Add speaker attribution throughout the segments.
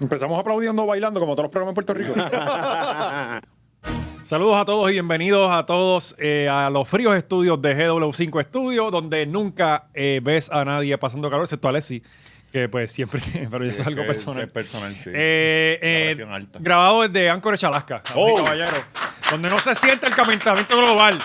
Speaker 1: Empezamos aplaudiendo, bailando, como todos los programas en Puerto Rico.
Speaker 2: Saludos a todos y bienvenidos a todos eh, a los fríos estudios de GW5 Studio, donde nunca eh, ves a nadie pasando calor, excepto a Alessi, que pues siempre, pero eso es
Speaker 3: es
Speaker 2: algo
Speaker 3: que
Speaker 2: personal.
Speaker 3: es personal, sí.
Speaker 2: Eh, eh,
Speaker 3: La presión alta.
Speaker 2: grabado desde Anchorage, Alaska, así,
Speaker 3: Oh.
Speaker 2: caballero, donde no se siente el calentamiento global.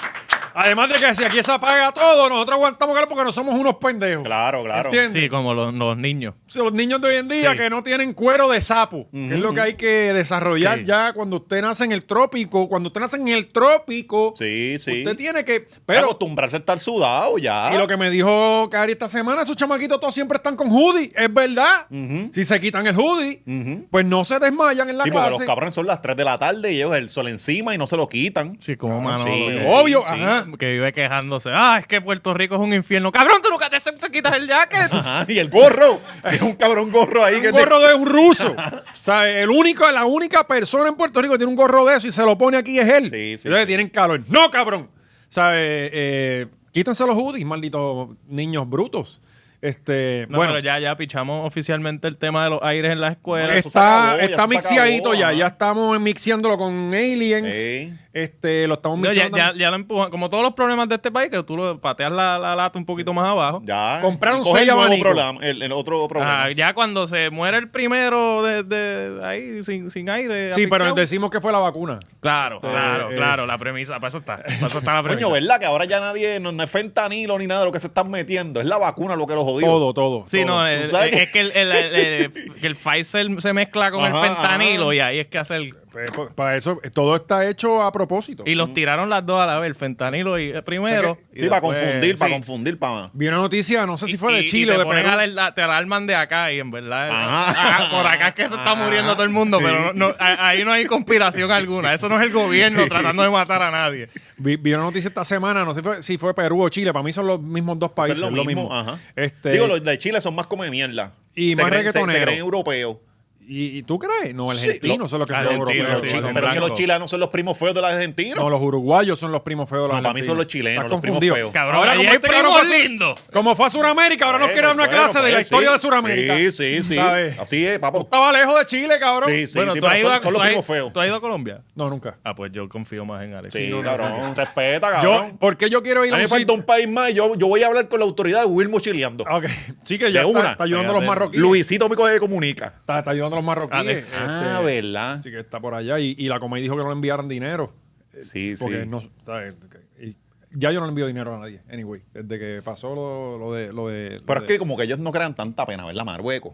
Speaker 2: Además de que si aquí se apaga todo, nosotros aguantamos calor porque no somos unos pendejos.
Speaker 3: Claro, claro.
Speaker 2: ¿Entiendes?
Speaker 4: Sí, como los, los niños.
Speaker 2: O sea, los niños de hoy en día
Speaker 4: Sí.
Speaker 2: que no tienen cuero de sapo, que es lo que hay que desarrollar
Speaker 4: Sí.
Speaker 2: ya cuando usted nace en el trópico. Cuando usted nace en el trópico,
Speaker 3: Sí, sí.
Speaker 2: usted tiene que.
Speaker 3: Pero
Speaker 2: Pero,
Speaker 3: acostumbrarse a estar sudado ya.
Speaker 2: y lo que me dijo Cari esta semana, esos chamaquitos todos siempre están con hoodie, es verdad.
Speaker 3: Ujú.
Speaker 2: Si se quitan el hoodie,
Speaker 3: Ujú.
Speaker 2: pues no se desmayan en la
Speaker 3: Sí, porque los
Speaker 2: clase.
Speaker 3: cabrones son las 3 de la tarde y ellos el sol encima y no se lo quitan.
Speaker 4: Sí, como mano.
Speaker 3: sí,
Speaker 4: que-
Speaker 2: Obvio,
Speaker 3: sí, sí.
Speaker 2: ajá.
Speaker 4: Oh, Que vive quejándose. Ah, es que Puerto Rico es un infierno. Cabrón, tú nunca te, te quitas el jacket.
Speaker 3: Ajá, y el gorro. Hay un cabrón gorro ahí que
Speaker 2: Un gorro de un ruso. o sea, el único, la única persona en Puerto Rico que tiene un gorro de eso y se lo pone aquí es él.
Speaker 3: Sí, sí,
Speaker 2: Entonces
Speaker 3: sí.
Speaker 2: tienen calor. ¡No, cabrón! ¿Sabes? Eh, quítense los hoodies, malditos niños brutos. Este,
Speaker 4: No,
Speaker 2: bueno,
Speaker 4: pero ya, ya pichamos oficialmente el tema de los aires en la escuela.
Speaker 3: Eso se
Speaker 2: está,
Speaker 3: acabó, ya
Speaker 2: está
Speaker 3: se
Speaker 2: mixiadito
Speaker 3: acabó,
Speaker 2: ya.
Speaker 3: ajá.
Speaker 2: Ya estamos mixiándolo con aliens.
Speaker 3: Sí.
Speaker 2: Este, lo estamos
Speaker 4: No, ya,
Speaker 2: mixiando.
Speaker 4: ya, ya lo empujan. Como todos los problemas de este país, que tú lo pateas la, la lata un poquito más abajo.
Speaker 3: Ya.
Speaker 2: Compraron
Speaker 3: Y coge
Speaker 2: seis
Speaker 3: el nuevo
Speaker 2: abanicos.
Speaker 3: programa, el, el otro problema.
Speaker 4: Ah, ya cuando se muere el primero de, de- ahí sin, sin aire.
Speaker 2: sí, pero
Speaker 4: asfixiado.
Speaker 2: decimos que fue la vacuna.
Speaker 4: Claro, claro,
Speaker 2: eh.
Speaker 4: claro. La premisa, para eso está. Para eso está la premisa.
Speaker 3: Coño, ¿verdad? Que ahora ya nadie, no, no es fentanilo ni nada de lo que se están metiendo. Es la vacuna lo que los jodió.
Speaker 2: Todo, todo.
Speaker 4: Sí,
Speaker 3: todo.
Speaker 4: no,
Speaker 3: Tú
Speaker 4: el-
Speaker 3: sabes
Speaker 4: es que el, el, el- el- que el Pfizer se mezcla con
Speaker 3: Ajá,
Speaker 4: el fentanilo y ahí es que hace el...
Speaker 2: Pues, pa- Para eso, eh, todo está hecho a propósito.
Speaker 4: Y los tiraron las dos a la vez, el fentanilo y, primero. y
Speaker 3: Sí, para
Speaker 4: después-
Speaker 3: confundir, para
Speaker 4: sí.
Speaker 3: confundir, para.
Speaker 2: Vi una noticia, no sé si fue
Speaker 4: Y-
Speaker 2: de
Speaker 4: y- y
Speaker 2: Chile
Speaker 4: te
Speaker 2: o de
Speaker 4: ponen
Speaker 2: Perú.
Speaker 4: alerta- te alarman de acá y en verdad.
Speaker 3: Ajá.
Speaker 4: ah, por acá es que se está
Speaker 3: Ajá.
Speaker 4: muriendo todo el mundo, pero no- no- a- ahí no hay conspiración alguna. Eso no es el gobierno tratando de matar a nadie.
Speaker 2: Vi, vi una noticia esta semana, no sé fue- si fue Perú o Chile, para mí son los mismos dos
Speaker 3: Eso
Speaker 2: países,
Speaker 3: es lo mismo. Ajá.
Speaker 2: Este,
Speaker 3: Digo, los de Chile son más come mierda.
Speaker 2: Y
Speaker 3: se
Speaker 2: más
Speaker 3: creen, se- se,
Speaker 2: reggaetoneros.
Speaker 3: creen europeos.
Speaker 2: ¿y, y tú crees? No,
Speaker 3: Sí,
Speaker 2: argentinos
Speaker 3: lo-
Speaker 2: son los que son los
Speaker 4: argentinos,
Speaker 2: europeos.
Speaker 3: Pero,
Speaker 4: sí,
Speaker 2: los
Speaker 3: chico,
Speaker 4: son
Speaker 3: pero es que
Speaker 4: blancos.
Speaker 3: los chilenos son los primos feos de los argentinos.
Speaker 2: No, los uruguayos son los primos feos de los
Speaker 3: No, para mí son los
Speaker 2: argentinos.
Speaker 3: chilenos,
Speaker 2: Estás
Speaker 3: los primos
Speaker 2: confundido.
Speaker 3: feos.
Speaker 4: Cabrón, ahí hay
Speaker 2: este cabrón
Speaker 4: primos
Speaker 2: fue a Sur-
Speaker 4: lindos.
Speaker 2: Como fue a Sudamérica, ahora nos
Speaker 3: Bueno,
Speaker 2: quiere dar una
Speaker 3: bueno,
Speaker 2: clase de
Speaker 3: pues,
Speaker 2: la historia
Speaker 3: sí.
Speaker 2: de Sudamérica.
Speaker 3: Sí, sí, sí.
Speaker 2: ¿Sabes? Pues,
Speaker 3: Así es,
Speaker 2: No
Speaker 3: papo.
Speaker 2: estaba lejos de Chile, cabrón.
Speaker 3: Sí, sí,
Speaker 4: bueno,
Speaker 3: sí,
Speaker 4: tú,
Speaker 3: pero
Speaker 4: has ido
Speaker 3: son,
Speaker 4: a,
Speaker 3: son los
Speaker 4: tú has-
Speaker 3: primos feos.
Speaker 4: tú has ido a Colombia?
Speaker 2: No, nunca.
Speaker 4: Ah, pues yo confío más en Alex.
Speaker 3: Sí,
Speaker 4: no,
Speaker 3: cabrón. Respeta,
Speaker 2: Yo, pues,
Speaker 3: cabrón.
Speaker 2: ¿Por qué yo quiero ir a
Speaker 3: a mí me
Speaker 2: un
Speaker 3: falta
Speaker 2: sitio?
Speaker 3: un país más y yo, yo voy a hablar con la autoridad de Wilmo chileando.
Speaker 2: Ok, sí que ya
Speaker 3: De
Speaker 2: está,
Speaker 3: una.
Speaker 2: está ayudando a los
Speaker 4: Fíjate.
Speaker 2: marroquíes.
Speaker 3: Luisito me coge de comunica.
Speaker 2: Está, está ayudando a los marroquíes. Este,
Speaker 4: Alex.
Speaker 3: Ah, verdad.
Speaker 2: Así que está por allá. Y, y la Comay dijo que no le enviaran dinero.
Speaker 3: Sí, sí.
Speaker 2: Porque no, ¿sabes? Y ya yo no le envío dinero a nadie. Anyway, desde que pasó lo, lo de. Lo de lo
Speaker 3: Pero es
Speaker 2: de-
Speaker 3: que como que ellos no crean tanta pena, ¿verdad? Marruecos.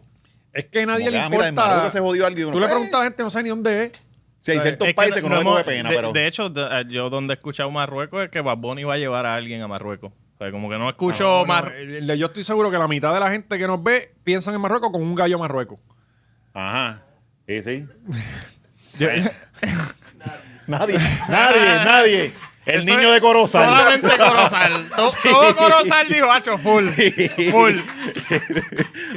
Speaker 2: es que a nadie
Speaker 3: como
Speaker 2: le
Speaker 3: que, ah,
Speaker 2: importa.
Speaker 3: mira, en Marruecos se jodió algo y uno,
Speaker 2: Tú le
Speaker 3: eh.
Speaker 2: preguntas a la gente, no sabe ni dónde es.
Speaker 3: Sí, hay
Speaker 2: Sí.
Speaker 3: ciertos
Speaker 4: Es que
Speaker 3: países que no, les coge
Speaker 4: hemos-
Speaker 3: pena,
Speaker 4: de,
Speaker 3: pero...
Speaker 4: de hecho, de- eh, yo donde he escuchado Marruecos es que Bad Bunny va a llevar a alguien a Marruecos. O sea, como que no escucho
Speaker 3: Ah,
Speaker 2: No, no,
Speaker 3: eh,
Speaker 4: Mar-
Speaker 2: el- el- yo estoy seguro que la mitad de la gente que nos ve piensan en Marruecos con un gallo Marruecos.
Speaker 3: Ajá. Sí, sí.
Speaker 2: Yo-
Speaker 3: Nadie, nadie, nadie. El
Speaker 4: Eso
Speaker 3: niño
Speaker 4: es
Speaker 3: de Corozal.
Speaker 4: Solamente Corozal. To- Todo Corozal dijo, hacho, full. Full.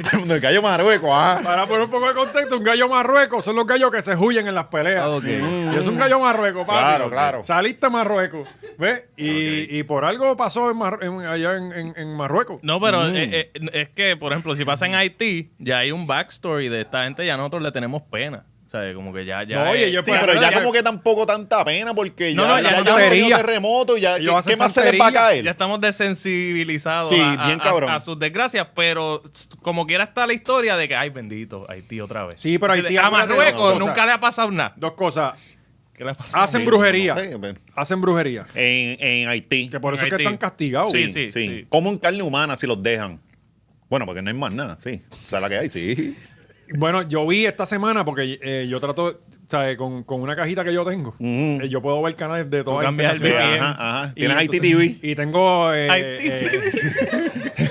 Speaker 3: Todo el mundo, el gallo Marruecos, ajá.
Speaker 2: Para poner un poco de contexto, un gallo Marruecos son los gallos que se huyen en las peleas.
Speaker 4: Ok.
Speaker 2: Y es un gallo Marruecos, papi.
Speaker 3: Claro, claro.
Speaker 2: Saliste a Marruecos, ¿ves? Y, y por algo pasó en Mar- en- allá en, en- en Marruecos.
Speaker 4: No, pero eh, eh, es que, por ejemplo, si pasa en Haití, ya hay un backstory de esta gente, ya nosotros le tenemos pena. O sea, como que ya... ya
Speaker 2: No, oye,
Speaker 4: es-
Speaker 2: yo-
Speaker 3: Sí,
Speaker 2: Pues,
Speaker 3: pero
Speaker 2: no,
Speaker 3: ya,
Speaker 2: ya-
Speaker 3: como que tampoco tanta pena porque ya,
Speaker 4: No, no, ya
Speaker 3: ya,
Speaker 4: son
Speaker 3: ya han tenido
Speaker 2: tonterías.
Speaker 3: terremoto y ya
Speaker 2: Ellos
Speaker 3: ¿qué,
Speaker 2: hacen
Speaker 3: qué más se les va a
Speaker 2: santería,
Speaker 3: caer?
Speaker 4: Ya estamos desensibilizados
Speaker 3: Sí,
Speaker 4: a, a-
Speaker 3: bien
Speaker 4: a-
Speaker 3: cabrón.
Speaker 4: a sus desgracias, pero s- como quiera está la historia de que, ay, bendito, Haití otra vez.
Speaker 2: Sí, pero Haití,
Speaker 4: A
Speaker 2: acuérdate de
Speaker 4: Marruecos
Speaker 2: una cosa.
Speaker 4: nunca le ha pasado nada.
Speaker 2: Dos cosas.
Speaker 4: ¿Qué le ha pasado?
Speaker 2: Hacen
Speaker 3: Sí,
Speaker 2: brujería.
Speaker 3: no sé, pero-
Speaker 2: Hacen brujería.
Speaker 3: En, en Haití.
Speaker 2: Que por
Speaker 4: En
Speaker 2: eso es que
Speaker 4: Haití.
Speaker 2: están castigados.
Speaker 4: Sí, sí, sí.
Speaker 3: Comen carne humana si los dejan. Bueno, porque no hay más nada, sí. O sea, la que hay, sí.
Speaker 2: Bueno, yo vi esta semana porque eh, yo trato, ¿sabes? Con, con una cajita que yo tengo,
Speaker 3: Ujú.
Speaker 2: eh, yo puedo ver canales de todas
Speaker 4: cambias
Speaker 2: naciones.
Speaker 4: el
Speaker 3: Ve,
Speaker 4: bien.
Speaker 3: ajá, ajá.
Speaker 2: Y
Speaker 3: Tienes Haití
Speaker 2: entonces-
Speaker 3: TV.
Speaker 2: Y tengo. eh,
Speaker 4: Haití
Speaker 2: eh,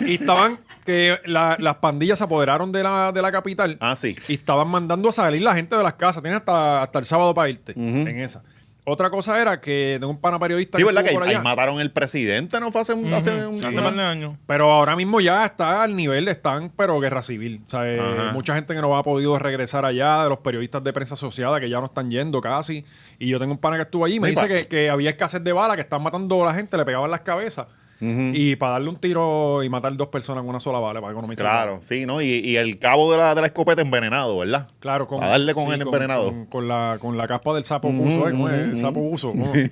Speaker 2: y estaban que la- las pandillas se apoderaron de la, de la capital.
Speaker 3: Ah, sí.
Speaker 2: Y estaban mandando a salir la gente de las casas. Tienes hasta, hasta el sábado para irte en esa. Otra cosa era que tengo un pana periodista
Speaker 3: Sí, ¿verdad? Que ahí,
Speaker 2: estuvo por
Speaker 3: ahí
Speaker 2: allá.
Speaker 3: mataron el presidente, ¿no? Fue hace un... hace un-
Speaker 4: Hace par de años.
Speaker 2: Pero ahora mismo ya está al nivel de están, pero guerra civil. O sea, eh,
Speaker 3: Ajá.
Speaker 2: mucha gente que no ha podido regresar allá, de los periodistas de prensa asociada que ya no están yendo casi. Y yo tengo un pana que estuvo allí y me
Speaker 3: Sí,
Speaker 2: dice
Speaker 3: pa-
Speaker 2: que, que había escasez de balas, que están matando a la gente, le pegaban las cabezas.
Speaker 3: Mm.
Speaker 2: Y para darle un tiro y matar dos personas en una sola bala, para economizar.
Speaker 3: Claro, sí, ¿no? Y, y el cabo de la, de la escopeta envenenado, ¿verdad?
Speaker 2: Claro, con,
Speaker 3: A darle con el envenenado.
Speaker 2: Con, con la, con la caspa del sapo buzo, ¿eh? ¿Cómo es? Sapo buzo. ¿cómo?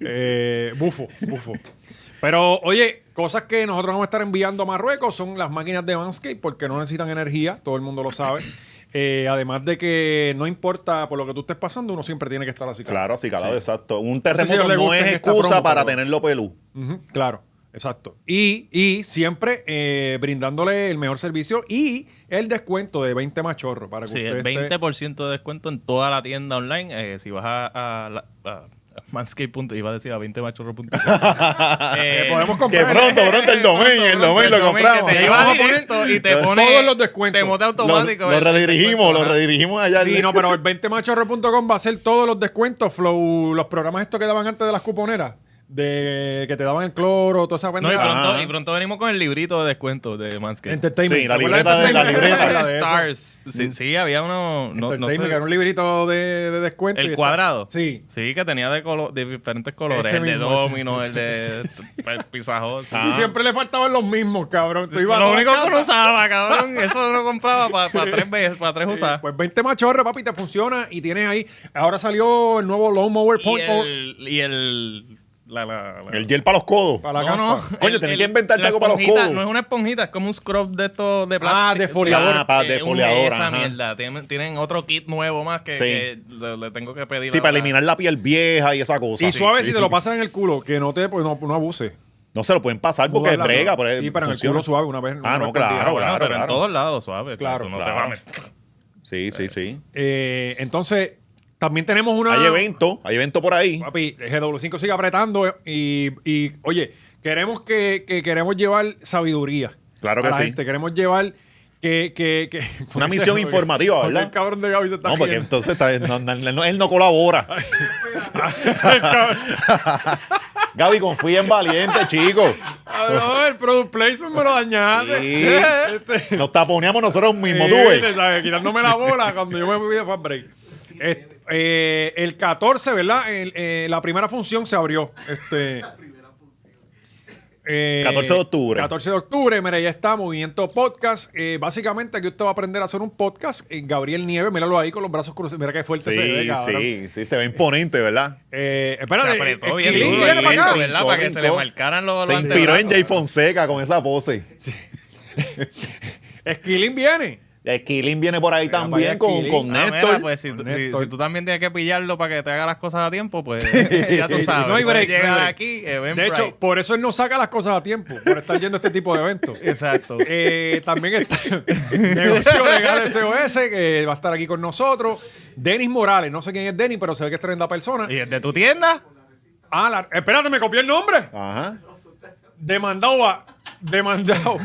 Speaker 2: Eh, bufo, bufo. Pero, oye, cosas que nosotros vamos a estar enviando a Marruecos son las máquinas de Manscaped porque no necesitan energía, todo el mundo lo sabe. Eh, además de que no importa por lo que tú estés pasando, uno siempre tiene que estar así.
Speaker 3: Claro, sí, claro,
Speaker 2: Sí.
Speaker 3: exacto.
Speaker 2: sé
Speaker 3: Un
Speaker 2: si a
Speaker 3: terremoto
Speaker 2: ellos les
Speaker 3: no
Speaker 2: gusta
Speaker 3: es
Speaker 2: esta
Speaker 3: excusa
Speaker 2: promo,
Speaker 3: para
Speaker 2: pero-
Speaker 3: tenerlo pelú.
Speaker 2: Ujú, claro, exacto. Y, y siempre eh, brindándole el mejor servicio y el descuento de 20 machorros para que
Speaker 4: Sí,
Speaker 2: usted
Speaker 4: el
Speaker 2: esté-
Speaker 4: 20% de descuento en toda la tienda online. eh, si vas a, a, la- a manscape.com, iba a decir a 20machorro.com.
Speaker 2: Eh,
Speaker 4: eh,
Speaker 2: podemos
Speaker 3: Que
Speaker 2: comprar.
Speaker 3: pronto, pronto, el domain, el domain lo compramos.
Speaker 4: Que te lleva directo y te pone
Speaker 2: Todos los descuentos.
Speaker 4: Te monta
Speaker 3: Lo,
Speaker 4: automático. eh. Ah.
Speaker 3: lo
Speaker 4: el-
Speaker 3: redirigimos,
Speaker 4: el-
Speaker 3: lo redirigimos allá.
Speaker 2: Sí, no, pero el 20machorro.com va a ser todos los descuentos, Flow, los programas estos que daban antes de las cuponeras, de que te daban el cloro, toda esa
Speaker 4: No, y
Speaker 2: pendeja.
Speaker 4: pronto,
Speaker 3: Ajá.
Speaker 4: y pronto venimos con el librito de descuento de Manscaped.
Speaker 2: Entertainment.
Speaker 3: Sí, la
Speaker 2: ¿Te acuerdas
Speaker 3: libreta de- la
Speaker 2: Entertainment?
Speaker 3: libreta.
Speaker 2: ¿Te acuerdas de eso?
Speaker 4: Stars. Sí, sí, había uno. No, no
Speaker 2: Entertainment,
Speaker 4: sé,
Speaker 2: que era un librito de, de descuento. y
Speaker 4: el
Speaker 2: está-
Speaker 4: cuadrado.
Speaker 2: Sí.
Speaker 4: Sí, que tenía de, colo- de diferentes colores.
Speaker 2: Ese
Speaker 4: el de
Speaker 2: mismo, ese. Ah,
Speaker 4: domino, el de el pizajón. sí.
Speaker 2: Y
Speaker 3: Ah.
Speaker 2: siempre le faltaban los mismos, cabrón. Tú ibas a
Speaker 4: Lo
Speaker 2: la
Speaker 4: único que
Speaker 2: casa,
Speaker 4: uno usaba, cabrón. Eso uno compraba para tres veces, para tres usadas.
Speaker 2: Pues 20 machorro, papi, te funciona y tienes ahí. Ahora salió el nuevo Lawnmower
Speaker 4: y
Speaker 2: Point
Speaker 4: el. Y el la, la, la-
Speaker 3: El gel para los codos.
Speaker 2: para la
Speaker 4: no, no.
Speaker 2: caspa.
Speaker 3: Coño,
Speaker 4: el-
Speaker 3: tenés
Speaker 4: el-
Speaker 3: que inventarse
Speaker 4: la
Speaker 3: algo para los
Speaker 4: esponjita,
Speaker 3: codos.
Speaker 4: No es una esponjita, es como un scrub de estos de
Speaker 2: Ah,
Speaker 4: plástico.
Speaker 2: defoliador.
Speaker 3: Ah, para
Speaker 4: Eh,
Speaker 3: defoliador,
Speaker 4: un- Esa
Speaker 3: ajá.
Speaker 4: mierda. Tienen, tienen otro kit nuevo más que,
Speaker 3: Sí.
Speaker 4: que le, le tengo que pedir.
Speaker 3: Sí, para
Speaker 4: ahora.
Speaker 3: eliminar la piel vieja y esa cosa.
Speaker 2: Y suave
Speaker 3: Sí,
Speaker 2: si
Speaker 3: sí.
Speaker 2: te lo pasas en el culo, que no te pues, no, no abuses.
Speaker 3: No se lo pueden pasar porque
Speaker 2: Mudarla,
Speaker 3: brega.
Speaker 2: ¿no? Sí, pero en el culo suave una vez.
Speaker 3: Ah,
Speaker 2: una
Speaker 3: no,
Speaker 2: vez
Speaker 3: claro,
Speaker 2: por día.
Speaker 4: Bueno,
Speaker 3: claro,
Speaker 4: pero en
Speaker 3: claro.
Speaker 4: todos lados, suave.
Speaker 2: Claro,
Speaker 4: Claro, no
Speaker 3: claro.
Speaker 4: te vas a meter.
Speaker 3: Sí, sí, sí.
Speaker 2: Eh, entonces, también tenemos una.
Speaker 3: Hay evento, hay evento por ahí.
Speaker 2: Papi, GW5 sigue apretando eh, y, y, oye, queremos que, que queremos llevar sabiduría.
Speaker 3: Claro que
Speaker 2: a la
Speaker 3: sí.
Speaker 2: Gente. Queremos llevar que, que, que-
Speaker 3: Una misión
Speaker 2: porque-
Speaker 3: informativa,
Speaker 2: porque
Speaker 3: ¿verdad?
Speaker 2: El cabrón de Gaby se está
Speaker 3: No, porque
Speaker 2: riendo.
Speaker 3: entonces está- no, no, no, él no colabora.
Speaker 2: El cabrón-
Speaker 3: Gaby, confía en valiente, chicos.
Speaker 2: Cabrón, Ah, el product placement me lo dañaste.
Speaker 3: Sí.
Speaker 2: Este-
Speaker 3: Nos taponeamos nosotros mismos,
Speaker 2: Sí,
Speaker 3: tú ves.
Speaker 2: te sabes, quitándome la bola cuando yo me fui de fast break. Este, eh, el 14, ¿verdad? El, eh, la primera función se abrió. Este, eh,
Speaker 3: 14 de octubre.
Speaker 2: 14 de octubre, mira, ya está, Movimiento Podcast. Eh, básicamente aquí usted va a aprender a hacer un podcast. Eh, Gabriel Nieves, míralo ahí con los brazos cruzados. Mira qué fuerte se ve,
Speaker 3: Sí,
Speaker 2: cabrón.
Speaker 3: sí, sí, se ve imponente, ¿verdad?
Speaker 2: Eh,
Speaker 4: Se
Speaker 2: espérate,
Speaker 4: apretó
Speaker 2: eh,
Speaker 4: bien
Speaker 2: Kikilín,
Speaker 4: duro
Speaker 2: viene
Speaker 4: el
Speaker 2: para acá.
Speaker 4: evento, ¿verdad? Para que se le
Speaker 3: Brincó.
Speaker 4: marcaran los
Speaker 3: Se
Speaker 4: los
Speaker 3: inspiró en
Speaker 4: antebrazos.
Speaker 3: Jay Fonseca con esa pose.
Speaker 2: Esquilín viene.
Speaker 3: Esquilín viene por ahí
Speaker 2: Mira, vaya
Speaker 3: también con,
Speaker 2: Esquilín.
Speaker 3: con
Speaker 4: Ah,
Speaker 3: Néstor.
Speaker 4: mira, pues si, tú-
Speaker 2: Con
Speaker 4: si-
Speaker 2: Néstor.
Speaker 4: si tú también tienes que pillarlo para que te haga las cosas a tiempo, pues ya tú
Speaker 2: Sí,
Speaker 4: sabes.
Speaker 2: no hay break,
Speaker 4: Puedes
Speaker 2: no hay
Speaker 4: llegar
Speaker 2: break.
Speaker 4: aquí, eh, Eventbrite.
Speaker 2: De hecho, por eso él no saca las cosas a tiempo, por estar yendo a este tipo de eventos.
Speaker 4: exacto.
Speaker 2: Eh, también está Negocio Legal SOS, que va a estar aquí con nosotros. Denis Morales, no sé quién es Denis, pero se ve que es tremenda persona.
Speaker 4: ¿Y el de tu tienda?
Speaker 2: Ah, la- espérate, me copié el nombre.
Speaker 3: Ajá.
Speaker 2: Demandado va. Demandado.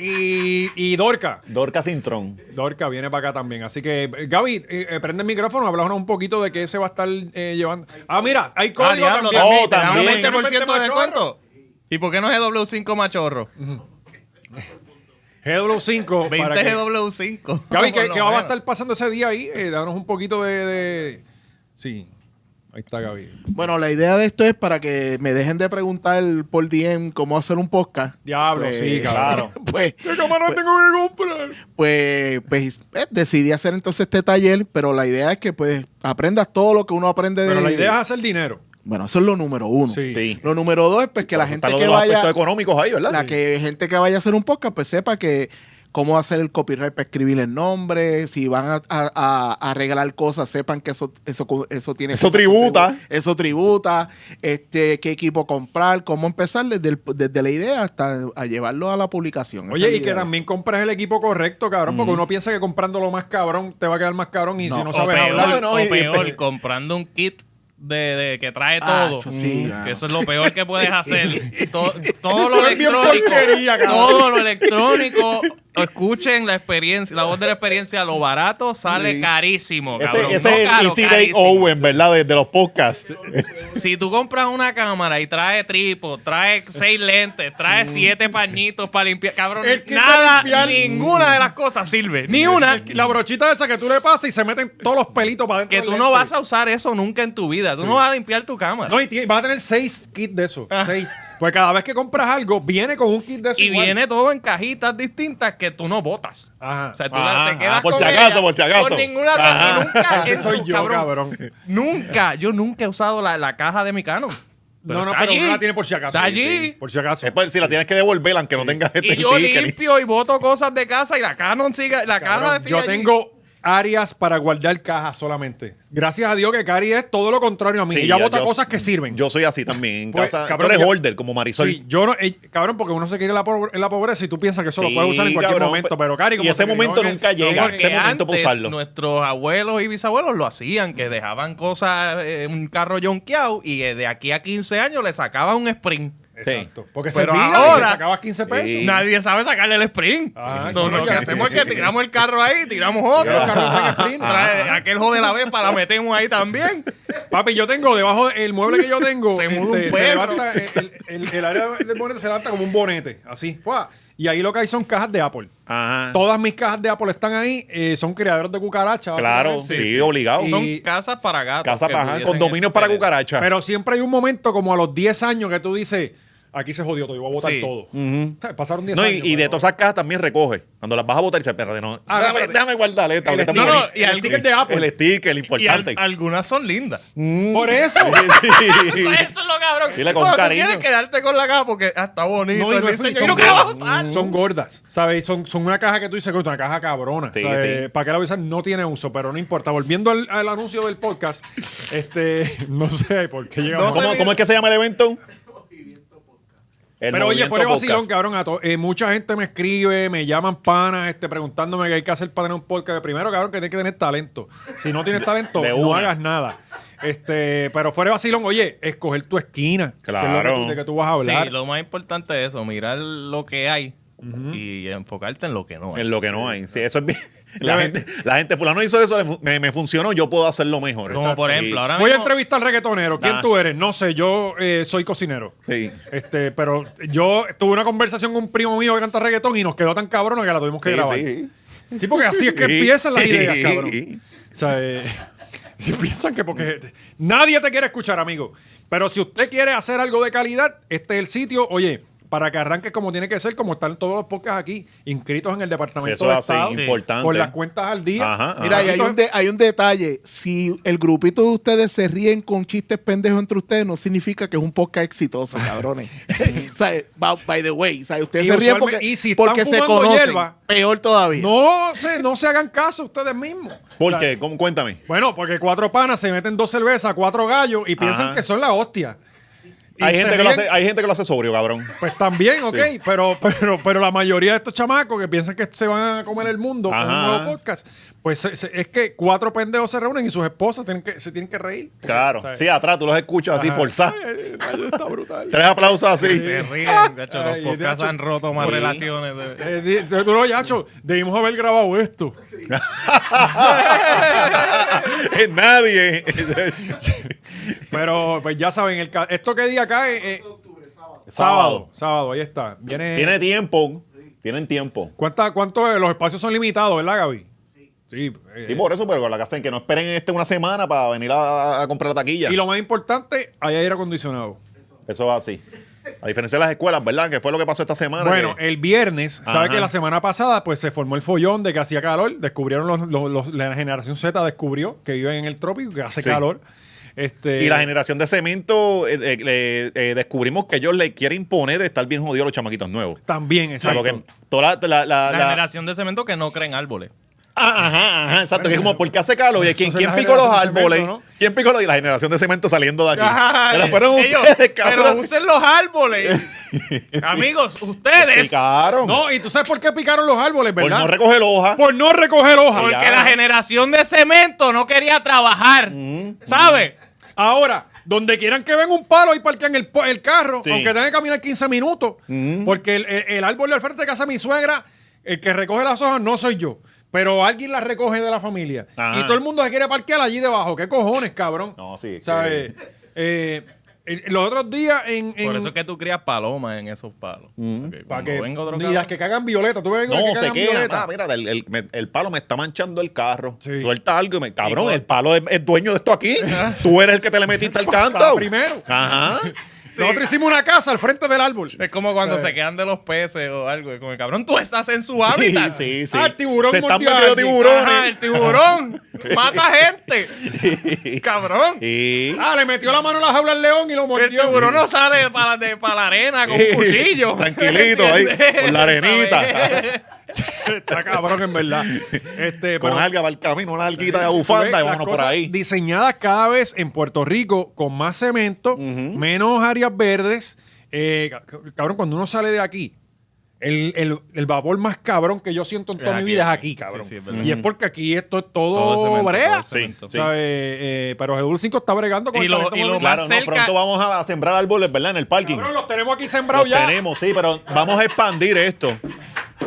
Speaker 2: y, y Dorca.
Speaker 3: Dorca Cintrón.
Speaker 2: Dorca viene para acá también. Así que, eh, Gaby, eh, eh, prende el micrófono, hablámonos un poquito de qué se va a estar eh, llevando. Ah, mira, hay
Speaker 4: Ah,
Speaker 2: código
Speaker 4: diablo,
Speaker 2: también.
Speaker 4: también,
Speaker 3: Oh,
Speaker 4: te dan un
Speaker 3: también.
Speaker 4: 20% de
Speaker 2: Machorro.
Speaker 4: descuento. ¿Y por qué no GW5 machorro? 20
Speaker 2: GW5. para que-
Speaker 4: GW5.
Speaker 2: Gaby, ¿qué,
Speaker 4: Por lo
Speaker 2: qué va a
Speaker 4: menos.
Speaker 2: estar pasando ese día ahí? Eh, danos un poquito de, de- Sí. Ahí está Gaby.
Speaker 5: Bueno, la idea de esto es para que me dejen de preguntar por DM cómo hacer un podcast.
Speaker 2: Diablo,
Speaker 5: Pues-
Speaker 2: sí, cabrón.
Speaker 5: Pues,
Speaker 2: ¿Qué cámara tengo que comprar?
Speaker 5: pues, pues, eh, decidí hacer entonces este taller, pero la idea es que pues aprendas todo lo que uno aprende
Speaker 2: Pero
Speaker 5: de...
Speaker 2: la idea es hacer dinero.
Speaker 5: Bueno, eso es lo número uno.
Speaker 2: Sí.
Speaker 3: Sí.
Speaker 5: Lo número dos es pues, que la gente
Speaker 3: Está lo
Speaker 5: que
Speaker 3: de los
Speaker 5: vaya...
Speaker 3: aspectos económicos ahí, ¿verdad?
Speaker 5: La que gente que vaya a hacer un podcast, pues sepa que cómo hacer el copyright para escribir el nombre, si van a, a- a- a arreglar cosas, sepan que eso, eso, co- eso tiene
Speaker 3: Eso
Speaker 5: cosas que
Speaker 3: tributa.
Speaker 5: tribu- Eso tributa, este, qué equipo comprar, cómo empezar desde, el- desde la idea hasta a llevarlo a la publicación. Esa es
Speaker 2: Oye,
Speaker 5: la
Speaker 2: y que
Speaker 5: idea.
Speaker 2: también compras el equipo correcto, cabrón, porque uno piensa que comprando lo más cabrón te va a quedar más cabrón y si no
Speaker 4: o
Speaker 2: sabes
Speaker 4: peor,
Speaker 2: hablar.
Speaker 3: No, no,
Speaker 4: o
Speaker 3: y-
Speaker 4: peor, comprando un kit de, de- que trae
Speaker 5: Ah,
Speaker 4: todo.
Speaker 5: cho- sí,
Speaker 4: Mm,
Speaker 5: ah.
Speaker 4: que eso es lo peor que puedes hacer. To- todo lo
Speaker 2: Es bien
Speaker 4: electrónico.
Speaker 2: porquería, cabrón.
Speaker 4: todo lo electrónico escuchen la experiencia, la voz de la experiencia, lo barato sale carísimo. cabrón.
Speaker 3: Ese, ese
Speaker 4: No
Speaker 3: es el
Speaker 4: caro,
Speaker 3: Easy Day
Speaker 4: carísimo.
Speaker 3: Owen, ¿verdad? De, de los podcasts.
Speaker 4: Si tú compras una cámara y trae tripo, trae seis lentes,
Speaker 3: Mm.
Speaker 4: trae siete pañitos para limpiar, cabrón,
Speaker 2: Es que para
Speaker 4: nada,
Speaker 2: limpiar-
Speaker 4: ninguna de las cosas sirve, ni una.
Speaker 2: La brochita esa que tú le pasas y se meten todos los pelitos para adentro.
Speaker 4: Que tú no vas a usar eso nunca en tu vida. Tú no vas a limpiar tu cámara.
Speaker 2: No, y ti- vas a tener seis kits de eso. Seis. Pues cada vez que compras algo, viene con un kit de eso.
Speaker 4: Ah. y
Speaker 2: igual.
Speaker 4: viene todo en cajitas distintas que tú no botas.
Speaker 2: Ajá.
Speaker 4: O sea, tú
Speaker 3: Ajá,
Speaker 4: la, te quedas
Speaker 3: ajá, Ah, por
Speaker 4: con
Speaker 3: si acaso,
Speaker 4: ella,
Speaker 3: por si acaso.
Speaker 4: Por ninguna
Speaker 3: Ajá.
Speaker 4: y nunca.
Speaker 2: Ese
Speaker 4: eso,
Speaker 2: soy yo, cabrón.
Speaker 4: Nunca, yo nunca he usado la, la caja de mi Canon.
Speaker 2: No, no,
Speaker 4: está
Speaker 2: pero
Speaker 4: allí.
Speaker 2: uno la tiene por si acaso.
Speaker 4: Está
Speaker 2: sí,
Speaker 4: allí.
Speaker 2: sí, por si acaso.
Speaker 3: Es por si la tienes que devolver, aunque no tengas este
Speaker 4: Y yo
Speaker 3: sticker.
Speaker 4: limpio y boto cosas de casa y la Canon sigue, la caja
Speaker 2: Cabrón,
Speaker 4: sigue
Speaker 2: yo
Speaker 4: allí.
Speaker 2: tengo áreas para guardar cajas solamente. Gracias a Dios que Cari es todo lo contrario a mí.
Speaker 3: Sí,
Speaker 2: Ella
Speaker 3: yo-
Speaker 2: bota
Speaker 3: yo-
Speaker 2: cosas que sirven.
Speaker 3: Yo soy así también. En
Speaker 2: Pues,
Speaker 3: casa,
Speaker 2: cabrón,
Speaker 3: tú eres
Speaker 2: yo-
Speaker 3: holder, como Marisol.
Speaker 2: Sí, yo no, eh, cabrón, porque uno se quiere en la, pobre- en la pobreza y tú piensas que eso lo
Speaker 3: Sí,
Speaker 2: puedes usar en cualquier
Speaker 3: cabrón,
Speaker 2: momento,
Speaker 3: pe-
Speaker 2: pero Cari...
Speaker 3: y
Speaker 2: como
Speaker 3: ese
Speaker 2: que
Speaker 3: momento
Speaker 2: quedó en
Speaker 3: nunca llega.
Speaker 4: Porque
Speaker 3: ese momento para
Speaker 4: antes
Speaker 3: usarlo.
Speaker 4: Nuestros abuelos y bisabuelos lo hacían, que dejaban cosas, eh, un carro yonqueado y eh, de aquí a 15 años le sacaban un sprint.
Speaker 2: Exacto. Porque
Speaker 4: Pero
Speaker 2: servía y
Speaker 4: ahora-
Speaker 2: te sacabas 15 pesos.
Speaker 3: Sí.
Speaker 4: Nadie sabe sacarle el sprint.
Speaker 2: Ah,
Speaker 4: So,
Speaker 2: claro,
Speaker 4: lo que
Speaker 2: ya.
Speaker 4: hacemos es que tiramos el carro ahí, tiramos
Speaker 2: Ya los carros
Speaker 4: otro.
Speaker 2: traen sprint.
Speaker 4: Trae aquel joder la vez para la metemos ahí también.
Speaker 2: Papi, yo tengo debajo del mueble que yo tengo. este,
Speaker 4: Se muda un perro.
Speaker 2: levanta, el, el- el área del bonete se levanta como un bonete, así. ¡fua! Y ahí lo que hay son cajas de Apple.
Speaker 3: Ajá.
Speaker 2: Todas mis cajas de Apple están ahí, eh, son criaderos de cucarachas.
Speaker 3: Claro, sí,
Speaker 2: básicamente.
Speaker 3: obligado.
Speaker 2: Y-
Speaker 4: Son casas para gatos.
Speaker 3: casa
Speaker 4: que
Speaker 3: para
Speaker 4: pudiesen
Speaker 3: condominios para
Speaker 4: acceder.
Speaker 3: cucarachas.
Speaker 2: Pero siempre hay un momento como a los 10 años que tú dices, aquí se jodió todo, yo voy a botar
Speaker 4: Sí.
Speaker 2: todo.
Speaker 3: Ujú.
Speaker 2: O sea, Pasaron 10
Speaker 3: No, y,
Speaker 2: años.
Speaker 3: y de
Speaker 2: pero-
Speaker 3: todas esas cajas también recoge. Cuando las vas a botar, dice, espérate, no.
Speaker 2: Ah,
Speaker 3: dame,
Speaker 2: espérate.
Speaker 3: dame guardarle esta.
Speaker 2: El
Speaker 3: porque está
Speaker 2: sticker,
Speaker 4: No, no,
Speaker 3: bonita.
Speaker 2: y el
Speaker 4: algo-
Speaker 2: sticker de Apple.
Speaker 3: El sticker, el
Speaker 4: Y al-
Speaker 3: importante.
Speaker 4: algunas son lindas.
Speaker 2: Por eso.
Speaker 3: Sí.
Speaker 4: Eso es lo cabrón.
Speaker 3: Dile con
Speaker 4: Cuando tú
Speaker 3: cariño.
Speaker 4: Tienes que darte con la caja porque ah, está bonito.
Speaker 2: No, y
Speaker 4: el
Speaker 2: no es
Speaker 4: diseño,
Speaker 2: free,
Speaker 4: y
Speaker 2: son
Speaker 4: nunca la vas a
Speaker 2: gordas.
Speaker 4: usar.
Speaker 2: Son gordas, ¿sabes? Son, son una caja que tú dices, "Coño, una caja cabrona.
Speaker 3: Sí,
Speaker 2: ¿sabes?
Speaker 3: sí.
Speaker 2: ¿Para qué la voy a usar? No tiene uso, pero no importa. Volviendo al, al anuncio del podcast, este, no sé por qué llegamos.
Speaker 3: ¿Cómo,
Speaker 4: mil-
Speaker 3: cómo es que se llama el evento? El
Speaker 2: Pero oye,
Speaker 3: Movimiento
Speaker 2: fuera de
Speaker 3: Podcast.
Speaker 2: vacilón, cabrón. a to- eh, mucha gente me escribe, me llaman panas, este, preguntándome qué hay que hacer para tener un podcast. Primero, cabrón, que tienes que tener talento. Si no tienes talento,
Speaker 3: de
Speaker 2: no
Speaker 3: una.
Speaker 2: hagas nada. Este, pero fuera de vacilón, oye, escoger tu esquina. que es lo que
Speaker 3: Claro.
Speaker 2: tú- de que tú vas a hablar.
Speaker 4: Sí, lo más importante es eso, mirar lo que hay y enfocarte en lo que no hay.
Speaker 3: En lo que no hay. Sí, eso es bien.
Speaker 2: Ya
Speaker 3: La
Speaker 2: ves.
Speaker 3: gente, la gente, fulano hizo eso, le fu- me, me funcionó, yo puedo hacerlo mejor.
Speaker 4: Como por ejemplo, ahora
Speaker 2: Voy a
Speaker 4: mismo-
Speaker 2: entrevistar al reggaetonero. ¿Quién
Speaker 3: Nah.
Speaker 2: tú eres? No sé, yo eh, soy cocinero.
Speaker 3: Sí.
Speaker 2: Este, pero yo tuve una conversación con un primo mío que canta reggaetón y nos quedó tan cabrona que la tuvimos que
Speaker 3: Sí,
Speaker 2: grabar. Sí.
Speaker 3: sí.
Speaker 2: porque así es que
Speaker 3: Sí.
Speaker 2: empiezan las ideas,
Speaker 3: Sí.
Speaker 2: cabrón. O sea, eh, si piensan que porque nadie te quiere escuchar, amigo. Pero si usted quiere hacer algo de calidad, este es el sitio, oye, para que arranque como tiene que ser, como están todos los podcasts aquí, inscritos en el Departamento
Speaker 3: Eso
Speaker 2: de
Speaker 3: hace
Speaker 2: Estado,
Speaker 3: importante.
Speaker 2: con las cuentas al día.
Speaker 3: Ajá, ajá.
Speaker 5: Mira, y hay un, de- hay un detalle. Si el grupito de ustedes se ríen con chistes pendejos entre ustedes, no significa que es un podcast exitoso, cabrones. O sea, ba- by the way, o sea, ustedes
Speaker 2: Y
Speaker 5: se ríen
Speaker 2: usualmente-
Speaker 5: porque,
Speaker 2: y si están
Speaker 5: porque se
Speaker 2: fumando
Speaker 5: conocen.
Speaker 2: hierba,
Speaker 5: peor todavía.
Speaker 2: No se, no se hagan caso ustedes mismos.
Speaker 3: ¿Por
Speaker 2: O sea,
Speaker 3: qué? ¿Cómo? Cuéntame.
Speaker 2: Bueno, porque cuatro panas se meten dos cervezas, cuatro gallos y piensan
Speaker 3: Ajá.
Speaker 2: que son la hostia. Y
Speaker 3: Hay
Speaker 2: se
Speaker 3: gente, que lo
Speaker 2: ríen,
Speaker 3: hace, hay gente que lo hace sobrio, cabrón.
Speaker 2: Pues también, ok,
Speaker 3: Sí.
Speaker 2: pero, pero, pero la mayoría de estos chamacos que piensan que se van a comer el mundo con un
Speaker 3: Ajá.
Speaker 2: nuevo podcast, pues se- se- es que cuatro pendejos se reúnen y sus esposas tienen que, se tienen que reír.
Speaker 3: Claro.
Speaker 2: ¿Sabes?
Speaker 3: Sí, atrás tú los escuchas así
Speaker 2: Ajá.
Speaker 3: forzados.
Speaker 2: Ay, ay, está brutal.
Speaker 3: Tres aplausos así.
Speaker 4: Se ríen, de hecho, los
Speaker 2: Ay, de
Speaker 4: podcasts
Speaker 2: hecho-
Speaker 4: han roto más
Speaker 3: Sí.
Speaker 4: relaciones. de-
Speaker 2: Eh, di- tú, no, Yacho, debimos haber grabado esto.
Speaker 3: Nadie.
Speaker 2: Pero pues ya saben, el ca- esto que día cae eh, sábado, sábado, ahí está. Viene,
Speaker 3: Tiene tiempo. Tienen tiempo.
Speaker 2: ¿Cuánta, ¿Cuánto? eh, Los espacios son limitados, ¿verdad, Gaby? Sí. eh,
Speaker 3: Sí, por eso, pero la casa en que no esperen este una semana para venir a, a comprar la taquilla.
Speaker 2: y lo más importante, hay aire acondicionado.
Speaker 3: Eso va así. A diferencia de las escuelas, ¿verdad? Que fue lo que pasó esta semana.
Speaker 2: Bueno,
Speaker 3: que-
Speaker 2: el viernes, sabe
Speaker 3: Ajá.
Speaker 2: que la semana pasada pues se formó el follón de que hacía calor, descubrieron los, los- los- la generación Z descubrió que viven en el trópico, que hace
Speaker 3: Sí.
Speaker 2: calor. Este,
Speaker 3: y la generación de cemento, eh, eh, eh, eh, descubrimos que ellos le quieren imponer estar bien jodidos a los chamaquitos nuevos.
Speaker 2: también,
Speaker 3: O sea,
Speaker 2: exacto.
Speaker 3: porque toda la, la- la-
Speaker 4: La
Speaker 3: la-
Speaker 4: generación de cemento que no creen árboles.
Speaker 3: Ah, ajá, ajá, exacto. que es como, ¿por qué hace calor? Oye, ¿quién,
Speaker 2: Eso es
Speaker 3: quién
Speaker 2: la
Speaker 3: picó los
Speaker 2: generación de
Speaker 3: árboles?
Speaker 2: cemento, ¿no?
Speaker 3: ¿Quién picó los...? Y la generación de cemento saliendo de aquí.
Speaker 4: Ajá,
Speaker 3: pero
Speaker 4: eh,
Speaker 3: fueron
Speaker 4: ellos,
Speaker 3: ustedes,
Speaker 4: pero
Speaker 3: cabrón.
Speaker 4: usen los árboles. Amigos, ustedes.
Speaker 3: Picaron.
Speaker 2: No, y tú sabes por qué picaron los árboles,
Speaker 3: por
Speaker 2: ¿verdad?
Speaker 3: no recoger hojas.
Speaker 2: Por no recoger hojas.
Speaker 4: Porque
Speaker 3: Ya.
Speaker 4: la generación de cemento no quería trabajar.
Speaker 3: Mm,
Speaker 4: ¿Sabes?
Speaker 2: Ahora, donde quieran que ven un palo y parquean el, po- el carro,
Speaker 3: Sí.
Speaker 2: aunque tengan que caminar 15 minutos, porque el, el- el árbol de al frente de casa de mi suegra El que recoge las hojas no soy yo. Pero alguien las recoge de la familia.
Speaker 3: Ajá.
Speaker 2: Y todo el mundo se quiere parquear allí debajo. ¿Qué cojones, cabrón?
Speaker 3: No, sí, es
Speaker 2: ¿Sabes? Eh, el- los otros días en.
Speaker 3: mm.
Speaker 2: en-
Speaker 4: Por eso es que tú crías palomas en esos palos. Porque
Speaker 2: pa'
Speaker 4: cuando
Speaker 2: que-
Speaker 4: venga otro
Speaker 2: y las que cagan violeta. Tú ves las que
Speaker 3: No, se
Speaker 2: cagan
Speaker 3: queda.
Speaker 2: violeta.
Speaker 3: Ah, mira, el, el- me- el palo me está manchando el carro.
Speaker 2: Sí.
Speaker 3: Suelta algo y me. Cabrón, el palo es, es dueño de esto aquí. Tú eres el que te le metiste al
Speaker 2: Para
Speaker 3: canto.
Speaker 2: primero.
Speaker 3: Ajá.
Speaker 2: Nosotros hicimos una casa al frente del árbol.
Speaker 4: Es como cuando
Speaker 2: Sí.
Speaker 4: se quedan de los peces o algo. Como el cabrón, tú estás en su hábitat.
Speaker 3: Sí, sí, sí.
Speaker 2: Ah, el tiburón
Speaker 3: se están
Speaker 2: mordió a
Speaker 3: metiendo
Speaker 2: alguien.
Speaker 3: tiburones.
Speaker 4: Ajá, el tiburón mata gente. Cabrón.
Speaker 3: Sí.
Speaker 2: Ah, le metió la mano en la jaula al león y lo
Speaker 4: El
Speaker 3: Este
Speaker 2: mordió.
Speaker 4: tiburón no sale para la, pa' la arena con
Speaker 3: Sí.
Speaker 4: un cuchillo.
Speaker 3: Tranquilito ahí, con la arenita.
Speaker 2: Está cabrón, en verdad. Este,
Speaker 3: Con
Speaker 2: pero-
Speaker 3: alga para el camino, una alguita de
Speaker 2: Tú ves
Speaker 3: bufanda y
Speaker 2: las
Speaker 3: vámonos por
Speaker 2: cosas
Speaker 3: ahí.
Speaker 2: Diseñadas cada vez en Puerto Rico con más cemento, menos áreas verdes. Eh, ca- cabrón, cuando uno sale de aquí, el, el- el vapor más cabrón que yo siento en
Speaker 4: Es
Speaker 2: toda mi
Speaker 4: aquí,
Speaker 2: vida es
Speaker 4: aquí.
Speaker 2: aquí, cabrón.
Speaker 4: Sí, sí, es verdad.
Speaker 2: y es porque aquí esto es todo,
Speaker 4: Todo es cemento, todo
Speaker 2: brea.
Speaker 4: es cemento.
Speaker 2: Sí, ¿sabes? Eh, pero Gedul 5 está bregando con
Speaker 4: Y
Speaker 2: el
Speaker 4: lo-
Speaker 2: talento
Speaker 4: y lo
Speaker 2: molecular.
Speaker 4: más
Speaker 3: Claro, no,
Speaker 4: cerca-
Speaker 3: pronto vamos a sembrar árboles, ¿verdad? En el parking.
Speaker 2: Cabrón, los tenemos aquí
Speaker 3: Los
Speaker 2: sembrados ya.
Speaker 3: tenemos, sí, pero vamos a expandir esto.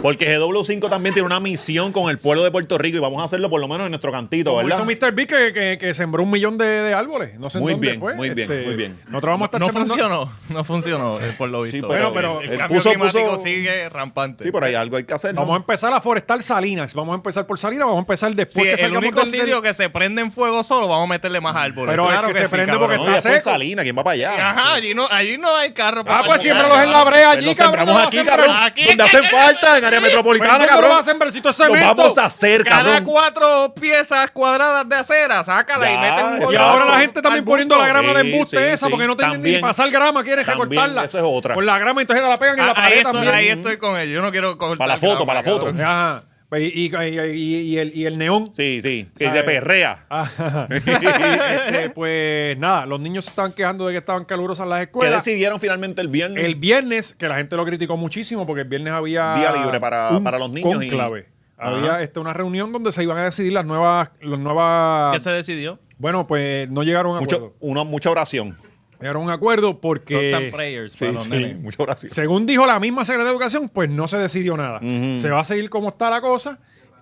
Speaker 3: Porque GW5 también tiene una misión con el pueblo de Puerto Rico y vamos a hacerlo por lo menos en nuestro cantito,
Speaker 2: Como
Speaker 3: ¿verdad?
Speaker 2: hizo Mr. B que, que- que sembró un millón de, de árboles. No sé en
Speaker 3: Muy
Speaker 2: dónde
Speaker 3: bien,
Speaker 2: fue. este,
Speaker 3: muy bien, muy bien.
Speaker 2: Nosotros vamos a estar
Speaker 4: No
Speaker 2: sembrando-
Speaker 4: funcionó, no funcionó, eh, por lo
Speaker 3: Sí,
Speaker 4: visto.
Speaker 3: pero-
Speaker 2: Bueno, pero
Speaker 4: el
Speaker 3: él
Speaker 4: cambio
Speaker 3: puso-
Speaker 4: climático
Speaker 3: puso-
Speaker 4: sigue rampante.
Speaker 3: Sí, por ahí algo hay que hacer. ¿no?
Speaker 2: Vamos a empezar a forestar Salinas. Vamos a empezar por Salinas. Vamos a empezar
Speaker 4: si
Speaker 2: después que
Speaker 4: el
Speaker 2: salgamos
Speaker 4: único
Speaker 2: del-
Speaker 4: sitio que se prende en fuego solo, vamos a meterle más árboles.
Speaker 2: Pero el que se prende porque
Speaker 3: No,
Speaker 4: cabrón.
Speaker 3: y
Speaker 2: está
Speaker 3: después
Speaker 2: seco.
Speaker 3: Salina, ¿quién va para allá?
Speaker 4: Ajá, allí no, allí no hay carro.
Speaker 2: Ah,
Speaker 4: para
Speaker 2: pues
Speaker 4: parquear,
Speaker 2: siémbralos en la
Speaker 4: cabrón.
Speaker 2: brea
Speaker 3: Pues
Speaker 2: allí,
Speaker 3: los
Speaker 2: cabrón.
Speaker 3: sembramos
Speaker 2: los
Speaker 3: aquí,
Speaker 2: vas a sembrar.
Speaker 3: cabrón.
Speaker 4: Aquí.
Speaker 3: Donde hacen falta, en área metropolitana,
Speaker 2: Pues, ¿dónde
Speaker 3: cabrón.
Speaker 2: vas a sembrar si esto es
Speaker 3: Lo
Speaker 2: cemento?
Speaker 3: vamos a hacer,
Speaker 4: Cada
Speaker 3: cabrón.
Speaker 4: cuatro piezas cuadradas de acera, sácala y
Speaker 3: Ya,
Speaker 4: mete un
Speaker 3: exacto.
Speaker 2: Y
Speaker 4: bolso
Speaker 2: ahora la
Speaker 4: al
Speaker 2: gente también
Speaker 4: bulto.
Speaker 2: poniendo la grama de
Speaker 3: Sí,
Speaker 2: embuste
Speaker 3: sí,
Speaker 2: esa
Speaker 3: sí.
Speaker 2: porque no tienen ni
Speaker 3: También.
Speaker 2: pasar grama, quieren
Speaker 3: También,
Speaker 2: recortarla.
Speaker 3: eso es otra.
Speaker 2: Con la grama, entonces la pegan en
Speaker 4: Ah,
Speaker 2: la
Speaker 4: ahí,
Speaker 2: pared
Speaker 4: estoy,
Speaker 2: también.
Speaker 4: ahí estoy con él. Yo no quiero cortar
Speaker 3: Para la foto, para la
Speaker 4: grama,
Speaker 3: foto.
Speaker 4: cabrón.
Speaker 2: Ajá. Pues, Y, y- y- y- y el, y el neón.
Speaker 3: Sí, sí. Que
Speaker 2: ¿Sabe?
Speaker 3: se perrea.
Speaker 2: Ajá. Este, pues nada, los niños se estaban quejando de que estaban calurosas las
Speaker 3: Que
Speaker 2: escuelas.
Speaker 3: decidieron finalmente el viernes.
Speaker 2: El viernes, que la gente lo criticó muchísimo porque el viernes había.
Speaker 3: Día libre para-
Speaker 2: un
Speaker 3: para los niños y-
Speaker 2: cónclave.
Speaker 3: Ajá.
Speaker 2: Había este, una reunión donde se iban a decidir las nuevas. Los nuevas
Speaker 4: ¿Qué se decidió?
Speaker 2: Bueno, pues no llegaron a un
Speaker 3: Mucho,
Speaker 2: acuerdo.
Speaker 3: una, mucha oración.
Speaker 2: Llegaron a un acuerdo
Speaker 4: Thoughts and
Speaker 2: porque.
Speaker 4: prayers.
Speaker 3: Sí,
Speaker 4: para los
Speaker 3: sí,
Speaker 4: nenes.
Speaker 3: mucha oración.
Speaker 2: Según dijo la misma Secretaría de Educación, pues no se decidió nada. Se va a seguir como está la cosa.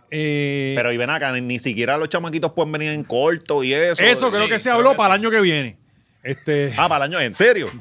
Speaker 2: Eh,
Speaker 3: Pero y ven acá, ni, ni siquiera los chamaquitos pueden venir en corto y eso.
Speaker 2: eso creo
Speaker 4: sí,
Speaker 2: que se
Speaker 4: creo
Speaker 2: habló
Speaker 4: que
Speaker 2: para el año que viene. Este.
Speaker 3: Ah, para el año, en serio.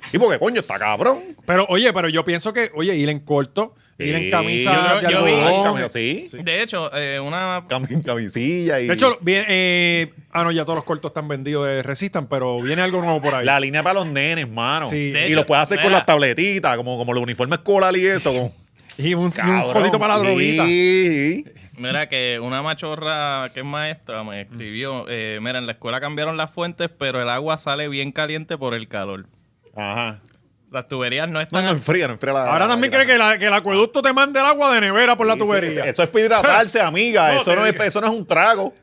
Speaker 3: Sí, porque coño, está cabrón.
Speaker 2: Pero oye, pero yo pienso que, oye, ir en corto, ir en
Speaker 3: Sí,
Speaker 2: camisa
Speaker 4: yo creo- yo vi-
Speaker 2: de
Speaker 3: Ay,
Speaker 2: algodón.
Speaker 3: cami- sí.
Speaker 4: De hecho, eh, una
Speaker 3: Cami- camisilla y.
Speaker 2: De hecho, viene, eh, ah, no, ya todos los cortos están vendidos de Resistan, pero viene algo nuevo por ahí.
Speaker 3: la línea para los nenes, mano.
Speaker 2: Sí.
Speaker 3: Y
Speaker 2: De
Speaker 4: hecho,
Speaker 3: lo puedes hacer con
Speaker 4: mira.
Speaker 3: las tabletitas, como, como los uniformes escolar y eso. como-
Speaker 2: y un, y un
Speaker 3: Cabrón.
Speaker 2: jodito para la droguita.
Speaker 3: Sí.
Speaker 4: Mira que una machorra que es maestra
Speaker 3: Mm.
Speaker 4: me escribió, eh, mira, en la escuela cambiaron las fuentes, pero el agua sale bien caliente por el calor.
Speaker 3: Ajá.
Speaker 4: Las tuberías no
Speaker 3: No,
Speaker 4: están...
Speaker 3: no enfría, no enfría la.
Speaker 2: Ahora
Speaker 3: la-
Speaker 2: también
Speaker 3: la-
Speaker 2: cree que, la- que el acueducto te mande el agua de nevera por la
Speaker 3: Sí, sí,
Speaker 2: tubería.
Speaker 3: Eso es para hidratarse, amiga.
Speaker 2: No,
Speaker 3: eso, no
Speaker 2: te
Speaker 3: es, eso no es un trago.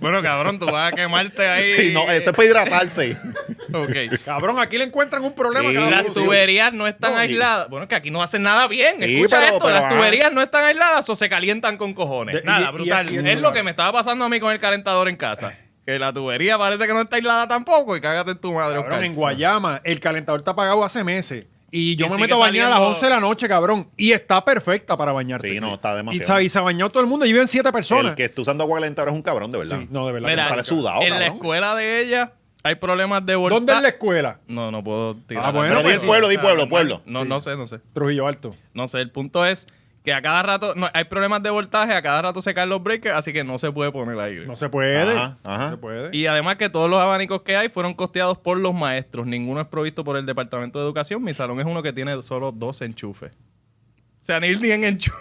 Speaker 4: Bueno, cabrón, tú vas a quemarte ahí.
Speaker 3: Sí, no, eso es para hidratarse.
Speaker 4: Ok.
Speaker 2: Cabrón, aquí le encuentran un problema.
Speaker 3: Sí,
Speaker 2: cada
Speaker 4: Las
Speaker 2: uno.
Speaker 4: tuberías no están
Speaker 3: No, y-
Speaker 4: aisladas. Bueno, que aquí no hacen nada bien.
Speaker 3: Sí,
Speaker 4: Escucha
Speaker 3: pero-
Speaker 4: esto,
Speaker 3: pero,
Speaker 4: las
Speaker 3: ajá.
Speaker 4: tuberías no están aisladas o se calientan con cojones.
Speaker 2: De- y-
Speaker 4: nada,
Speaker 2: y
Speaker 4: brutal.
Speaker 2: así es,
Speaker 4: es
Speaker 2: claro.
Speaker 4: lo que me estaba pasando a mí con el calentador en casa. Que la tubería parece que no está aislada tampoco y cágate en tu madre,
Speaker 2: Cabrón,
Speaker 4: Oscar.
Speaker 2: en Guayama, el calentador está apagado hace meses. Y yo
Speaker 4: Y
Speaker 2: me
Speaker 4: sigue
Speaker 2: meto a bañar a las
Speaker 4: saliendo-
Speaker 2: 11 de la noche, cabrón. Y está perfecta para bañarte.
Speaker 3: Sí, no, está
Speaker 2: Y,
Speaker 3: demasiado.
Speaker 2: sabe, y se ha bañado todo el mundo. Y viven siete personas.
Speaker 3: El que está usando agua calentada es un cabrón, de verdad.
Speaker 2: Sí, no, de verdad.
Speaker 4: Mira,
Speaker 3: sale sudado,
Speaker 4: en la
Speaker 3: cabrón.
Speaker 4: escuela de ella hay problemas de voltaje.
Speaker 2: ¿Dónde es la escuela?
Speaker 4: No, no puedo tirar.
Speaker 2: Ah, bueno,
Speaker 3: Pero di
Speaker 2: pues,
Speaker 3: el pueblo, di
Speaker 4: o sea,
Speaker 3: pueblo,
Speaker 4: no,
Speaker 3: pueblo.
Speaker 4: No, no sé, no sé.
Speaker 2: Trujillo Alto.
Speaker 4: No sé, el punto es que a cada rato no, hay problemas de voltaje, a cada rato se caen los breakers, así que no se puede poner ahí.
Speaker 2: No se puede.
Speaker 3: Ajá, ajá.
Speaker 2: No se puede.
Speaker 4: Y además que todos los abanicos que hay fueron costeados por los maestros. Ninguno es provisto por el Departamento de Educación. Mi salón es uno que tiene solo dos enchufes. O sea, ni ni en enchufe.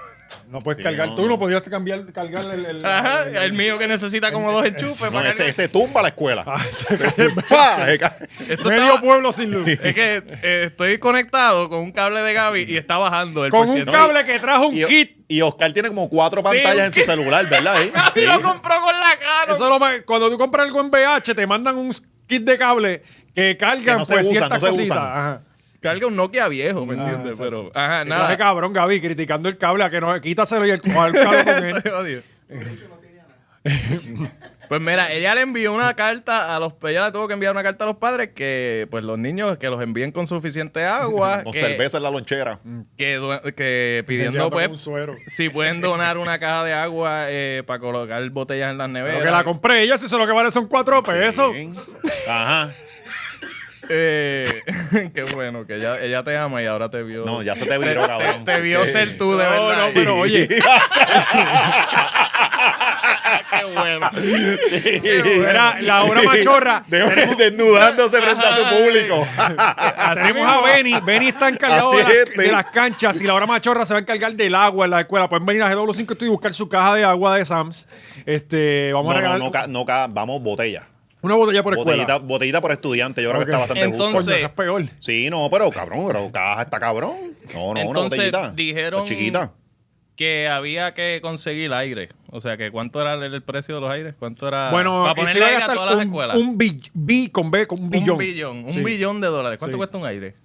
Speaker 2: no puedes
Speaker 3: Sí,
Speaker 2: cargar
Speaker 3: no,
Speaker 2: tú, no,
Speaker 3: no.
Speaker 2: podías cambiar, cargar el. el-
Speaker 4: Ajá,
Speaker 2: el-
Speaker 4: el mío que necesita como dos enchufes.
Speaker 3: No,
Speaker 4: para
Speaker 3: ese,
Speaker 4: cargar.
Speaker 3: ese tumba la escuela.
Speaker 2: Ah, se-
Speaker 3: ¡Pah! Se cae.
Speaker 4: Esto
Speaker 2: medio
Speaker 4: estaba-
Speaker 2: pueblo sin luz.
Speaker 4: Es que eh, estoy conectado con un cable de Gaby y está bajando el
Speaker 2: Con un
Speaker 4: porciento.
Speaker 2: cable que trajo un
Speaker 3: Y,
Speaker 2: kit.
Speaker 3: y Oscar tiene como cuatro
Speaker 4: Sí,
Speaker 3: pantallas
Speaker 4: un
Speaker 3: en su
Speaker 4: kit.
Speaker 3: celular, ¿verdad? eh?
Speaker 4: Gaby lo compró con la cara.
Speaker 2: Eso es lo más- cuando tú compras algo en VH, te mandan un kit de cable que cargan
Speaker 3: Que no se
Speaker 2: pues,
Speaker 3: usan,
Speaker 2: ciertas
Speaker 3: no se
Speaker 2: cositas.
Speaker 3: usan.
Speaker 2: Ajá.
Speaker 4: Carga un Nokia viejo,
Speaker 2: Ah,
Speaker 4: ¿me entiendes? Pero, ajá,
Speaker 2: Nada.
Speaker 4: nada.
Speaker 2: cabrón, Gaby, criticando el cable a que no, quítaselo y el, al cable con él.
Speaker 4: Te odio. Pues mira, ella le envió una carta a los ella le tuvo que enviar una carta a los padres que pues los niños que los envíen con suficiente agua,
Speaker 3: Con
Speaker 4: que,
Speaker 3: cerveza en la lonchera.
Speaker 4: que du- que pidiendo
Speaker 2: Llegando con un
Speaker 4: pues
Speaker 2: suero.
Speaker 4: si pueden donar una caja de agua eh, para colocar botellas en las
Speaker 2: Pero
Speaker 4: neveras.
Speaker 2: que la compré ella, si eso lo que vale son cuatro pesos.
Speaker 3: Bien. Ajá.
Speaker 4: Eh, qué bueno que ella, ella te ama y ahora te vio.
Speaker 3: No, ya se te viró, cabrón.
Speaker 4: Te vio
Speaker 3: Sí.
Speaker 4: ser tú de
Speaker 2: No,
Speaker 4: verdad.
Speaker 2: no, pero oye.
Speaker 4: Qué bueno.
Speaker 2: Era la obra machorra.
Speaker 3: Déjame desnudándose frente a tu público.
Speaker 2: Hacemos a Benny. Benny está encargado
Speaker 3: Así
Speaker 2: de, las-
Speaker 3: es, Benny.
Speaker 2: de las canchas y la hora machorra se va a encargar del agua en la escuela. Pueden venir a GW5 Studio y buscar su caja de agua de Sams. Este, vamos
Speaker 3: No,
Speaker 2: a
Speaker 3: no,
Speaker 2: regalar
Speaker 3: no, ca- no ca- vamos, botella.
Speaker 2: una botella por
Speaker 3: Botellita,
Speaker 2: escuela.
Speaker 3: botellita por estudiante, yo creo
Speaker 2: Ok.
Speaker 3: que está bastante justo.
Speaker 2: Coño,
Speaker 4: Entonces-
Speaker 2: eso es peor.
Speaker 3: Sí, no, pero cabrón, pero caja está cabrón. No, no, una
Speaker 4: Entonces,
Speaker 3: botellita.
Speaker 4: dijeron-
Speaker 3: Está Chiquita.
Speaker 4: Que había que conseguir aire. O sea, que ¿cuánto era el, el precio de los aires? ¿Cuánto era?
Speaker 2: Bueno,
Speaker 4: para
Speaker 2: y se
Speaker 4: ponerle
Speaker 2: va a
Speaker 4: aire Ah, a
Speaker 2: gastar
Speaker 4: todas las
Speaker 2: un,
Speaker 4: escuelas.
Speaker 2: un bill- bi- con B, con un billón.
Speaker 4: Un billón, un
Speaker 2: Sí.
Speaker 4: billón de dólares. ¿Cuánto
Speaker 2: Sí.
Speaker 4: cuesta un aire?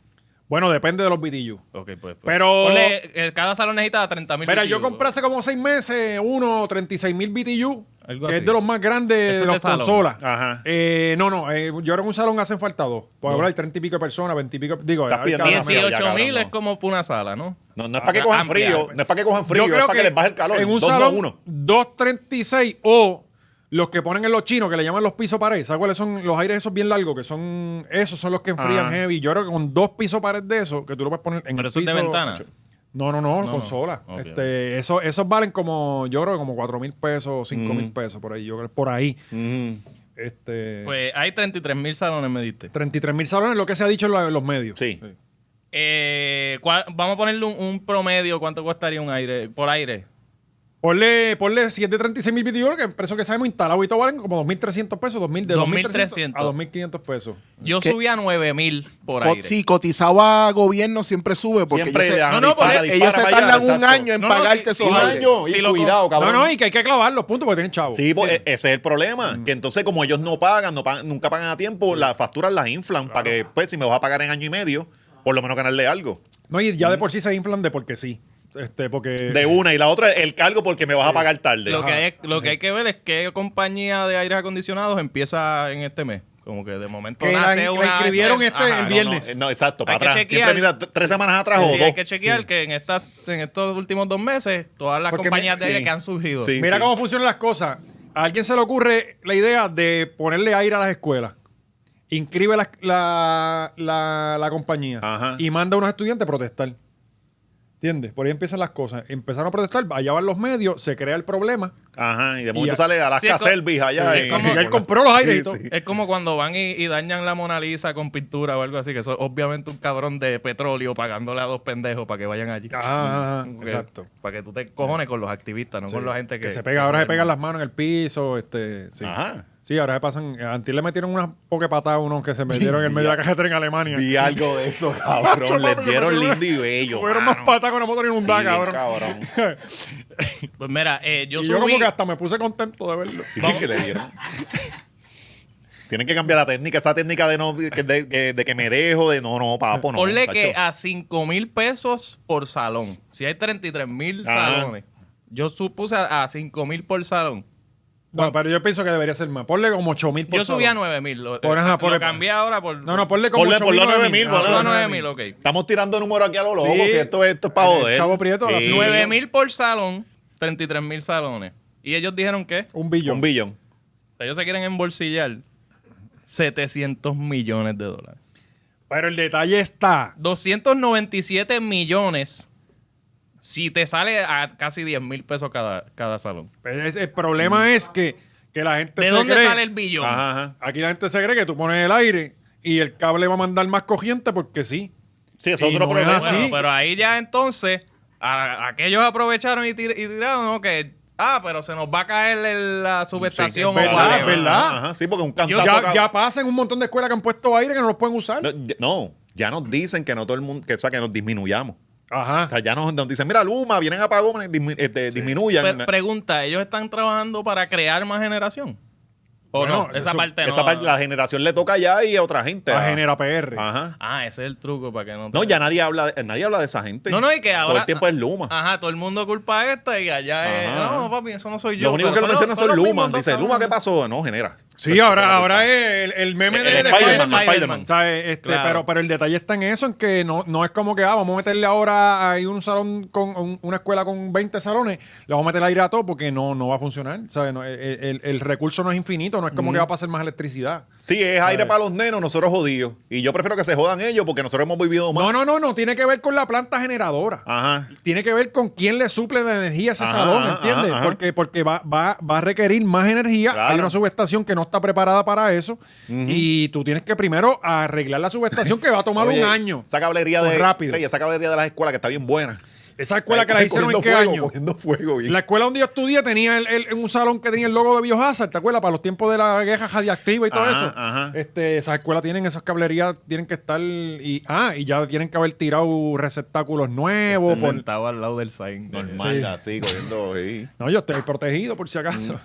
Speaker 2: Bueno, depende de los vidillos.
Speaker 4: Ok, pues. pues.
Speaker 2: Pero-
Speaker 4: Ponle, eh, cada salón necesita 30 mil.
Speaker 2: Mira, yo compré hace como seis meses uno 36 mil BTU,
Speaker 4: Algo
Speaker 2: que
Speaker 4: así.
Speaker 2: es de los más
Speaker 4: Eso
Speaker 2: grandes
Speaker 4: es
Speaker 2: de
Speaker 4: de
Speaker 2: las
Speaker 4: salón.
Speaker 2: consolas.
Speaker 3: Ajá.
Speaker 2: Eh, no, no, eh, yo creo que un salón hacen falta dos. Pues ahora hay 30 y pico de personas, 20 y pico. Digo,
Speaker 3: Estás
Speaker 2: hay
Speaker 3: pidiendo
Speaker 2: cada-
Speaker 3: demasiado ya,
Speaker 4: 18 mil
Speaker 3: cabrón,
Speaker 4: es
Speaker 3: no.
Speaker 4: como por una sala, ¿no?
Speaker 3: No, no es para que
Speaker 4: Acá,
Speaker 3: cojan
Speaker 4: ampliar,
Speaker 3: frío,
Speaker 4: pues.
Speaker 3: no es para que cojan frío, es para que, les baje el calor.
Speaker 2: En un
Speaker 3: Dos, dos,
Speaker 2: salón,
Speaker 3: uno.
Speaker 2: 236 o los que ponen en los chinos, que le llaman los pisos pared. ¿Sabes cuáles son los aires esos bien largos? Que son esos son los que enfrían
Speaker 3: Ah.
Speaker 2: heavy. Yo creo que con dos pisos pared de esos, que tú lo puedes poner en el
Speaker 4: Pero eso es de
Speaker 2: piso
Speaker 4: ventana.
Speaker 2: ocho. No, no, no, consola.
Speaker 4: Ok.
Speaker 2: Este, esos, esos valen como, yo creo que como 4 mil pesos, 5 mil pesos, por ahí. Yo creo que por ahí.
Speaker 3: Mm,
Speaker 2: Este,
Speaker 4: Pues hay 33 mil salones, me diste.
Speaker 2: 33 mil salones, lo que se ha dicho en, la- en los medios.
Speaker 3: sí.
Speaker 4: Eh, ¿cuál- vamos a ponerle un, un promedio. ¿Cuánto costaría un aire? Por aire.
Speaker 2: Ponle, ponle 7 de 36 mil videos, que el precio que sabemos instalado y todo valen como 2.300 pesos, 2.000 de 2.300 a
Speaker 4: 2.300.
Speaker 2: 2.500 pesos.
Speaker 4: Yo
Speaker 5: ¿Qué?
Speaker 4: subí a 9 mil por
Speaker 5: Co-
Speaker 4: aire.
Speaker 5: sí, cotizaba gobierno siempre sube porque
Speaker 3: Siempre
Speaker 5: ellos se-
Speaker 3: dan
Speaker 4: No, no,
Speaker 3: y para,
Speaker 4: porque
Speaker 3: dispara
Speaker 5: ellos se
Speaker 3: para allá,
Speaker 5: tardan un
Speaker 3: exacto.
Speaker 5: año en
Speaker 4: No, no,
Speaker 5: pagarte
Speaker 4: si-
Speaker 5: esos
Speaker 4: si
Speaker 3: Un
Speaker 4: lo-
Speaker 5: aires.
Speaker 3: año,
Speaker 4: si
Speaker 3: y
Speaker 4: lo-
Speaker 3: cuidado,
Speaker 2: No,
Speaker 3: cabrón.
Speaker 2: no, y que hay que clavar los puntos porque tienen chavos.
Speaker 3: Sí, pues, e- ese es el problema. Que entonces, como ellos no pagan, no pagan- nunca pagan a tiempo, las facturas las inflan para que, pues, si me vas a pagar en año y medio, por lo menos ganarle algo.
Speaker 2: No, y ya de por sí se inflan de porque sí. Este, porque...
Speaker 3: Mm. De una y la otra, el cargo porque me vas a pagar tarde.
Speaker 4: Lo que, hay, lo
Speaker 2: Eh.
Speaker 4: que hay que ver es qué compañía de aires acondicionados empieza en este mes. Como que de momento
Speaker 2: Que la-
Speaker 4: nace
Speaker 2: la
Speaker 4: una.
Speaker 2: inscribieron este el
Speaker 4: no,
Speaker 3: No, eh,
Speaker 2: viernes.
Speaker 3: No, no, exacto, para
Speaker 4: Hay que
Speaker 3: atrás.
Speaker 4: chequear.
Speaker 3: Siempre mira t- tres semanas atrás
Speaker 4: Sí,
Speaker 3: o
Speaker 4: hay
Speaker 3: dos.
Speaker 4: que chequear que en estas en estos últimos dos meses todas las
Speaker 2: Porque
Speaker 4: compañías
Speaker 2: me-
Speaker 4: de aire
Speaker 3: sí.
Speaker 4: que han surgido.
Speaker 3: Sí.
Speaker 2: Mira cómo funcionan las cosas. A alguien se le ocurre la idea de ponerle aire a las escuelas. Inscribe la, la, la- la compañía
Speaker 3: Ajá.
Speaker 2: y manda a unos estudiantes a protestar. ¿Entiendes? Por ahí empiezan las cosas. Empezaron a protestar, allá van los medios, se crea el problema.
Speaker 3: Ajá, y de
Speaker 2: Y
Speaker 3: momento
Speaker 2: a-
Speaker 3: sale
Speaker 4: Sí,
Speaker 3: Alaska
Speaker 4: es co-
Speaker 3: Service allá.
Speaker 4: sí,
Speaker 3: en-
Speaker 4: es como-
Speaker 2: Y él compró los aires y todo.
Speaker 4: Es como cuando van y, y dañan la Mona Lisa con pintura o algo así, que eso es obviamente un cabrón de petróleo pagándole a dos pendejos para que vayan allí.
Speaker 2: Ah, exacto.
Speaker 4: Para que tú te cojones con los activistas, no con la gente que,
Speaker 2: Que se pega, ahora se pegan las manos en el piso. Este, sí.
Speaker 3: Ajá.
Speaker 2: Sí, ahora se pasan. Antes le metieron unas pokepatadas a unos que se metieron en el medio de la caja de tren en Alemania.
Speaker 3: Vi algo de eso,
Speaker 2: Macho,
Speaker 3: cabrón. Les
Speaker 2: papi, le
Speaker 3: dieron
Speaker 2: metieron-
Speaker 3: lindo y bello.
Speaker 2: Fueron más
Speaker 3: mano.
Speaker 2: patas con una moto
Speaker 3: Sí,
Speaker 2: inundada, cabrón.
Speaker 3: cabrón.
Speaker 4: Pues mira, eh, yo
Speaker 2: y
Speaker 4: subí.
Speaker 2: yo como que hasta me puse contento de verlo.
Speaker 3: Sí, que le dieron. Tienen que cambiar la técnica, esa técnica de no que- de, de- de que me dejo, de no, no, papo, no.
Speaker 4: Ponle
Speaker 3: tacho.
Speaker 4: que a 5 mil pesos por salón. Si hay 33 mil
Speaker 3: Ajá.
Speaker 4: salones. Yo supuse a, 5 mil por salón.
Speaker 2: No, pero yo pienso que debería ser más. Ponle como 8 mil por
Speaker 4: yo subí a
Speaker 2: salón.
Speaker 4: 9 mil. Lo, eh,
Speaker 2: Por- ajá,
Speaker 4: lo
Speaker 2: ponle-
Speaker 4: cambié ahora por.
Speaker 2: No, no, ponle como
Speaker 3: Ponle-
Speaker 2: 8
Speaker 3: ponle 9.000,
Speaker 2: Ah,
Speaker 3: ponle
Speaker 2: 9.000.
Speaker 4: No, 9 mil, ok.
Speaker 3: Estamos tirando números aquí a lo loco,
Speaker 2: Sí.
Speaker 3: si esto, esto es para joder.
Speaker 2: Chavo Prieto, a las
Speaker 3: Sí.
Speaker 4: 9 mil por salón, 33 mil salones. Y ellos dijeron que
Speaker 2: Un billón.
Speaker 3: Un billón.
Speaker 4: ellos se quieren embolsillar 700 millones de dólares.
Speaker 2: Pero el detalle está.
Speaker 4: 297 millones si te sale a casi 10 mil pesos cada, cada salón.
Speaker 2: pues, Es- el problema
Speaker 3: Mm.
Speaker 2: es que, que la gente
Speaker 4: ¿De
Speaker 2: se
Speaker 4: dónde
Speaker 2: cree-
Speaker 4: sale el billón?
Speaker 3: Ajá, ajá.
Speaker 2: Aquí la gente se cree que tú pones el aire y el cable va a mandar más corriente porque sí.
Speaker 3: Sí, es
Speaker 2: Y
Speaker 3: otro
Speaker 2: no
Speaker 3: problema.
Speaker 2: es así.
Speaker 4: Bueno, pero ahí ya entonces, a- aquellos aprovecharon y, tir- y tiraron, ¿no? Que, ah, pero se nos va a caer el- la subestación.
Speaker 2: Sí, es
Speaker 4: o
Speaker 2: verdad,
Speaker 4: whatever.
Speaker 2: verdad.
Speaker 3: Ajá, sí, porque un cantazo.
Speaker 2: Ya,
Speaker 3: ca-
Speaker 2: ya pasa en un montón de escuelas que han puesto aire que no los pueden usar.
Speaker 3: No, ya- no, ya nos dicen que no todo el mundo, que, o sea, que nos disminuyamos. O
Speaker 2: Ajá.
Speaker 3: sea, ya nos, nos dicen, mira, Luma, vienen apagones, dismi- este, disminuyan.
Speaker 4: Pe- pregunta, ¿ellos están trabajando para crear más generación? O
Speaker 2: Bueno,
Speaker 4: no,
Speaker 2: eso
Speaker 4: esa
Speaker 2: es-
Speaker 4: parte este, no.
Speaker 3: Esa parte, la generación le toca ya y a otra gente.
Speaker 2: La
Speaker 3: ah.
Speaker 2: genera PR.
Speaker 3: Ajá.
Speaker 4: Ah, ese es el truco para que no. te-
Speaker 3: No, ya nadie habla, de, nadie habla de esa gente.
Speaker 4: No, no, y que ahora. Ah,
Speaker 3: Todo el tiempo es Luma.
Speaker 4: Ajá, todo el mundo culpa a esta y allá es.
Speaker 3: Ajá.
Speaker 4: No, papi, eso no soy yo.
Speaker 3: Los únicos que
Speaker 4: pero
Speaker 3: lo mencionan son
Speaker 4: los- los
Speaker 3: Luma.
Speaker 4: mismos dos
Speaker 3: Dice, Luma, ¿qué
Speaker 4: cabrones.
Speaker 3: pasó? No, genera.
Speaker 2: Sí, ahora, ahora es el, el meme
Speaker 3: El
Speaker 2: de de
Speaker 3: Eh, Spider-Man,
Speaker 2: Spider-Man.
Speaker 3: el
Speaker 2: O
Speaker 3: Spider-Man.
Speaker 2: sea, eh, este,
Speaker 4: Claro.
Speaker 2: pero, pero el detalle está en eso, en que no, no es como que ah, vamos a meterle ahora hay un salón con un- una escuela con 20 salones, le vamos a meter aire a todo porque no, no va a funcionar. ¿sabes? No, el, el- el recurso no es infinito, no es como que va a pasar más electricidad.
Speaker 3: Sí, es aire para los nenos, nosotros jodidos. Y yo prefiero que se jodan ellos porque nosotros hemos vivido más.
Speaker 2: No, no, no, no tiene que ver con la planta generadora.
Speaker 3: Ajá.
Speaker 2: Tiene que ver con quién le suple de energía a ese
Speaker 3: Ajá,
Speaker 2: salón,
Speaker 3: ajá,
Speaker 2: ¿entiendes?
Speaker 3: ajá.
Speaker 2: Porque, porque va, va, va a requerir más energía.
Speaker 3: Claro.
Speaker 2: Hay una subestación que no está preparada para eso. Y tú tienes que primero arreglar la subestación que va a tomar
Speaker 3: Oye,
Speaker 2: un año.
Speaker 3: Esa cablería de.
Speaker 2: Rápido.
Speaker 3: Rey, esa cablería de las escuelas que está bien buena.
Speaker 2: Esa escuela que la
Speaker 3: Ahí
Speaker 2: hicieron en
Speaker 3: cogiendo
Speaker 2: qué
Speaker 3: fuego,
Speaker 2: año.
Speaker 3: Cogiendo fuego, bien.
Speaker 2: La escuela donde yo estudié tenía el, el- un salón que tenía el logo de Biohazard, ¿te acuerdas? Para los tiempos de la guerra radiactiva y todo
Speaker 3: Ajá,
Speaker 2: eso.
Speaker 3: ajá.
Speaker 2: Este, esas escuelas tienen esas cablerías, tienen que estar. Y, ah, y ya tienen que haber tirado receptáculos
Speaker 3: Este,
Speaker 2: nuevos. por-
Speaker 4: Sentado al lado del sign.
Speaker 3: Normal, así, cogiendo. Sí.
Speaker 2: No, yo estoy protegido por si acaso.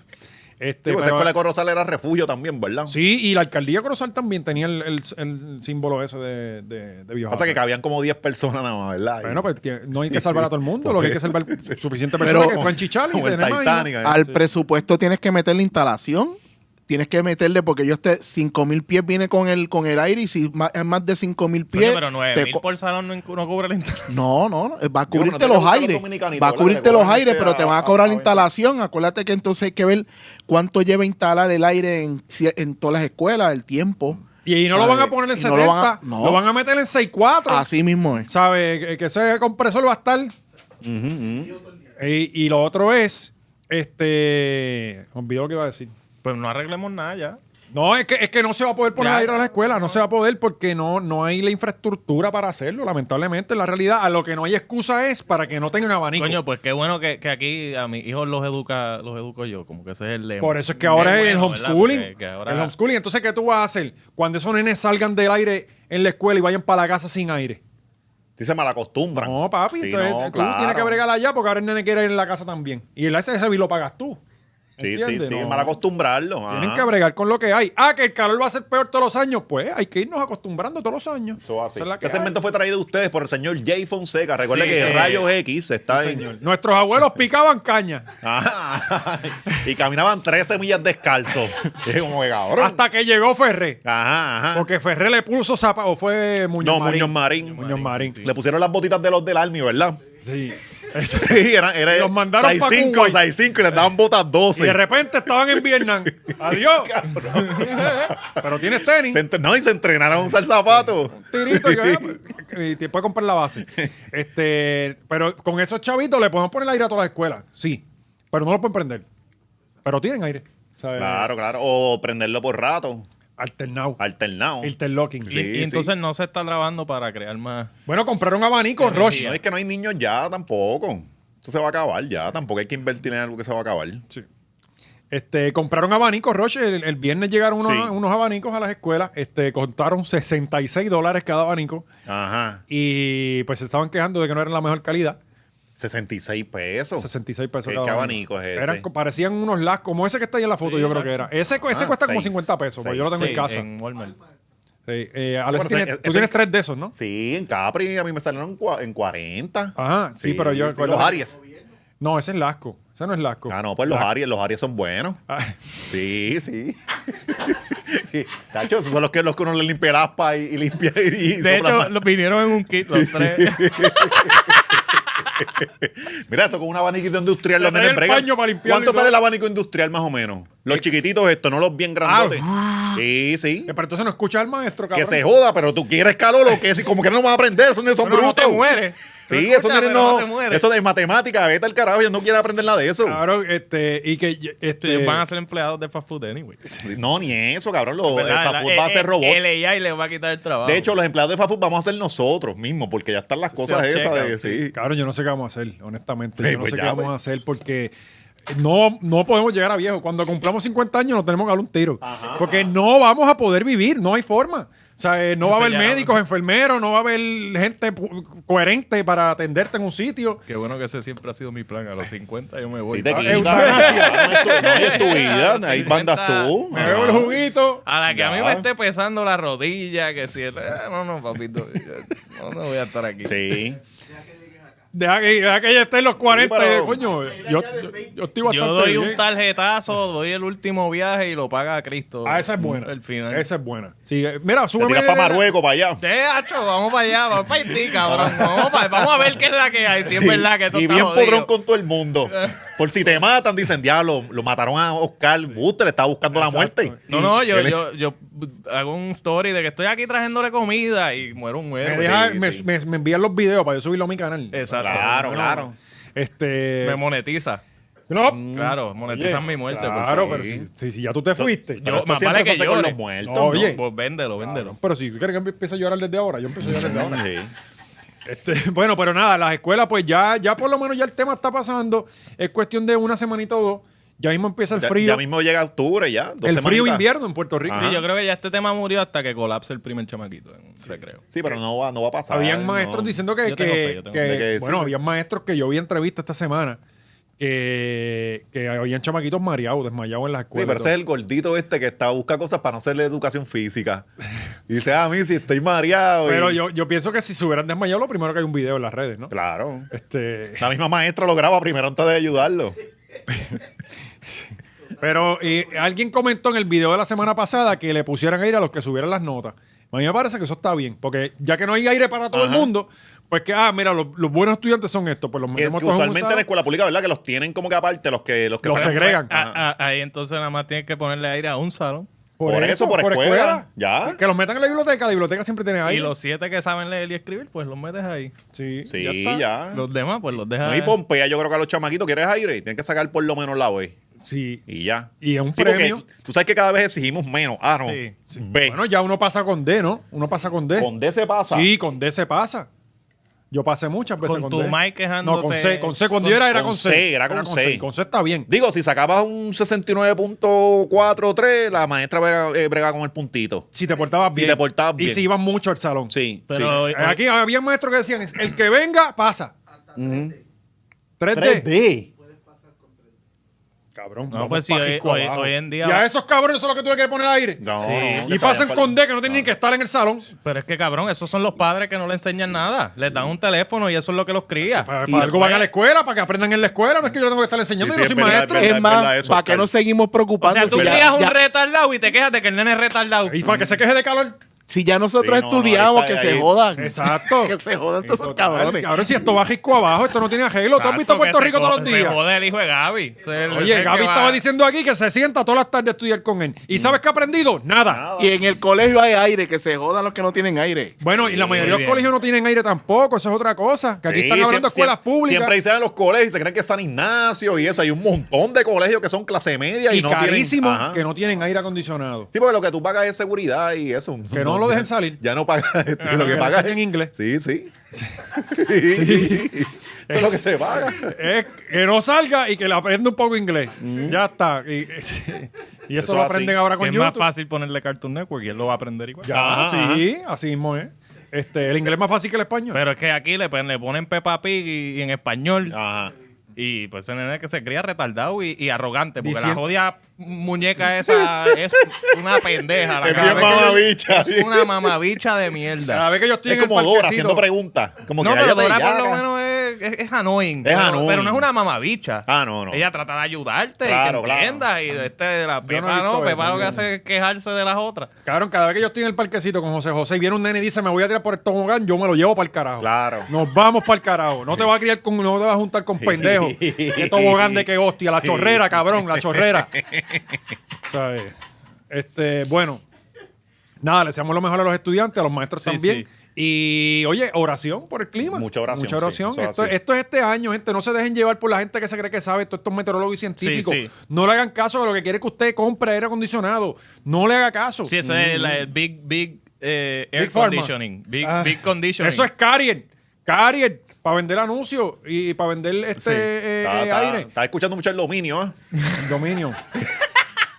Speaker 2: Este,
Speaker 3: Sí, pues esa
Speaker 2: pero-
Speaker 3: escuela de Corozal era refugio también, ¿verdad?
Speaker 2: sí, y la alcaldía de Corozal también tenía el, el- el símbolo ese de, de, de Biohazard.
Speaker 3: Pasa que cabían como 10 personas nada más, ¿verdad?
Speaker 2: bueno, pues que no hay que salvar a todo el mundo, lo que hay que salvar suficiente personas
Speaker 5: Pero-
Speaker 2: que puedan chichar y
Speaker 3: como el
Speaker 2: tener más,
Speaker 3: Titanic. ¿eh? ahí.
Speaker 5: Al presupuesto tienes que meterle instalación. Tienes que meterle, porque yo este 5000 pies viene con el con el aire y si ma- es más de 5000 pies.
Speaker 4: pero
Speaker 5: te
Speaker 4: 9 mil
Speaker 5: co-
Speaker 4: por salón no, incu- no cubre la internet.
Speaker 5: No, no, no, va a
Speaker 3: Digo,
Speaker 5: cubrirte
Speaker 3: pero no te
Speaker 5: los
Speaker 3: gustan los
Speaker 5: aires.
Speaker 3: dominicanos,
Speaker 5: Va a
Speaker 3: ¿verdad?
Speaker 5: cubrirte
Speaker 3: Te
Speaker 5: los
Speaker 3: cobran
Speaker 5: aires,
Speaker 3: este
Speaker 5: pero te
Speaker 3: a-
Speaker 5: van
Speaker 3: a-
Speaker 5: a cobrar
Speaker 3: a
Speaker 5: la
Speaker 3: veinte.
Speaker 5: instalación. Acuérdate que entonces hay que ver cuánto lleva instalar el aire en, cie- en todas las escuelas, el tiempo.
Speaker 2: Y, y no lo
Speaker 5: ¿Sabe?
Speaker 2: van a poner en
Speaker 5: Y
Speaker 2: 70,
Speaker 5: no
Speaker 2: lo
Speaker 5: lo
Speaker 2: van
Speaker 5: van
Speaker 2: a,
Speaker 5: a- no. Ah,
Speaker 2: meter en 6.4.
Speaker 5: Así mismo es.
Speaker 2: ¿Sabe? Que- Que ese compresor va a estar. y, y lo otro es, este, olvidó lo que iba a decir.
Speaker 4: Pues no arreglemos nada ya.
Speaker 2: No, es que, es que no se va a poder poner
Speaker 4: Ya.
Speaker 2: a ir a la escuela, no se va a poder porque no, no hay la infraestructura para hacerlo, lamentablemente, en la realidad. A lo que no hay excusa es para que no tengan abanico.
Speaker 4: Coño, pues qué bueno que, que aquí a mis hijos los educa, los educo yo, como que ese es el lema.
Speaker 2: Por eso es que
Speaker 4: Qué
Speaker 2: ahora es el
Speaker 4: bueno, ¿verdad?
Speaker 2: homeschooling.
Speaker 4: Porque- que ahora-
Speaker 2: El homeschooling. Entonces, ¿qué tú vas a hacer cuando esos nenes salgan del aire en la escuela y vayan para la casa sin aire?
Speaker 3: Sí, se malacostumbran.
Speaker 2: No, papi,
Speaker 3: Sí,
Speaker 2: entonces
Speaker 3: no,
Speaker 2: tú
Speaker 3: claro.
Speaker 2: tienes que bregar allá porque ahora el nene quiere ir en la casa también. Y el SSB lo pagas tú.
Speaker 3: Sí, sí,
Speaker 2: ¿Entiendes?
Speaker 3: sí,
Speaker 2: No.
Speaker 3: malacostumbrarlo. ajá.
Speaker 2: Tienen que bregar con lo que hay. Ah, que el calor va a ser peor todos los años. Pues hay que irnos acostumbrando todos los años.
Speaker 3: Eso así.
Speaker 2: Esa es la que
Speaker 3: Este
Speaker 2: hay.
Speaker 3: segmento fue traído a ustedes por el señor Jay Fonseca. Recuerda
Speaker 4: Sí,
Speaker 3: que
Speaker 4: sí.
Speaker 3: Rayos X está en...
Speaker 2: Nuestros abuelos picaban caña.
Speaker 3: Ajá. y caminaban 13 millas descalzo. Es como que cabrón.
Speaker 2: Hasta que llegó Ferré.
Speaker 3: Ajá, ajá.
Speaker 2: Porque Ferré le puso zapatos. O fue Muñoz
Speaker 3: no,
Speaker 2: Marín.
Speaker 3: Muñoz Marín.
Speaker 2: Muñoz Marín.
Speaker 3: Le pusieron las botitas de los del Army, ¿verdad?
Speaker 2: Sí.
Speaker 3: Sí, eran, era
Speaker 2: Los mandaron pa'
Speaker 3: 6'5",
Speaker 2: Cuba y-
Speaker 3: 6'5", y les daban botas
Speaker 2: Y
Speaker 3: 12.
Speaker 2: de repente estaban en Vietnam. Adiós. Pero tienes tenis.
Speaker 3: Se entre- No, y se entrenaron a usar zapatos.
Speaker 2: tirito que- y te puede comprar la base. Este, pero con esos chavitos le podemos poner aire a todas las escuelas, sí, pero no lo pueden prender. Pero tienen aire. ¿sabes?
Speaker 3: Claro, claro. O prenderlo por rato,
Speaker 2: Alternado.
Speaker 3: alternado.
Speaker 2: Interlocking.
Speaker 4: Y,
Speaker 3: Sí,
Speaker 4: y
Speaker 3: sí.
Speaker 4: entonces no se está grabando para crear más.
Speaker 2: Bueno, compraron abanicos Roche.
Speaker 3: No, es que no hay niños ya tampoco. Eso se va a acabar ya. Tampoco hay que invertir en algo que se va a acabar.
Speaker 2: Este, compraron abanicos Roche. El, el viernes llegaron unos,
Speaker 3: Sí.
Speaker 2: unos abanicos a las escuelas. Este, costaron 66 dólares cada abanico.
Speaker 3: Ajá.
Speaker 2: Y pues se estaban quejando de que no eran la mejor calidad.
Speaker 3: 66 pesos.
Speaker 2: 66 pesos.
Speaker 3: ¿Qué-
Speaker 2: cada
Speaker 3: qué
Speaker 2: uno.
Speaker 3: abanico es ese?
Speaker 2: Eran co- parecían unos las como ese que está ahí en la foto,
Speaker 4: Sí,
Speaker 2: yo creo
Speaker 4: exacto.
Speaker 2: que era. Ese, cu- ese
Speaker 3: Ah,
Speaker 2: cuesta como
Speaker 3: seis,
Speaker 2: 50 pesos, pero yo lo tengo en
Speaker 4: Sí,
Speaker 2: casa.
Speaker 4: En Walmart.
Speaker 2: Sí, eh, Alex,
Speaker 3: Bueno,
Speaker 2: tienes-
Speaker 3: ese-
Speaker 2: tú
Speaker 3: ese-
Speaker 2: tienes tres de esos, ¿no?
Speaker 3: Sí, en Capri a mí me salieron cua- en 40.
Speaker 2: Ajá, sí, pero yo
Speaker 3: Los
Speaker 2: recuerdo-
Speaker 3: Aries.
Speaker 2: No, ese es Lasco. Ese no es Lasco.
Speaker 3: Ah, no, pues los Aries, los Aries son buenos.
Speaker 2: Ah,
Speaker 3: Sí, sí. Tacho, esos son los que, los que uno le limpia el aspa y, y limpia y, y sopla
Speaker 4: De hecho,
Speaker 3: más.
Speaker 4: los vinieron en un kit los tres.
Speaker 3: Mira, eso con un abaniquito industrial
Speaker 2: Le
Speaker 3: los
Speaker 2: trae
Speaker 3: nenes
Speaker 2: el
Speaker 3: bregan.
Speaker 2: paño para limpiarlo y
Speaker 3: ¿Cuánto
Speaker 2: todo. ah,
Speaker 3: sale el abanico industrial más o menos? Los chiquititos estos, no los bien grandotes. sí, sí.
Speaker 2: eh, pero entonces no escucha al maestro,
Speaker 3: Que
Speaker 2: cabrón.
Speaker 3: se joda, pero tú quieres calor o que si como que no vas a aprender, esos nenes son
Speaker 4: Pero no
Speaker 3: brutos.
Speaker 4: te mueres.
Speaker 3: Sí,
Speaker 4: Tú escuchas,
Speaker 3: esos nenes
Speaker 4: pero
Speaker 3: no,
Speaker 4: te mueres.
Speaker 3: eso de matemática, vete al carajo, yo no quiero aprender nada de eso.
Speaker 2: Claro, este, y que este,
Speaker 4: Ustedes van a ser empleados de fast food anyway.
Speaker 3: No, ni eso, cabrón, los el
Speaker 4: ¿Verdad?
Speaker 3: fast
Speaker 4: ¿Verdad?
Speaker 3: food va a
Speaker 4: Eh,
Speaker 3: ser
Speaker 4: eh,
Speaker 3: robots.
Speaker 4: El AI le va a quitar el trabajo.
Speaker 3: De hecho, los empleados de Fafut vamos a ser nosotros mismos, porque ya están las cosas
Speaker 4: los
Speaker 3: esas
Speaker 4: checan,
Speaker 3: de sí.
Speaker 2: Cabrón, yo no sé qué vamos a hacer, honestamente.
Speaker 3: Sí,
Speaker 2: yo no
Speaker 3: pues
Speaker 2: sé
Speaker 3: ya,
Speaker 2: qué vamos
Speaker 3: pues.
Speaker 2: a hacer porque no, no podemos llegar a viejo. Cuando cumplamos 50 años nos tenemos que dar un tiro. porque no vamos a poder vivir, no hay forma. O sea, eh, no va a
Speaker 4: Eso
Speaker 2: haber
Speaker 4: ya-
Speaker 2: médicos, enfermeros, no va a haber gente pu- coherente para atenderte en un sitio.
Speaker 4: Qué bueno que ese siempre ha sido mi plan. A los 50 yo me voy.
Speaker 3: Si te
Speaker 4: Ah,
Speaker 3: quitan,
Speaker 2: eutanasia.
Speaker 3: no es tu- no es tu vida,
Speaker 4: Sí,
Speaker 3: ahí mandas
Speaker 4: inventa-
Speaker 3: tú.
Speaker 2: Me veo el juguito.
Speaker 4: A la que a mí
Speaker 3: Ya.
Speaker 4: me esté pesando la rodilla, que si el- ah, No, no, papito. yo- No, no voy a estar aquí.
Speaker 3: Sí.
Speaker 2: Deja que, deja que ella esté en los 40.
Speaker 3: Sí, pero-
Speaker 2: Coño, yo, yo, yo estoy bastante
Speaker 4: Yo doy un
Speaker 2: bien.
Speaker 4: tarjetazo, doy el último viaje y lo paga Cristo.
Speaker 2: Ah, esa es buena.
Speaker 4: El final.
Speaker 2: Esa es buena. Sí, eh, mira,
Speaker 3: Mm, Te
Speaker 2: súbeme.
Speaker 3: tiras para Marruecos, para allá.
Speaker 4: Te, hacho, vamos para allá, vamos para Haití, cabrón. Vamos, pa- vamos a ver qué es la que hay, si es verdad que esto
Speaker 3: y
Speaker 4: está
Speaker 3: bien
Speaker 4: jodido.
Speaker 3: podrón con todo el mundo. Por si te matan, dicen, diablo, lo mataron a Oscar Buster, le estaba buscando la muerte.
Speaker 4: No, no, yo,
Speaker 3: Él es-
Speaker 4: yo, yo hago un story de que estoy aquí trayéndole comida y muero un
Speaker 2: Me,
Speaker 4: huevo.
Speaker 2: deja-
Speaker 3: Sí,
Speaker 2: me-
Speaker 3: sí.
Speaker 2: me- me envían los videos para yo subirlo a mi canal.
Speaker 4: Exacto.
Speaker 3: Claro,
Speaker 2: No,
Speaker 3: claro.
Speaker 2: Este.
Speaker 4: Me monetiza.
Speaker 2: no.
Speaker 4: Claro, monetizan
Speaker 2: mm. Oye,
Speaker 4: mi muerte.
Speaker 3: pues,
Speaker 2: Claro,
Speaker 4: porque-
Speaker 2: pero si, si- si ya tú te fuiste.
Speaker 3: Pero
Speaker 4: Yo-
Speaker 3: esto
Speaker 4: más
Speaker 3: siempre
Speaker 4: vale que
Speaker 3: se hace con
Speaker 4: llore.
Speaker 3: los muertos.
Speaker 2: No, oye.
Speaker 4: Pues véndelo, véndelo.
Speaker 2: Pero si quieres que empiece a llorar desde ahora, yo empiezo a llorar desde ahora.
Speaker 3: Sí.
Speaker 2: Este, bueno, pero nada, las escuelas, pues ya, ya por lo menos ya el tema está pasando. Es cuestión de una semanita o dos. Ya mismo empieza el
Speaker 3: Ya-
Speaker 2: frío.
Speaker 3: Ya, mismo llega octubre, ya. dos
Speaker 2: el frío
Speaker 3: semanitas.
Speaker 2: invierno en Puerto Rico.
Speaker 3: Ajá.
Speaker 4: Sí, yo creo que ya este tema murió hasta que colapse el primer chamaquito en un recreo.
Speaker 3: Sí, pero no va, no va a pasar.
Speaker 2: Habían maestros
Speaker 3: no.
Speaker 2: diciendo que,
Speaker 4: Yo tengo
Speaker 2: que-
Speaker 4: fe, yo tengo
Speaker 2: que-
Speaker 3: fe. De que
Speaker 2: bueno,
Speaker 3: sí.
Speaker 2: habían maestros que yo vi entrevista esta semana que, que habían chamaquitos mareados, desmayados en las
Speaker 3: Sí,
Speaker 2: escuelas.
Speaker 3: pero ese es el gordito este que está busca cosas para no hacerle educación física. Y dice, ah, a mí si estoy mareado. y-
Speaker 2: Pero yo, yo pienso que si se hubieran desmayado, lo primero que hay un video en las redes, ¿no?
Speaker 3: Claro.
Speaker 2: Este,
Speaker 3: La misma maestra lo graba primero antes de ayudarlo.
Speaker 2: pero eh, alguien comentó en el video de la semana pasada que le pusieran aire a los que subieran las notas. A mí me parece que eso está bien, porque ya que no hay aire para todo el
Speaker 3: Ajá.
Speaker 2: mundo, pues que, ah, mira, los, los buenos estudiantes son estos, pues los
Speaker 3: Que,
Speaker 2: metemos
Speaker 3: que
Speaker 2: todos en un
Speaker 3: usualmente en
Speaker 2: sado.
Speaker 3: la escuela pública, ¿verdad? Que los tienen como que aparte, los que los que
Speaker 2: Los
Speaker 3: sacan-
Speaker 2: segregan.
Speaker 3: Ajá.
Speaker 4: Ah, ah, ahí entonces nada más tienes que ponerle aire a un salón.
Speaker 3: Por eso, por escuela. Ya.
Speaker 2: Sí, que los metan en la biblioteca, la biblioteca siempre tiene aire.
Speaker 4: Y los siete que saben leer y escribir, pues los metes ahí.
Speaker 2: Sí,
Speaker 3: Sí,
Speaker 2: está.
Speaker 3: ya.
Speaker 4: Los demás, pues los
Speaker 3: No,
Speaker 4: dejas
Speaker 3: y Pompeya, yo creo que a los chamaquitos quieres aire, tienen que sacar por lo menos la B.
Speaker 2: Sí.
Speaker 3: Y ya.
Speaker 2: Y es un
Speaker 3: Sí, porque
Speaker 2: premio.
Speaker 3: tú- tú sabes que cada vez exigimos menos. Ah, no.
Speaker 4: Sí,
Speaker 3: B.
Speaker 2: Bueno, ya uno pasa con D, ¿no? Uno pasa con D.
Speaker 3: Con D se pasa.
Speaker 2: Sí, con D se pasa. Yo pasé muchas veces
Speaker 4: Con
Speaker 2: con,
Speaker 4: tu
Speaker 2: D.
Speaker 4: mic quejándote.
Speaker 2: No, con C. Con C. Cuando yo era, era con,
Speaker 3: con
Speaker 2: C.
Speaker 3: C, era con C.
Speaker 2: Con C está bien.
Speaker 3: Digo, si sacabas un 69.43, la maestra brega, eh, brega con el puntito.
Speaker 2: Si te portabas
Speaker 3: Si
Speaker 2: bien.
Speaker 3: te portabas
Speaker 2: Y
Speaker 3: bien.
Speaker 2: si ibas mucho al salón. Eh,
Speaker 3: Sí,
Speaker 4: Pero
Speaker 3: sí.
Speaker 4: hoy-
Speaker 2: Aquí había maestros que decían, el que venga, pasa. 3D.
Speaker 3: 3D.
Speaker 2: Cabrón.
Speaker 4: No,
Speaker 2: vamos
Speaker 4: pues sí,
Speaker 2: pa'
Speaker 4: hoy-
Speaker 2: Jalisco
Speaker 4: hoy-
Speaker 2: abajo.
Speaker 4: hoy en día-
Speaker 2: Y a esos cabrones son los que tuve que poner aire.
Speaker 3: No,
Speaker 4: Sí.
Speaker 3: no, que
Speaker 2: Y
Speaker 3: se
Speaker 2: pasan
Speaker 3: vayan
Speaker 2: con
Speaker 3: pa'l-
Speaker 2: D, que no tienen que estar en el salón.
Speaker 4: Pero es que cabrón, esos son los padres que no le enseñan nada. Les dan un teléfono y eso es lo que los cría.
Speaker 2: Para, para algo van a la escuela, para que aprendan en la escuela. No es que yo tengo que estar enseñando,
Speaker 3: Sí,
Speaker 2: yo
Speaker 3: sí,
Speaker 2: soy
Speaker 3: es verdad,
Speaker 2: maestro.
Speaker 3: es
Speaker 5: Es
Speaker 3: verdad
Speaker 5: más,
Speaker 3: eso,
Speaker 5: ¿para qué
Speaker 3: Oscar.
Speaker 5: nos seguimos
Speaker 4: O
Speaker 5: preocupando?
Speaker 4: sea, tú
Speaker 5: si,
Speaker 4: crías
Speaker 5: ya,
Speaker 4: un
Speaker 5: ya-
Speaker 4: retardado y te quejas de que el nene es retardado.
Speaker 2: Y para que se queje de calor.
Speaker 5: si ya nosotros
Speaker 3: Sí, no, no,
Speaker 5: estudiamos,
Speaker 3: ahí está,
Speaker 5: que
Speaker 3: ahí-
Speaker 5: se jodan.
Speaker 2: Exacto.
Speaker 5: que se jodan todos esos
Speaker 2: Total,
Speaker 5: cabrones.
Speaker 2: Cabrón, si esto va risco abajo, esto no tiene arreglo. Tú has visto
Speaker 4: Exacto,
Speaker 2: Puerto
Speaker 4: que
Speaker 2: Rico
Speaker 4: se
Speaker 2: todos los
Speaker 4: jode- Se
Speaker 2: días.
Speaker 4: jode el hijo de Gaby. Se- se-
Speaker 2: Oye,
Speaker 4: que
Speaker 2: Gaby
Speaker 4: va-
Speaker 2: estaba diciendo aquí que se sienta todas las tardes a estudiar con él. ¿Y sabes qué ha aprendido? Nada.
Speaker 5: Y en el colegio hay aire, que se jodan los que no tienen aire.
Speaker 2: Bueno, y la
Speaker 4: Sí,
Speaker 2: mayoría de
Speaker 4: muy
Speaker 2: los
Speaker 4: bien.
Speaker 2: colegios no tienen aire tampoco, eso es otra cosa. Que aquí
Speaker 3: Eh, Sí,
Speaker 2: están hablando de
Speaker 3: siempre-
Speaker 2: escuelas
Speaker 3: siempre-
Speaker 2: públicas.
Speaker 3: Siempre dicen en los colegios y se creen que es San Ignacio y eso. Hay un montón de colegios que son clase media y,
Speaker 2: y
Speaker 3: no
Speaker 2: carísimo
Speaker 3: tienen. Ajá.
Speaker 2: que no tienen aire acondicionado.
Speaker 3: Sí, porque lo que tú pagas es seguridad y eso.
Speaker 2: Que no lo
Speaker 3: ya-
Speaker 2: dejen salir.
Speaker 3: Ya no pagas. este,
Speaker 2: Ajá,
Speaker 3: lo
Speaker 2: que
Speaker 3: que
Speaker 2: lo
Speaker 3: pagas.
Speaker 2: saquen en inglés.
Speaker 3: Sí, sí. Sí. Eso es lo que se paga.
Speaker 2: Es que no salga y que le aprenda un poco inglés. Ya está. Y, y eso,
Speaker 3: Mm. Eso
Speaker 2: lo
Speaker 3: así.
Speaker 2: aprenden ahora
Speaker 4: Que
Speaker 2: con
Speaker 4: es más
Speaker 2: YouTube.
Speaker 4: fácil ponerle Cartoon Network y él lo va a aprender igual.
Speaker 2: Ya,
Speaker 3: Ajá,
Speaker 2: sí, así mismo es. Este, el inglés es más fácil que el español.
Speaker 4: Pero es que aquí le, ponen- le ponen Peppa Pig y, y en español.
Speaker 3: Ajá.
Speaker 4: Y pues ese nene que se cría retardado y, y arrogante. Porque
Speaker 2: Dicien-
Speaker 4: la jodia muñeca esa es una pendeja. La
Speaker 3: Es
Speaker 4: cara.
Speaker 3: bien mamabicha.
Speaker 4: Es una mamabicha de mierda.
Speaker 2: Cada vez que yo estoy
Speaker 3: Es
Speaker 2: en el
Speaker 3: como Dora
Speaker 2: parquecito-
Speaker 3: haciendo preguntas. Como
Speaker 4: No,
Speaker 3: que
Speaker 4: pero
Speaker 3: "Ay,
Speaker 4: Dora por
Speaker 3: bellaca".
Speaker 4: lo menos es, es, es annoying.
Speaker 3: Es
Speaker 4: pero,
Speaker 3: annoying.
Speaker 4: pero no es una mamabicha.
Speaker 3: Ah, no, no.
Speaker 4: Ella trata de ayudarte
Speaker 3: Claro,
Speaker 4: y que
Speaker 3: claro.
Speaker 4: entienda. Y este de la
Speaker 2: Yo no he
Speaker 4: Pepa
Speaker 2: visto
Speaker 4: no,
Speaker 2: eso,
Speaker 4: Pepa lo que
Speaker 2: yo no.
Speaker 4: hace es quejarse de las otras.
Speaker 2: Cabrón, cada vez que yo estoy en el parquecito con José José y viene un nene y dice, me voy a tirar por el tobogán, yo me lo llevo para el carajo.
Speaker 3: Claro.
Speaker 2: Nos vamos para el carajo. No te vas a criar con, no te vas a juntar con pendejos. ¿Qué tobogán de qué hostia? La chorrera, cabrón, la chorrera. ¿Sabes? Este, bueno. Nada, le deseamos lo mejor a los estudiantes, a los maestros
Speaker 4: Sí,
Speaker 2: también.
Speaker 4: sí.
Speaker 2: Y, oye, oración por el clima.
Speaker 3: Mucha oración,
Speaker 2: Mucha oración.
Speaker 3: sí, eso es
Speaker 2: esto,
Speaker 3: así.
Speaker 2: esto es este año, gente. No se dejen llevar por la gente que se cree que sabe. Todos estos meteorólogos y científicos.
Speaker 4: sí.
Speaker 2: No le hagan caso a lo que quiere que usted compre aire acondicionado. No le haga caso.
Speaker 4: Sí, eso es la- el Big, big eh, Air
Speaker 2: Pharma.
Speaker 4: Conditioning. Big,
Speaker 2: Ah,
Speaker 4: big Conditioning.
Speaker 2: Eso es Carien. Carien. para vender anuncios y para vender este
Speaker 3: Sí.
Speaker 2: eh,
Speaker 3: está,
Speaker 2: eh,
Speaker 3: está-
Speaker 2: aire.
Speaker 3: está escuchando mucho el dominio, ¿eh?
Speaker 2: Dominio.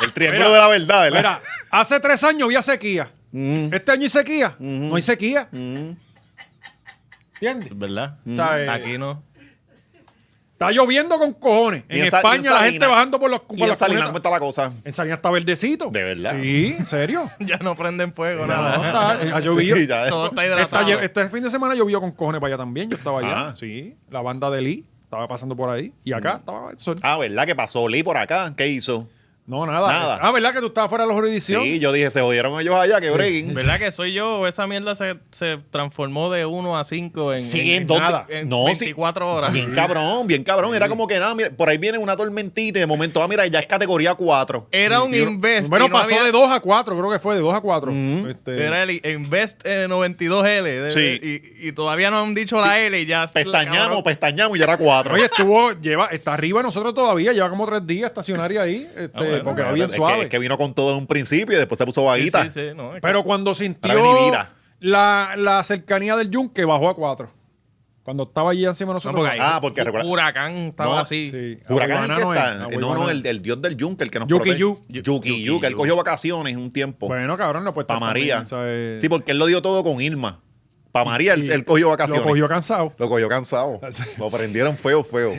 Speaker 3: El triángulo
Speaker 2: Mira,
Speaker 3: de la verdad, ¿verdad?
Speaker 2: Mira, hace tres años había sequía.
Speaker 3: Mm.
Speaker 2: Este año hay sequía. No hay sequía. ¿Entiendes?
Speaker 4: ¿Verdad?
Speaker 2: ¿Sabes?
Speaker 4: Aquí no.
Speaker 2: Está lloviendo con cojones. En
Speaker 3: Y Sa- y
Speaker 2: España la
Speaker 3: Salinas.
Speaker 2: gente bajando por los
Speaker 3: Y
Speaker 2: por
Speaker 3: en
Speaker 2: las
Speaker 3: Salinas,
Speaker 2: cunetas.
Speaker 3: ¿cómo está la cosa?
Speaker 2: En Salinas está verdecito.
Speaker 3: De verdad.
Speaker 2: Sí, en serio.
Speaker 4: Ya no prenden fuego,
Speaker 2: No,
Speaker 4: nada.
Speaker 2: está- ha llovido.
Speaker 3: Sí, ya, eh.
Speaker 4: Todo está
Speaker 2: Esta-
Speaker 4: hidratado.
Speaker 2: este fin de semana llovió con cojones para allá también. Yo estaba allá.
Speaker 3: Ah.
Speaker 2: Sí. La banda de Lee estaba pasando por ahí. Y acá estaba el sol.
Speaker 3: Ah, ¿verdad? que pasó? Lee por acá. ¿Qué hizo?
Speaker 2: No, nada.
Speaker 3: Nada.
Speaker 2: Ah, ¿verdad que tú estabas fuera de los
Speaker 3: Sí,
Speaker 2: jurisdicción?
Speaker 3: yo dije, se jodieron ellos allá, que breaking.
Speaker 4: ¿Verdad que soy yo? o Esa mierda se, se transformó de 1 a 5 en,
Speaker 3: Sí,
Speaker 4: en-
Speaker 3: en dos-
Speaker 4: nada, en
Speaker 3: no, sí.
Speaker 4: 24 horas.
Speaker 3: Bien cabrón, bien cabrón. Era como que nada, mira, por ahí viene una tormentita y de momento, ah, mira, ya es categoría 4.
Speaker 4: Era un invest.
Speaker 2: Este, Bueno,
Speaker 4: y no
Speaker 2: pasó
Speaker 4: había-
Speaker 2: de 2 a 4, creo que fue de 2 a Este, 4.
Speaker 4: Era el invest eh, 92L. de-
Speaker 3: Sí.
Speaker 4: Y, y todavía no han dicho la L y ya.
Speaker 3: Pestañamos,
Speaker 4: cabrón.
Speaker 3: pestañamos y ya era 4.
Speaker 2: Oye, estuvo, lleva, está arriba de nosotros todavía, lleva como tres días estacionaria ahí, este,
Speaker 4: bueno,
Speaker 2: porque va
Speaker 3: Ah, Es
Speaker 2: bien
Speaker 3: que-
Speaker 2: suave.
Speaker 3: Es que vino con todo en un principio y después se puso
Speaker 4: Sí,
Speaker 3: vaguita.
Speaker 4: sí, sí, no, es que-
Speaker 2: Pero cuando
Speaker 3: vení,
Speaker 2: sintió
Speaker 3: mira.
Speaker 2: la, la cercanía del yunque, bajó a 4. Cuando estaba allí encima de
Speaker 4: no,
Speaker 2: nosotros.
Speaker 4: porque ahí
Speaker 3: Ah, porque
Speaker 4: un
Speaker 3: recuerda-
Speaker 4: huracán estaba
Speaker 3: No,
Speaker 4: así.
Speaker 2: Sí. Aguayuana
Speaker 3: Huracán es que
Speaker 2: no es,
Speaker 3: está- eh, No,
Speaker 2: Aguayuana.
Speaker 3: no, el, el dios del yunque, el que nos
Speaker 2: Yuki
Speaker 3: protege.
Speaker 2: Yu.
Speaker 3: Yuki, Yuki Yu, que él
Speaker 4: Yu.
Speaker 3: cogió vacaciones un tiempo.
Speaker 2: Bueno, cabrón, no pues
Speaker 3: para María.
Speaker 2: también, eh, ¿sabes?
Speaker 3: Sí, porque él lo dio todo con Irma. Para María, él,
Speaker 2: Y
Speaker 3: él cogió vacaciones.
Speaker 2: Lo cogió cansado.
Speaker 3: Lo cogió cansado. Lo prendieron feo, feo.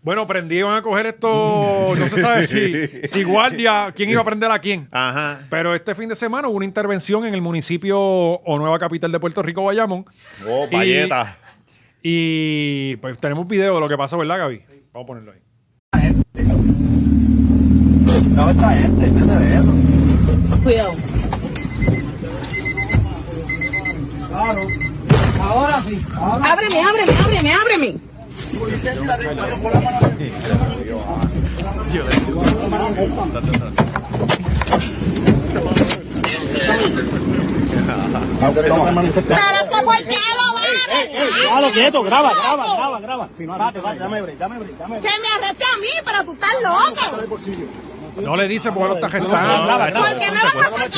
Speaker 2: Bueno, prendí, iban a coger esto, no se sabe si, si guardia, quién iba a prender a quién.
Speaker 3: Ajá.
Speaker 2: Pero este fin de semana hubo una intervención en el municipio o nueva capital de Puerto Rico, Bayamón.
Speaker 3: Oh,
Speaker 2: Y-
Speaker 3: payeta.
Speaker 2: Y pues tenemos video de lo que pasó, ¿verdad, Gaby? Vamos a ponerlo ahí.
Speaker 6: No, esta gente, nada de eso.
Speaker 2: eh.
Speaker 7: Cuidado.
Speaker 6: Claro. Ahora sí. Ahora.
Speaker 7: Ábreme, ábreme, ábreme, ábreme.
Speaker 6: Pero
Speaker 7: ¿Por qué lo
Speaker 6: Claro, quieto, graba, graba, graba, graba. Si no, date, date, dame break, dame break, dame break.
Speaker 7: Que me arreste a mí, pero tú estás loco.
Speaker 2: No le dice porque lo está
Speaker 6: No, no, no,
Speaker 2: gestando.
Speaker 6: no,
Speaker 7: ¿Por qué me vas a atacar? No me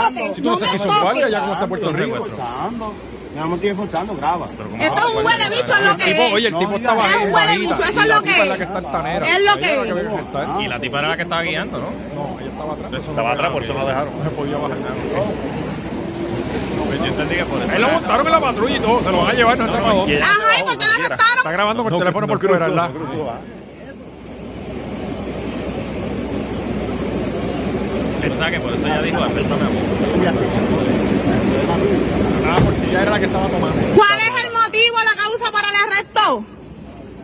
Speaker 7: toques.
Speaker 2: Si tú no
Speaker 7: No
Speaker 2: sabes si
Speaker 7: me
Speaker 2: son guardias, ya
Speaker 7: toques.
Speaker 2: como está Puerto Rico.
Speaker 6: Forzando. No me estoy forzando, graba.
Speaker 7: Esto es un huele bicho, es lo
Speaker 2: El tipo,
Speaker 7: que
Speaker 2: oye,
Speaker 7: es.
Speaker 2: el
Speaker 6: No,
Speaker 2: tipo
Speaker 6: diga
Speaker 2: estaba ahí.
Speaker 6: eso.
Speaker 7: Es un huele
Speaker 2: bajita,
Speaker 7: bicho, eso
Speaker 2: y
Speaker 7: es
Speaker 2: la
Speaker 7: lo
Speaker 2: tipa
Speaker 7: que
Speaker 2: la
Speaker 7: es.
Speaker 2: que está altanera.
Speaker 7: Es lo
Speaker 2: Ella
Speaker 7: que
Speaker 2: era la
Speaker 7: es.
Speaker 2: había que gestar.
Speaker 6: Ah.
Speaker 4: Y la tipa era la que estaba guiando, ¿no?
Speaker 2: No, ella estaba atrás. Eso
Speaker 3: Estaba atrás, por Oh. eso no la dejaron.
Speaker 2: No se podía bajar nada.
Speaker 4: Pues yo entendí que por eso.
Speaker 2: Ahí lo
Speaker 4: era-
Speaker 2: montaron en la patrulla y todo. Se lo van a llevar, no sé para dónde.
Speaker 7: Ajá, ¿y por qué lo arrestaron?
Speaker 2: Está grabando por
Speaker 3: No,
Speaker 2: teléfono
Speaker 3: no
Speaker 2: por fuera,
Speaker 3: cruzó,
Speaker 2: ¿verdad?
Speaker 3: no cruzó, ah.
Speaker 4: O sea, que por eso ella dijo, "Apértame a mí".
Speaker 2: Ah, porque ella era la que estaba tomando.
Speaker 7: ¿Cuál es el motivo, la causa para el arresto?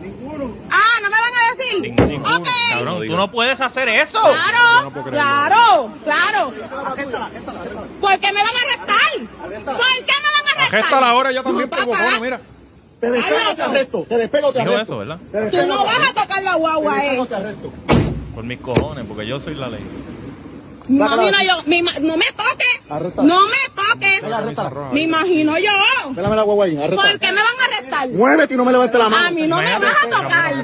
Speaker 7: Ninguno. Ah, ¿no me van a decir?
Speaker 4: Ninguno.
Speaker 7: Ok.
Speaker 4: Cabrón, tú no puedes hacer eso.
Speaker 7: Claro, claro, claro. ¿Por qué me van a arrestar? ¿Por qué me van a arrestar?
Speaker 2: Agesta la hora ya también, por
Speaker 7: No, papá.
Speaker 2: bocona, mira.
Speaker 6: Te despego, te arresto, te despego, te
Speaker 4: Dijo
Speaker 6: arresto.
Speaker 4: eso, ¿verdad?
Speaker 7: Tú
Speaker 6: Te despego,
Speaker 7: no vas a tocar la guagua, eh.
Speaker 6: te arresto.
Speaker 4: Por mis cojones, porque yo soy la ley.
Speaker 7: Me
Speaker 6: Sácala
Speaker 7: imagino
Speaker 6: de
Speaker 7: yo, me ima- no me toques,
Speaker 6: Arresta.
Speaker 7: no me toques,
Speaker 6: Arresta.
Speaker 7: me imagino yo,
Speaker 6: Dame la guagua ahí,
Speaker 7: ¿por
Speaker 6: arresta.
Speaker 7: qué me van a arrestar?
Speaker 6: Muévete y no me levantes la mano.
Speaker 7: A mí no me
Speaker 4: Imagínate,
Speaker 7: vas a tocar, no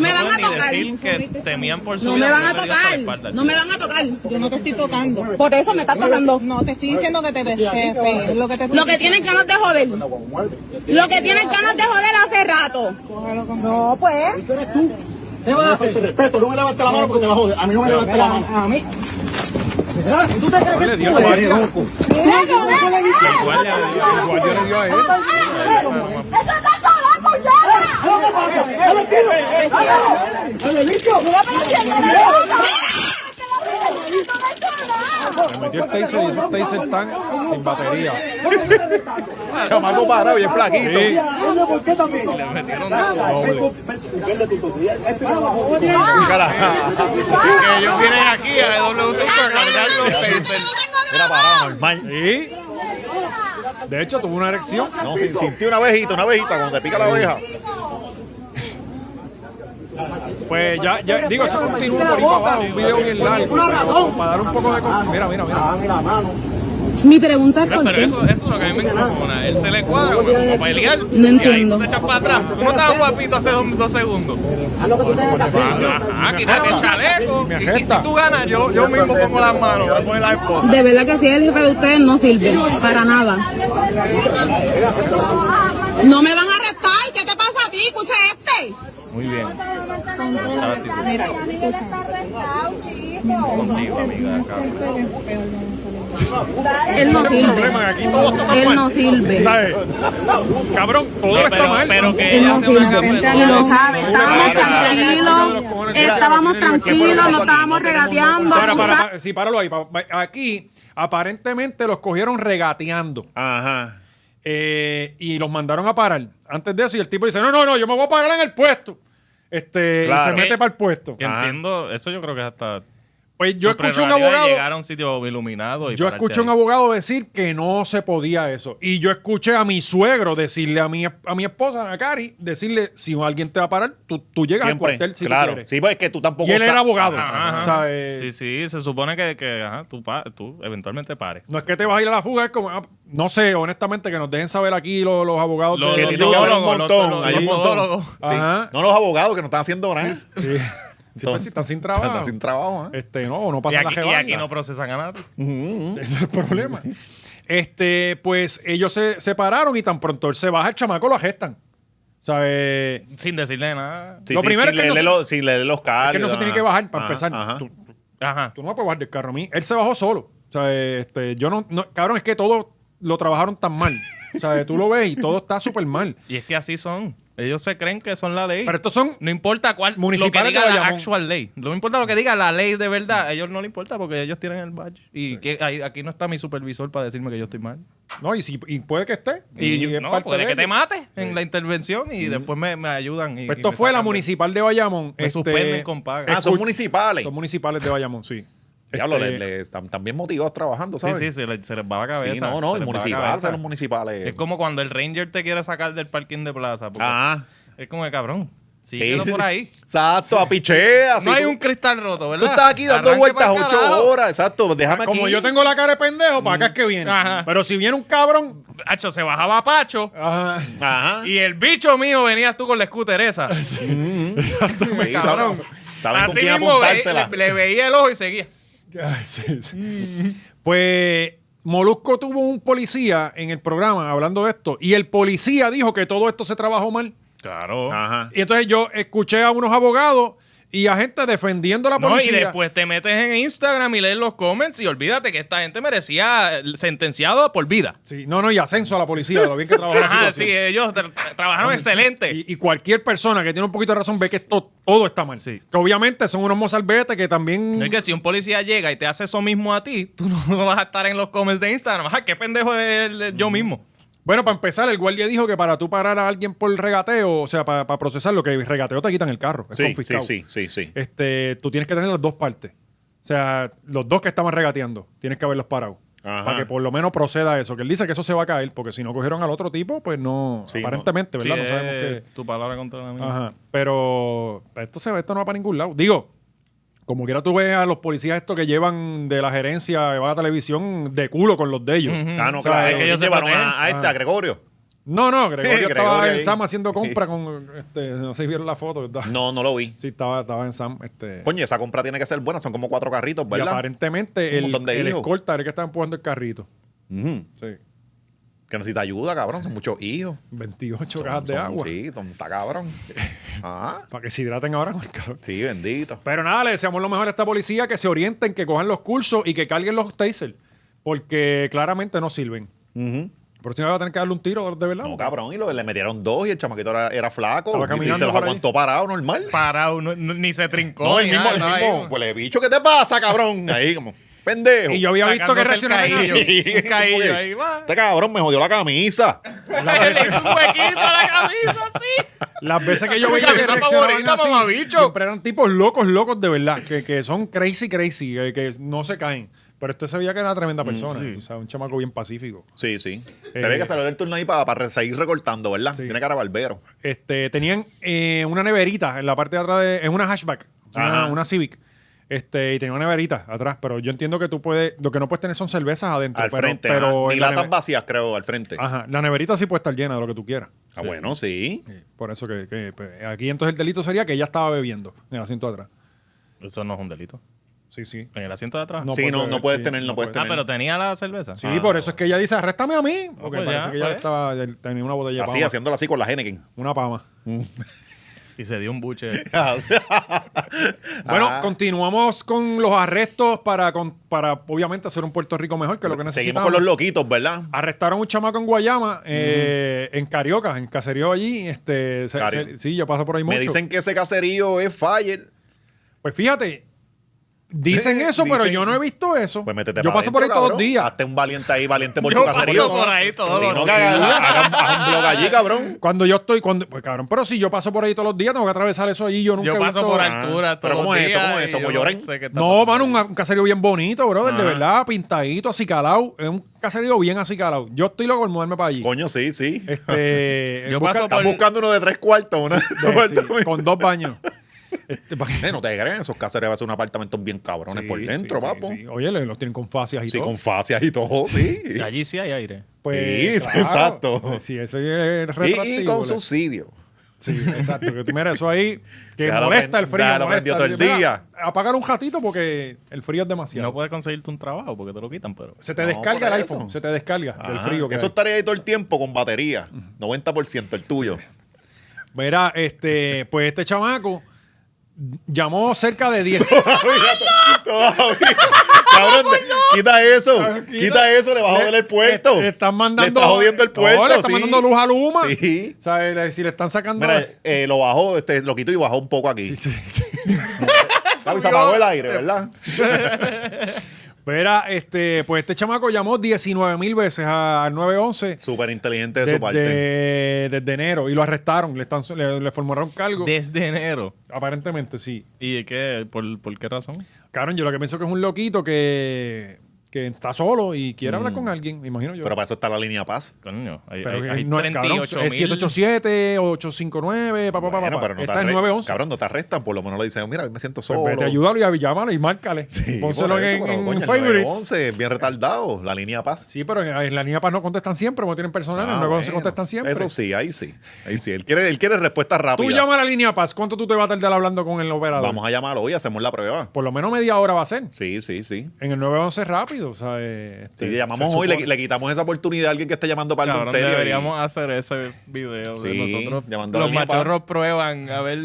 Speaker 7: me van a
Speaker 4: puedes ni
Speaker 7: tocar,
Speaker 4: decir que temían por su
Speaker 7: no
Speaker 4: vida,
Speaker 7: me van a
Speaker 4: porque le dio hasta la
Speaker 7: tocar,
Speaker 4: espalda.
Speaker 7: no me van a tocar,
Speaker 8: Yo no te estoy tocando.
Speaker 7: por eso me estás tocando,
Speaker 8: No te estoy diciendo que te despegues. Lo que te estoy
Speaker 7: lo que tienen ganas de joder, lo que tienen ganas de joder hace rato, no pues,
Speaker 6: eres tú.
Speaker 8: ¿Qué vas a hacer?
Speaker 6: Te respeto, no me levantes la mano porque te va a joder. A mí no me levantes la mano.
Speaker 8: A mí.
Speaker 6: ¿Y tú te crees
Speaker 2: Le
Speaker 6: que
Speaker 2: dio
Speaker 6: tú
Speaker 2: al
Speaker 6: eres
Speaker 2: guardia.
Speaker 6: loco?
Speaker 7: mira que no me
Speaker 4: El guardia le
Speaker 2: El
Speaker 4: dio-
Speaker 2: guardia le dio a él.
Speaker 7: ¡Eso está solo, cuchara! ¡Mira, pero si él no me toca!
Speaker 2: Le metió el taser y esos taser están sin batería.
Speaker 3: Chamaco parado, bien flaquito.
Speaker 2: Sí.
Speaker 6: ah,
Speaker 3: Cara,
Speaker 4: Que ellos vienen aquí a W5 a cargar los taser.
Speaker 3: Era parado, normal.
Speaker 2: Sí. De hecho, tuvo una erección.
Speaker 3: No, sin- sentí una abejita, una abejita, cuando te pica la abeja.
Speaker 2: Pues ya, ya digo, eso continúa por ahí para abajo. Un video bien largo. Pero para dar un poco de. con- Mira, mira, mira.
Speaker 6: Dame la mano.
Speaker 7: Mi pregunta es
Speaker 4: Mira,
Speaker 7: por
Speaker 4: Pero
Speaker 7: qué.
Speaker 4: eso, eso es lo que a mí me encojona. Él se le cuadra, güey, como para pelear.
Speaker 7: No
Speaker 4: Y ahí tú
Speaker 7: entiendo.
Speaker 4: te echas para atrás. Tú no estabas guapito hace dos, dos segundos.
Speaker 6: Haz lo que tú tengas que hacer.
Speaker 4: Ajá, quítate el chaleco.
Speaker 2: Me
Speaker 4: Y, y
Speaker 2: agesta.
Speaker 4: si tú ganas, yo, yo mismo pongo las manos, voy a poner las esposas.
Speaker 7: De verdad que si el jefe de ustedes no sirve para nada. No me van a arrestar qué?
Speaker 4: Muy bien. Está la actitud.
Speaker 7: Mira,
Speaker 4: Contigo, amiga. acá.
Speaker 8: Él no
Speaker 2: El problema es
Speaker 8: sirve.
Speaker 2: que aquí todos estamos
Speaker 8: Él
Speaker 2: mal.
Speaker 8: no sirve.
Speaker 2: ¿Sabes? Cabrón, todo
Speaker 4: No,
Speaker 2: está
Speaker 4: pero-
Speaker 2: mal.
Speaker 4: pero que
Speaker 8: Él
Speaker 4: ella
Speaker 8: no
Speaker 4: hace una
Speaker 8: sirve.
Speaker 4: campaña.
Speaker 8: Y lo sabe.
Speaker 2: Una madre,
Speaker 4: saca
Speaker 7: Estábamos tranquilos, estábamos tranquilos, no estábamos regateando.
Speaker 2: Para, para, para, sí, páralo ahí. pa- pa- Aquí, aparentemente los cogieron regateando
Speaker 3: Ajá.
Speaker 2: eh, y los mandaron a parar. Antes de eso, y el tipo dice: No, no, no, yo me voy a parar en el puesto. Este,
Speaker 3: Claro.
Speaker 2: Y se mete para el puesto.
Speaker 4: Que
Speaker 3: Ajá.
Speaker 4: entiendo, eso yo creo que es hasta.
Speaker 2: Pues yo
Speaker 4: Pero en
Speaker 2: escuché un
Speaker 4: realidad
Speaker 2: abogado.
Speaker 4: Llegar a un sitio iluminado y
Speaker 2: Yo
Speaker 4: pararte
Speaker 2: escuché a un
Speaker 4: ahí.
Speaker 2: abogado decir que no se podía eso. Y yo escuché a mi suegro decirle a mi, a mi esposa, a Cari, decirle, si alguien te va a parar, tú, tú llegas al
Speaker 3: Siempre.
Speaker 2: cuartel si tú
Speaker 3: claro.
Speaker 2: quieres.
Speaker 3: Sí, pues es que tú tampoco
Speaker 2: y él era
Speaker 3: sabes-
Speaker 2: abogado.
Speaker 4: Ajá, ajá.
Speaker 2: O sea, eh,
Speaker 4: Sí, sí, se supone que, que, ajá, tú, pa- tú eventualmente pares.
Speaker 2: No es que te vas a ir a la fuga, es como, ah, no sé, honestamente, que nos dejen saber aquí los, los abogados.
Speaker 4: Los-
Speaker 3: Que
Speaker 2: de-
Speaker 4: los
Speaker 3: tiene que haber un
Speaker 4: teólogos, los-
Speaker 3: montón.
Speaker 4: los-
Speaker 3: Hay un
Speaker 4: los
Speaker 3: montón.
Speaker 4: todólogos.
Speaker 3: Sí.
Speaker 2: Ajá.
Speaker 3: No los abogados que no están haciendo nada.
Speaker 2: Sí, Sí, pues, si están sin trabajo.
Speaker 3: Están sin trabajo, ¿eh?
Speaker 2: Este, no, no
Speaker 4: Y
Speaker 2: pasa la
Speaker 4: aquí, y
Speaker 2: jebanda.
Speaker 4: aquí no procesan a nadie.
Speaker 2: Ese es el problema. Este, pues ellos se separaron y tan pronto él se baja, el chamaco lo agestan. ¿Sabes?
Speaker 4: Sin decirle nada.
Speaker 3: Sí,
Speaker 2: Lo
Speaker 3: sí,
Speaker 2: primero
Speaker 3: sin
Speaker 2: es que no
Speaker 3: leerle
Speaker 2: se-
Speaker 3: los, sin leerle los cargos.
Speaker 2: Es que no se tiene que bajar para
Speaker 3: Ajá,
Speaker 2: empezar.
Speaker 3: ajá.
Speaker 2: Tú,
Speaker 4: Ajá.
Speaker 2: tú no me puedes bajar del carro a mí. Él se bajó solo. O sea, este, yo no, no- cabrón, es que todo lo trabajaron tan mal. O sea, tú lo ves y todo está súper mal.
Speaker 4: Y es que así son. Ellos se creen que son la ley.
Speaker 2: Pero estos son
Speaker 4: no importa cuál lo que
Speaker 2: Municipales
Speaker 4: diga
Speaker 2: de
Speaker 4: la
Speaker 2: Bayamón.
Speaker 4: actual ley. No importa lo que diga la ley de verdad. A ellos no les importa porque ellos tienen el badge. Y que, ahí- aquí no está mi supervisor para decirme que yo estoy mal.
Speaker 2: No, y, si, y puede que esté.
Speaker 4: Y, yo-
Speaker 2: es
Speaker 4: no,
Speaker 2: parte
Speaker 4: puede
Speaker 2: de
Speaker 4: que te
Speaker 2: ello.
Speaker 4: mate en la intervención y después me, me ayudan. Y,
Speaker 2: Pues
Speaker 4: y
Speaker 2: esto
Speaker 4: me
Speaker 2: fue la
Speaker 4: sacan de-
Speaker 2: municipal de Bayamón.
Speaker 4: Me suspenden con paga.
Speaker 3: Ah, son
Speaker 2: escucha-
Speaker 3: municipales.
Speaker 2: Son municipales de Bayamón, sí.
Speaker 3: Diablo,
Speaker 2: Este,
Speaker 3: le- le- están, están bien motivados trabajando,
Speaker 4: Sí,
Speaker 3: ¿sabes?
Speaker 4: sí, se, le- se les va la cabeza.
Speaker 3: Sí, no, no, el
Speaker 4: se les va la
Speaker 3: municipal,
Speaker 4: cabeza.
Speaker 3: son los municipales.
Speaker 4: Es como cuando el ranger te quiere sacar del parking de plaza. porque
Speaker 3: Ah,
Speaker 4: Es como que cabrón.
Speaker 3: sí.
Speaker 4: Sí, quedó por ahí.
Speaker 3: Exacto, a pichea.
Speaker 4: No hay un cristal roto,
Speaker 3: Tú
Speaker 4: ¿verdad?
Speaker 3: estás aquí dando
Speaker 4: Arranque
Speaker 3: vueltas
Speaker 4: pa'l
Speaker 3: ocho
Speaker 4: carajo.
Speaker 3: horas, exacto. Déjame aquí.
Speaker 2: Como yo tengo la cara de pendejo, para acá es que viene.
Speaker 4: Ajá.
Speaker 2: Pero si viene un cabrón.
Speaker 4: Hacho, se bajaba Pacho.
Speaker 2: ajá.
Speaker 3: Ajá.
Speaker 4: Y el bicho mío venías tú con la scooter esa.
Speaker 3: Sí,
Speaker 4: cabrón.
Speaker 3: saben- Saben con
Speaker 4: Así
Speaker 3: quién
Speaker 4: mismo ve-
Speaker 3: apuntársela.
Speaker 4: le, le veía el ojo y seguía.
Speaker 2: Ay, sí, sí.
Speaker 4: Mm.
Speaker 2: Pues Molusco tuvo un policía en el programa hablando de esto y el policía dijo que todo esto se trabajó mal.
Speaker 4: Claro.
Speaker 3: Ajá.
Speaker 2: Y entonces yo escuché a unos abogados y a gente defendiendo a la
Speaker 4: No, y
Speaker 2: policía.
Speaker 4: después te metes en Instagram y lees los comments y olvídate que esta gente merecía eh, sentenciado por vida.
Speaker 2: Sí, no, no, y ascenso a la policía, lo bien que trabajó la
Speaker 4: Ajá, Ah, sí,
Speaker 2: situación.
Speaker 4: eh. ellos tra- tra- trabajaron excelente.
Speaker 2: Y, y cualquier persona que tiene un poquito de razón ve que esto, todo está mal.
Speaker 4: Sí.
Speaker 2: Que obviamente son unos mozalbetes que también...
Speaker 4: No es que si un policía llega y te hace eso mismo a ti, tú no no vas a estar en los comments de Instagram. Ajá, qué pendejo es el- el- yo mismo.
Speaker 2: Bueno, para empezar, el guardia dijo que para tú parar a alguien por regateo, o sea, para, para procesarlo, que regateo te quitan el carro. Es
Speaker 3: Sí, sí,
Speaker 2: confiscado.
Speaker 3: sí, sí, sí.
Speaker 2: este, tú tienes que tener las dos partes. O sea, los dos que estaban regateando, tienes que haberlos parado.
Speaker 3: Ajá.
Speaker 2: Para que por lo menos proceda eso. Que él dice que eso se va a caer, porque si no cogieron al otro tipo, pues no.
Speaker 3: Sí,
Speaker 2: aparentemente, ¿verdad?
Speaker 4: Sí,
Speaker 2: No sabemos
Speaker 4: eh,
Speaker 2: qué.
Speaker 4: Tu palabra contra la mía.
Speaker 2: Ajá. Pero pues, esto se ve, esto no va para ningún lado. Digo, como quiera tú ves a los policías estos que llevan de la gerencia, que van a televisión, de culo con los de ellos. Ah.
Speaker 3: Ah, no,
Speaker 2: O sea,
Speaker 3: claro.
Speaker 4: que ellos se
Speaker 3: llevaron
Speaker 4: protegen.
Speaker 3: a, a esta, a Gregorio.
Speaker 2: No, no, Gregorio, estaba
Speaker 3: Gregorio
Speaker 2: en
Speaker 3: ahí.
Speaker 2: Sam haciendo compra con. Este, no sé si vieron la foto, ¿verdad?
Speaker 3: No, no lo vi.
Speaker 2: Sí, estaba, estaba en Sam. Este,
Speaker 3: Coño, esa compra tiene que ser buena. Son como cuatro carritos,
Speaker 2: y
Speaker 3: ¿verdad?
Speaker 2: aparentemente
Speaker 3: Un
Speaker 2: el,
Speaker 3: montón de
Speaker 2: el
Speaker 3: hijos.
Speaker 2: escolta era el que estaba empujando el carrito.
Speaker 3: Ujú.
Speaker 2: Sí.
Speaker 3: Que necesita ayuda, cabrón. Son muchos hijos.
Speaker 2: 28
Speaker 3: Son-
Speaker 2: cajas Ah, de
Speaker 3: son-
Speaker 2: agua.
Speaker 3: Sí, son, está cabrón. Ajá.
Speaker 2: Para que se hidraten ahora con el calor.
Speaker 3: Sí, bendito.
Speaker 2: Pero nada, le deseamos lo mejor a esta policía, que se orienten, que cojan los cursos y que carguen los taser. Porque claramente no sirven.
Speaker 3: Ujú.
Speaker 2: Próxima vez va a tener que darle un tiro de verdad.
Speaker 3: No, cabrón. Y lo, le metieron dos y el chamaquito era, era flaco.
Speaker 2: Ah, Estaba
Speaker 3: Y se
Speaker 2: caminando
Speaker 3: los
Speaker 2: por ahí.
Speaker 3: aguantó parado, normal.
Speaker 4: Parado, no- no- ni se trincó.
Speaker 3: No, el
Speaker 4: ni
Speaker 3: mismo,
Speaker 4: nada,
Speaker 3: el
Speaker 4: estaba ahí.
Speaker 3: mismo. Pues bicho, ¿qué te pasa, cabrón? Ahí como, pendejo.
Speaker 2: Y yo había visto que
Speaker 4: Sacándose el
Speaker 2: reaccionaban
Speaker 4: caillo.
Speaker 2: así.
Speaker 3: Sí,
Speaker 4: Un caillo
Speaker 3: como que,
Speaker 4: ahí, va.
Speaker 3: Este cabrón me jodió la camisa.
Speaker 4: Le hizo un huequito a la camisa, así.
Speaker 2: Las veces que yo
Speaker 4: Mi
Speaker 2: veía que
Speaker 4: camisa
Speaker 2: reaccionaban
Speaker 4: favorita,
Speaker 2: así,
Speaker 4: mamabicho.
Speaker 2: siempre eran tipos locos, locos de verdad, que, que son crazy, crazy, que, que no se caen. Pero este se veía que era una
Speaker 3: Mm,
Speaker 2: tremenda persona, tú sabes, un chamaco bien pacífico.
Speaker 3: Sí, sí. Se
Speaker 2: Eh.
Speaker 3: ve que salió el turno ahí para, para seguir recortando, ¿verdad?
Speaker 2: Sí.
Speaker 3: Tiene cara de barbero.
Speaker 2: este, tenían eh, una neverita en la parte de atrás, de, en una hatchback, una,
Speaker 3: Ajá.
Speaker 2: una Civic. Este, y tenía una neverita atrás, pero yo entiendo que tú puedes, lo que no puedes tener son cervezas adentro.
Speaker 3: Al
Speaker 2: pero,
Speaker 3: frente.
Speaker 2: pero
Speaker 3: ajá.
Speaker 2: en
Speaker 3: Ni
Speaker 2: la
Speaker 3: latas
Speaker 2: neve- Ah,
Speaker 3: vacías, creo, al frente.
Speaker 2: Ajá, la neverita sí puede estar llena de lo que tú quieras.
Speaker 3: Ah, bueno, sí.
Speaker 2: Sí, Por eso que, que, pues, aquí entonces el delito sería que ella estaba bebiendo en el asiento de atrás.
Speaker 4: Eso no es un delito.
Speaker 2: Sí, sí.
Speaker 4: En el asiento de atrás.
Speaker 2: No,
Speaker 3: sí,
Speaker 2: porque-
Speaker 3: no, no puedes
Speaker 2: sí,
Speaker 3: tener,
Speaker 2: no
Speaker 3: no puedes
Speaker 4: ah,
Speaker 3: tener.
Speaker 4: pero tenía la cerveza.
Speaker 2: Sí,
Speaker 3: Ah,
Speaker 2: por eso es que ella dice, arréstame a mí. Porque
Speaker 4: pues
Speaker 2: parece
Speaker 4: ya,
Speaker 2: que ella
Speaker 4: pues.
Speaker 2: estaba, tenía una botella de
Speaker 3: así,
Speaker 2: pama,
Speaker 3: haciéndolo así con la Henneken.
Speaker 2: una pama.
Speaker 4: Y se dio un buche.
Speaker 2: Bueno,
Speaker 3: Ah,
Speaker 2: continuamos con los arrestos para, con- para obviamente hacer un Puerto Rico mejor que lo que
Speaker 3: seguimos
Speaker 2: necesitamos.
Speaker 3: con los loquitos, ¿verdad?
Speaker 2: Arrestaron un chamaco en Guayama, eh, en Carioca, en Caserío allí. Este, se-
Speaker 3: Cario.
Speaker 2: se- sí, yo paso por ahí
Speaker 3: Me
Speaker 2: mucho.
Speaker 3: dicen que ese caserío es fire.
Speaker 2: Pues fíjate, dicen
Speaker 3: Eh,
Speaker 2: eso, pero
Speaker 3: dicen-
Speaker 2: yo no he visto eso.
Speaker 3: Pues métete
Speaker 2: yo
Speaker 3: pa'
Speaker 2: paso por ahí
Speaker 3: adentro,
Speaker 2: todos los
Speaker 3: cabrón.
Speaker 2: días.
Speaker 3: Hazte un valiente ahí, valiente por
Speaker 4: Yo
Speaker 3: tu
Speaker 4: paso
Speaker 3: caserío.
Speaker 4: por ahí todos
Speaker 3: Si
Speaker 4: los
Speaker 3: no, que haga-
Speaker 4: días.
Speaker 3: haga un- haz un blog allí, cabrón.
Speaker 2: Cuando yo estoy, cuando, pues cabrón, pero si yo paso por ahí todos los días, tengo que atravesar eso allí. Yo nunca
Speaker 4: Yo
Speaker 2: he
Speaker 4: paso
Speaker 2: visto-
Speaker 4: por
Speaker 2: Ah.
Speaker 4: altura
Speaker 3: Pero
Speaker 4: todos
Speaker 3: ¿cómo
Speaker 4: los
Speaker 3: es eso?
Speaker 4: días
Speaker 3: ¿Cómo es eso?
Speaker 4: y
Speaker 3: ¿Como
Speaker 4: yo
Speaker 3: lloran?
Speaker 4: sé qué está
Speaker 2: No, mano,
Speaker 4: pasando.
Speaker 2: un, un caserío bien bonito, brother, de
Speaker 3: Ah.
Speaker 2: verdad, pintadito, acicalado. Es un caserío bien acicalado. Yo estoy loco por moverme para allí.
Speaker 3: Coño, sí, sí.
Speaker 2: Este,
Speaker 4: Yo paso
Speaker 3: Estás
Speaker 4: por-
Speaker 3: buscando uno de tres cuartos. una-
Speaker 2: de-
Speaker 3: un
Speaker 2: sí,
Speaker 3: apartamento.
Speaker 2: con dos baños. Este, pa' que-
Speaker 3: Eh, no te crean, esos caseríos va a ser un apartamento bien cabrones por
Speaker 2: Sí,
Speaker 3: dentro,
Speaker 2: sí, sí,
Speaker 3: papo. Sí,
Speaker 2: sí. Oye, le- los tienen con fascias y todo.
Speaker 3: con fascias y todo, sí.
Speaker 4: Y Allí sí hay aire.
Speaker 2: Pues,
Speaker 3: Sí,
Speaker 2: claro.
Speaker 3: exacto.
Speaker 2: Sí, eso es
Speaker 3: Y-
Speaker 2: retroactivo.
Speaker 3: y, con
Speaker 2: le-
Speaker 3: subsidio.
Speaker 2: Sí, exacto. Que tú mira eso ahí, que
Speaker 3: Ya lo
Speaker 2: molesta
Speaker 3: ven-
Speaker 2: el frío.
Speaker 3: ya lo
Speaker 2: molesta
Speaker 3: vendió todo el
Speaker 2: frío.
Speaker 3: día.
Speaker 2: Mira, apagar un ratito porque el frío es demasiado.
Speaker 4: No puedes conseguirte un trabajo porque te lo quitan, pero.
Speaker 2: se te
Speaker 3: No,
Speaker 2: descarga
Speaker 3: por
Speaker 2: el
Speaker 3: eso.
Speaker 2: iPhone, se te descarga del
Speaker 3: Ajá,
Speaker 2: frío. Que
Speaker 3: Eso
Speaker 2: hay.
Speaker 3: estaría ahí todo el tiempo con batería. 90% el tuyo.
Speaker 2: Mira, este, pues este chamaco llamó cerca de 10.
Speaker 3: Todavía. Cabrón, quita eso.
Speaker 2: Tranquila.
Speaker 3: Quita eso, le vas a joder el puerto.
Speaker 2: Le, le están mandando.
Speaker 3: Le está jodiendo el puerto.
Speaker 2: No, le están
Speaker 3: sí.
Speaker 2: mandando luz a Luma.
Speaker 3: Sí.
Speaker 2: ¿Sabes? Le- Si le están sacando.
Speaker 3: Mira, eh, lo bajó, este, lo quitó y bajó un poco
Speaker 2: Sí,
Speaker 3: aquí.
Speaker 2: sí, sí.
Speaker 3: ¿Sabes? Se apagó el aire, ¿verdad?
Speaker 2: Mira, este, pues este chamaco llamó 19 mil veces a- al 911
Speaker 3: Súper inteligente de su parte.
Speaker 2: desde, desde enero y lo arrestaron. Le, están, le, le formaron cargo.
Speaker 4: Desde enero.
Speaker 2: Aparentemente, sí.
Speaker 4: ¿Y qué? ¿Por, por qué razón?
Speaker 2: Cabrón, yo lo que pienso que es un loquito que, que está solo y quiere hablar con alguien, me imagino yo.
Speaker 3: Mm. Pero eh, para eso está la línea paz.
Speaker 4: Coño, hay,
Speaker 2: Pero
Speaker 4: hay,
Speaker 2: que
Speaker 4: hay
Speaker 2: no es, cabrón,
Speaker 4: 38
Speaker 2: es 787, 859, papá, papá,
Speaker 3: Bueno,
Speaker 2: papá.
Speaker 3: pero no te
Speaker 2: Está en
Speaker 3: arre-
Speaker 2: 911.
Speaker 3: Cabrón, no te arrestan, por lo menos le dicen, mira, me siento
Speaker 2: Pues
Speaker 3: solo.
Speaker 2: vete, ayúdalo y av- llámalo y márcale.
Speaker 3: Sí,
Speaker 2: Pónselo
Speaker 3: por eso,
Speaker 2: en,
Speaker 3: pero,
Speaker 2: en
Speaker 3: coño, el
Speaker 2: favorites.
Speaker 3: 911 es bien retardado, la línea paz.
Speaker 2: Sí, pero en, en la niña paz no contestan siempre, como tienen personal, en
Speaker 3: Ah,
Speaker 2: el 911
Speaker 3: bueno.
Speaker 2: contestan siempre.
Speaker 3: Eso sí, ahí sí. Ahí sí. Él quiere, él quiere respuesta
Speaker 2: Tú
Speaker 3: rápida.
Speaker 2: llama a la línea paz, ¿cuánto tú te vas a tardar hablando con el operador?
Speaker 3: Vamos a llamarlo hoy, hacemos la prueba.
Speaker 2: Por lo menos media hora va a ser.
Speaker 3: Sí, sí, sí.
Speaker 2: En el 911 rápido, o sea, eh,
Speaker 3: Si
Speaker 2: este,
Speaker 3: le llamamos
Speaker 2: se
Speaker 3: hoy, le,
Speaker 2: supone-
Speaker 3: le quitamos esa oportunidad a alguien que esté llamando para algo
Speaker 4: Cabrón,
Speaker 3: en serio. y-
Speaker 4: deberíamos hacer ese video de
Speaker 3: Sí,
Speaker 4: nosotros.
Speaker 3: llamando a
Speaker 4: los
Speaker 3: la línea para-
Speaker 4: machorros prueban a ver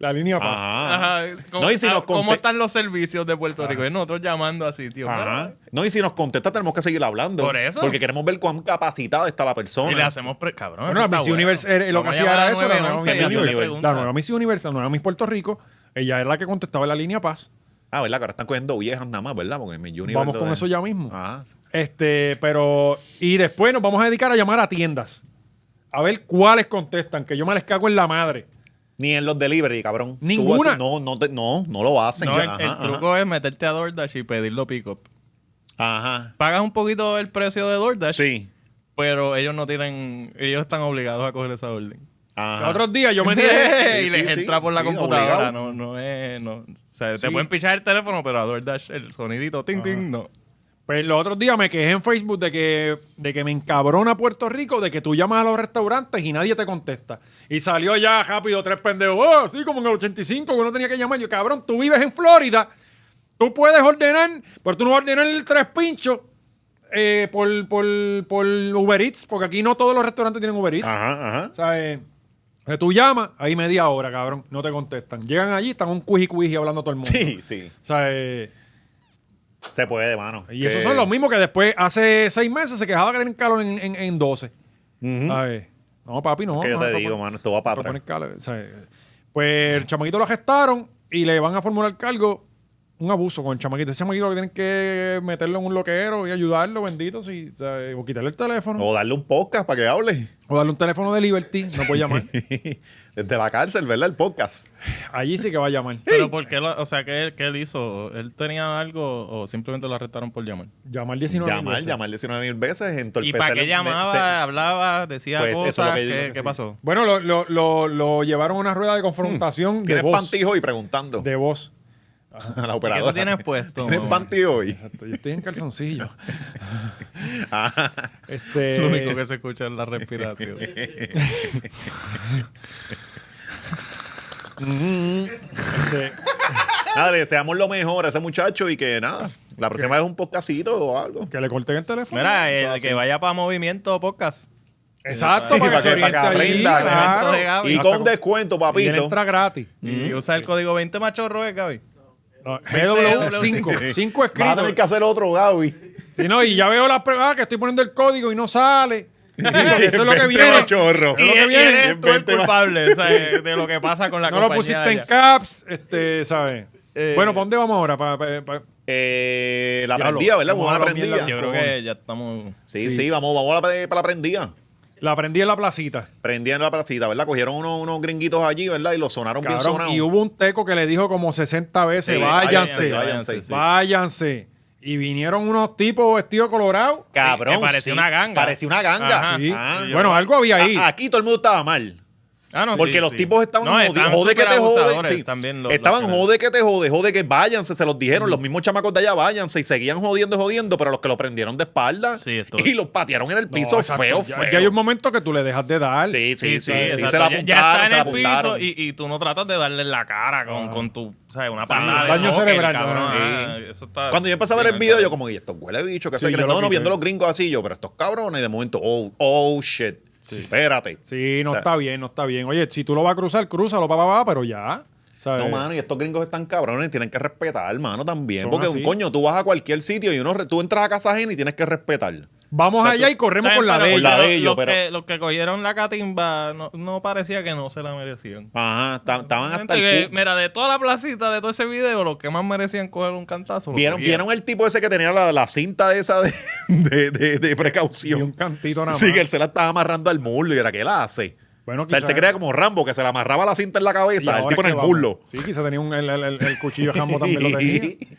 Speaker 2: la línea paz.
Speaker 3: Ajá.
Speaker 4: ajá, cómo,
Speaker 3: No, y si
Speaker 4: a-
Speaker 3: nos
Speaker 4: cómo
Speaker 3: conte-
Speaker 4: están los servicios de Puerto
Speaker 2: Ah.
Speaker 4: Rico. Y nosotros llamando así, tío.
Speaker 3: Ajá. No, y si nos contesta, tenemos que seguir hablando.
Speaker 4: Por eso.
Speaker 3: Porque queremos ver cuán capacitada está la persona.
Speaker 4: Y le hacemos... pre- Cabrón,
Speaker 2: Bueno, la Miss Universe eh, lo que hacía era eso, la nueva Miss Universe. La nueva
Speaker 4: Universe.
Speaker 2: Miss Universe, la nueva Miss Puerto Rico, ella es la que contestaba en la línea paz.
Speaker 3: Ah, ¿verdad? Que ahora están cogiendo viejas nada más, ¿verdad? Porque en mi Universe
Speaker 2: Vamos
Speaker 3: lo
Speaker 2: con
Speaker 3: de- Ah.
Speaker 2: eso ya mismo.
Speaker 3: Ajá.
Speaker 2: Este, pero. Y después nos vamos a dedicar a llamar a tiendas. A ver cuáles contestan, que yo me les cago en la madre.
Speaker 3: Ni en los delivery, cabrón. Tú-
Speaker 2: Ninguna.
Speaker 3: tú- no, no, te- no, no lo hacen.
Speaker 4: No, el,
Speaker 3: Ajá,
Speaker 4: el
Speaker 3: ajá.
Speaker 4: truco es meterte a DoorDash y pedirlo pick-up.
Speaker 3: Ajá.
Speaker 4: Pagas un poquito el precio de DoorDash,
Speaker 3: Sí.
Speaker 4: pero ellos no tienen... Ellos están obligados a coger esa orden.
Speaker 3: Ajá.
Speaker 2: Los otros días yo me enteré.
Speaker 4: y
Speaker 3: Sí,
Speaker 4: les
Speaker 3: sí,
Speaker 4: entra
Speaker 3: sí.
Speaker 4: por la
Speaker 3: Sí,
Speaker 4: computadora.
Speaker 3: obligado.
Speaker 4: No, no es. No. O sea, te
Speaker 2: Sí.
Speaker 4: pueden pichar el teléfono, pero a DoorDash el sonidito ting ting no.
Speaker 2: Pues los otros días me quejé en Facebook de que, de que me encabrona Puerto Rico, de que tú llamas a los restaurantes y nadie te contesta. Y salió ya rápido tres pendejos. Oh, sí, como en el 85 que uno tenía que llamar. Yo, cabrón, tú vives en Florida. Tú puedes ordenar, pero tú no vas a ordenar el tres pinchos eh, por, por, por Uber Eats, porque aquí no todos los restaurantes tienen Uber Eats.
Speaker 3: Ajá, ajá.
Speaker 2: ¿Sabes? Que tú llamas, ahí media hora, cabrón, no te contestan. Llegan allí, están un cuiji cuiji hablando todo el mundo.
Speaker 3: Sí, sí.
Speaker 2: O sea, eh,
Speaker 3: Se puede, mano.
Speaker 2: y
Speaker 3: Que-
Speaker 2: esos son los mismos que después, hace seis meses, se quejaba que tenían calor en, en, en 12.
Speaker 3: Ujú.
Speaker 2: ¿Sabes? No, papi, no.
Speaker 3: ¿Mm? Que yo
Speaker 2: no,
Speaker 3: te
Speaker 2: no
Speaker 3: digo,
Speaker 2: pon-
Speaker 3: mano, esto va
Speaker 2: no
Speaker 3: para atrás.
Speaker 2: pones calor, o sea, eh, Pues el chamaquito lo arrestaron y le van a formular cargo un abuso con el chamaquito. Ese chamaquito lo que tienen que meterlo en un loquero y ayudarlo, bendito, si, o sea, o quitarle el teléfono.
Speaker 3: O darle un podcast para que hable.
Speaker 2: O darle un teléfono de Liberty, no puede llamar.
Speaker 3: Desde la cárcel, ¿verdad? El podcast.
Speaker 2: Allí sí que va a llamar.
Speaker 4: Pero ¿por qué? Lo, o sea, ¿qué, qué él hizo? ¿Él tenía algo o simplemente lo arrestaron por llamar?
Speaker 2: Llamar 19
Speaker 3: Llamar,
Speaker 2: veces.
Speaker 3: llamar 19 mil veces.
Speaker 4: ¿Y
Speaker 3: entorpecer
Speaker 4: para qué
Speaker 3: el-
Speaker 4: llamaba?
Speaker 3: se-
Speaker 4: ¿Hablaba? ¿Decía
Speaker 3: Pues, eso es lo
Speaker 4: cosas?
Speaker 3: que yo
Speaker 4: ¿Qué,
Speaker 3: digo que
Speaker 4: qué
Speaker 3: sí.
Speaker 4: pasó?
Speaker 2: Bueno, lo, lo, lo, lo llevaron a una rueda de confrontación de
Speaker 3: Hmm. Tienes
Speaker 2: voz.
Speaker 3: pantijo y preguntando
Speaker 2: De voz.
Speaker 3: a la
Speaker 4: ¿Qué
Speaker 3: operadora.
Speaker 4: tú tienes puesto?
Speaker 3: ¿Tienes
Speaker 4: mamá?
Speaker 3: pantijo hoy?
Speaker 2: Yo estoy en calzoncillo.
Speaker 3: Ah,
Speaker 2: Este,
Speaker 4: Lo único que se escucha es la respiración.
Speaker 2: este,
Speaker 3: nada, le deseamos lo mejor a ese muchacho y que nada, la próxima vez un podcastito o algo.
Speaker 2: que le corten el teléfono.
Speaker 4: Mira, el que vaya eh, para Movimiento Podcast.
Speaker 2: Exacto, para
Speaker 3: para
Speaker 2: que se
Speaker 3: que- para
Speaker 2: oriente
Speaker 3: que
Speaker 2: allí,
Speaker 3: aprenda, que es
Speaker 4: esto
Speaker 2: claro.
Speaker 4: de Gaby.
Speaker 3: Y
Speaker 2: Hasta
Speaker 3: con descuento,
Speaker 2: y él
Speaker 3: papito.
Speaker 2: entra gratis.
Speaker 4: Y
Speaker 3: Mm-hmm.
Speaker 4: usa el código 20 machorro, ¿eh, Gaby?
Speaker 2: GW5. 5
Speaker 3: Vas a tener que
Speaker 2: escritos.
Speaker 3: hacer otro, Gaby.
Speaker 2: Y, no, y ya veo la prueba que estoy poniendo el código y no sale. Sí, porque eso es lo que
Speaker 3: Vente,
Speaker 2: viene.
Speaker 3: machorro.
Speaker 2: Es lo que
Speaker 4: Y
Speaker 2: viene.
Speaker 4: eres tú el
Speaker 3: 20 más.
Speaker 4: culpable o sea, de lo que pasa con la
Speaker 2: No lo
Speaker 4: compañía
Speaker 2: pusiste
Speaker 4: de
Speaker 2: en
Speaker 4: allá.
Speaker 2: caps, este, ¿sabes?
Speaker 4: Eh,
Speaker 2: bueno, ¿para dónde vamos ahora? Pa- pa- pa-
Speaker 3: Eh, la
Speaker 2: Ya
Speaker 3: prendida,
Speaker 2: lo-
Speaker 3: ¿verdad? Vamos a la
Speaker 2: vamos a hablar
Speaker 3: prendida.
Speaker 2: mierda.
Speaker 4: Yo creo que ya estamos...
Speaker 3: Sí, sí, vamos, vamos a la, pre- para la prendida.
Speaker 2: la aprendí en la placita.
Speaker 3: Prendían la placita, ¿verdad? Cogieron unos, unos gringuitos allí, ¿verdad? Y los sonaron bien
Speaker 2: Cabrón,
Speaker 3: sonados.
Speaker 2: y hubo un teco que le dijo como 60
Speaker 3: Sí,
Speaker 2: veces, váyanse,
Speaker 3: váyanse, váyanse, sí.
Speaker 2: váyanse. Y vinieron unos tipos vestidos colorados.
Speaker 3: Cabrón.
Speaker 4: Que parecía
Speaker 3: sí,
Speaker 4: una ganga.
Speaker 3: Parecía una ganga.
Speaker 4: Ajá.
Speaker 2: Sí.
Speaker 3: Ah,
Speaker 2: bueno, algo había ahí.
Speaker 3: A- aquí todo el mundo estaba mal.
Speaker 4: Ah, no,
Speaker 3: porque
Speaker 4: sí,
Speaker 3: los
Speaker 4: sí.
Speaker 3: tipos estaban jodi- jode que te jode.
Speaker 4: superabusadores
Speaker 3: sí.
Speaker 4: también los-
Speaker 3: estaban
Speaker 4: los-
Speaker 3: jode que te jode, jode que váyanse, se los dijeron. Los mismos chamacos de allá váyanse y seguían jodiendo, jodiendo, pero los que lo prendieron de espalda
Speaker 4: Sí, esto-
Speaker 3: y los patearon en el
Speaker 2: No,
Speaker 3: piso
Speaker 2: exacto,
Speaker 3: feo,
Speaker 2: ya,
Speaker 3: feo.
Speaker 2: ya hay un momento que tú le dejas de dar.
Speaker 3: Sí, sí, sí. sí,
Speaker 4: exacto.
Speaker 3: se la
Speaker 4: Ya-
Speaker 3: apuntaron,
Speaker 4: ya está en
Speaker 3: se
Speaker 4: el
Speaker 3: la
Speaker 4: piso
Speaker 3: apuntaron.
Speaker 4: y, y tú no tratas de darle en la cara con, con tu, o sea, una patada de
Speaker 2: daño
Speaker 4: soccer,
Speaker 2: cerebral,
Speaker 4: cabrón.
Speaker 2: ¿no?
Speaker 4: Ah, eso está-
Speaker 3: Cuando yo empecé a ver
Speaker 4: Sí,
Speaker 3: el video,
Speaker 4: está-
Speaker 3: yo como, y estos huele bicho, que
Speaker 2: Sí,
Speaker 3: se
Speaker 2: yo
Speaker 3: creen.
Speaker 2: lo
Speaker 3: No, no,
Speaker 2: quité.
Speaker 3: viendo los gringos así, yo, pero estos cabrones, y de momento, oh, oh, shit. Espérate.
Speaker 2: Sí, no
Speaker 3: O sea,
Speaker 2: está bien, no está bien. Oye, si tú lo vas a cruzar, crúzalo, papá, papá, pero ya. ¿sabes?
Speaker 3: No, mano, y estos gringos están cabrones, tienen que respetar, hermano, también.
Speaker 2: Son
Speaker 3: porque,
Speaker 2: así.
Speaker 3: coño, tú vas a cualquier sitio y uno, re- tú entras a casa ajena y tienes que respetar.
Speaker 2: Vamos allá y corremos
Speaker 4: Está
Speaker 2: con
Speaker 4: bien,
Speaker 2: la
Speaker 4: pero
Speaker 2: de
Speaker 3: con
Speaker 2: ella.
Speaker 3: la de ellos,
Speaker 4: los
Speaker 3: pero-
Speaker 4: Que, los que cogieron la catimba no, no parecía que no se la merecían.
Speaker 3: Ajá, ta- estaban hasta
Speaker 4: Gente que,
Speaker 3: el cu-
Speaker 4: mira, de toda la placita, de todo ese video, los que más merecían coger un cantazo. los
Speaker 3: ¿Vieron,
Speaker 4: cogieron.
Speaker 3: ¿Vieron el tipo ese que tenía la, la cinta esa de, de, de- de
Speaker 2: Y un
Speaker 3: precaución?
Speaker 2: cantito nada más.
Speaker 3: Sí, que él se la estaba amarrando al muslo y era que la hace.
Speaker 2: Bueno,
Speaker 3: o sea, él se
Speaker 2: quizás-
Speaker 3: crea como Rambo, que se le amarraba la cinta en la
Speaker 2: Y
Speaker 3: cabeza, el
Speaker 2: ahora
Speaker 3: tipo
Speaker 2: es que
Speaker 3: en el
Speaker 2: vamos.
Speaker 3: muslo.
Speaker 2: Sí, quizá tenía un, el, el, el- el cuchillo de jambo también lo tenía.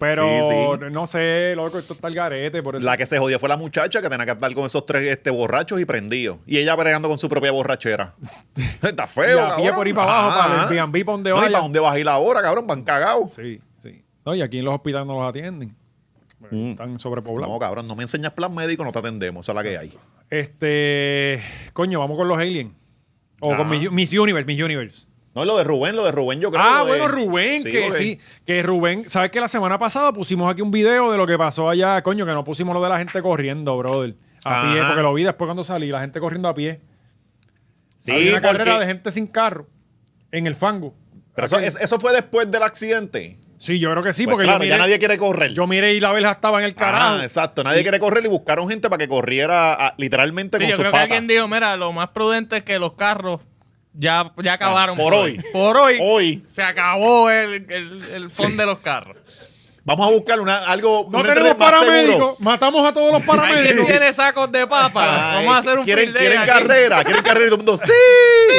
Speaker 2: Pero
Speaker 3: Sí,
Speaker 2: no sé, loco, esto está el garete. Por eso.
Speaker 3: La que se jodió fue la muchacha que tenía que estar con esos tres este, borrachos y prendidos. Y ella bregando con su propia borrachera. Está feo,
Speaker 2: Y a pie
Speaker 3: cabrón.
Speaker 2: por ahí para abajo,
Speaker 3: Ajá,
Speaker 2: para el
Speaker 3: ajá.
Speaker 2: B&B pa' donde
Speaker 3: No, y
Speaker 2: vaya.
Speaker 3: para dónde vas a ir ahora, cabrón, van cagados.
Speaker 2: Sí, sí. No, y aquí en los hospitales no los atienden. Están sobrepoblados.
Speaker 3: Mm. No, cabrón, no me enseñas plan médico, no te atendemos. Esa es la que hay.
Speaker 2: Este. Coño, vamos con los aliens. O
Speaker 3: Ah.
Speaker 2: con Miss, Miss Universe, Miss Universe.
Speaker 3: No, lo de Rubén, lo de Rubén, yo creo.
Speaker 2: Ah,
Speaker 3: lo de-
Speaker 2: bueno, Rubén, que
Speaker 3: porque-
Speaker 2: sí, que Rubén, ¿sabes que la semana pasada pusimos aquí un video de lo que pasó allá, coño, que no pusimos lo de la gente corriendo, brother, a
Speaker 3: Ajá.
Speaker 2: pie, porque lo vi después cuando salí, la gente corriendo a pie.
Speaker 3: Sí,
Speaker 2: Había una
Speaker 3: porque-
Speaker 2: carrera de gente sin carro en el fango.
Speaker 3: Pero eso, es- eso fue después del accidente.
Speaker 2: Sí, yo creo que sí,
Speaker 3: Pues
Speaker 2: porque
Speaker 3: claro,
Speaker 2: yo miré,
Speaker 3: ya nadie quiere correr.
Speaker 2: yo miré y la vela estaba en el carajo.
Speaker 3: Ah, exacto. Nadie quiere correr y buscaron gente para que corriera ah, literalmente
Speaker 4: Sí,
Speaker 3: con
Speaker 4: yo
Speaker 3: sus
Speaker 4: creo
Speaker 3: patas.
Speaker 4: que alguien dijo, mira, lo más prudente es que los carros ya, ya acabaron.
Speaker 3: por hoy.
Speaker 4: "Ah, Por hoy.
Speaker 3: Hoy.
Speaker 4: Se acabó el, el, el fondo de los carros.
Speaker 3: Vamos a buscar una, algo.
Speaker 2: No
Speaker 3: un
Speaker 2: tenemos
Speaker 3: enredo más seguro.
Speaker 2: paramédicos, matamos a todos los
Speaker 4: ¿Quién
Speaker 2: paramédicos.
Speaker 4: tiene sacos de papa?
Speaker 3: Ay,
Speaker 4: Vamos a hacer un
Speaker 3: Ah, eh, quieren,
Speaker 4: field day
Speaker 3: quieren
Speaker 4: aquí.
Speaker 3: carrera, quieren carrera y todo el mundo, ¡sí!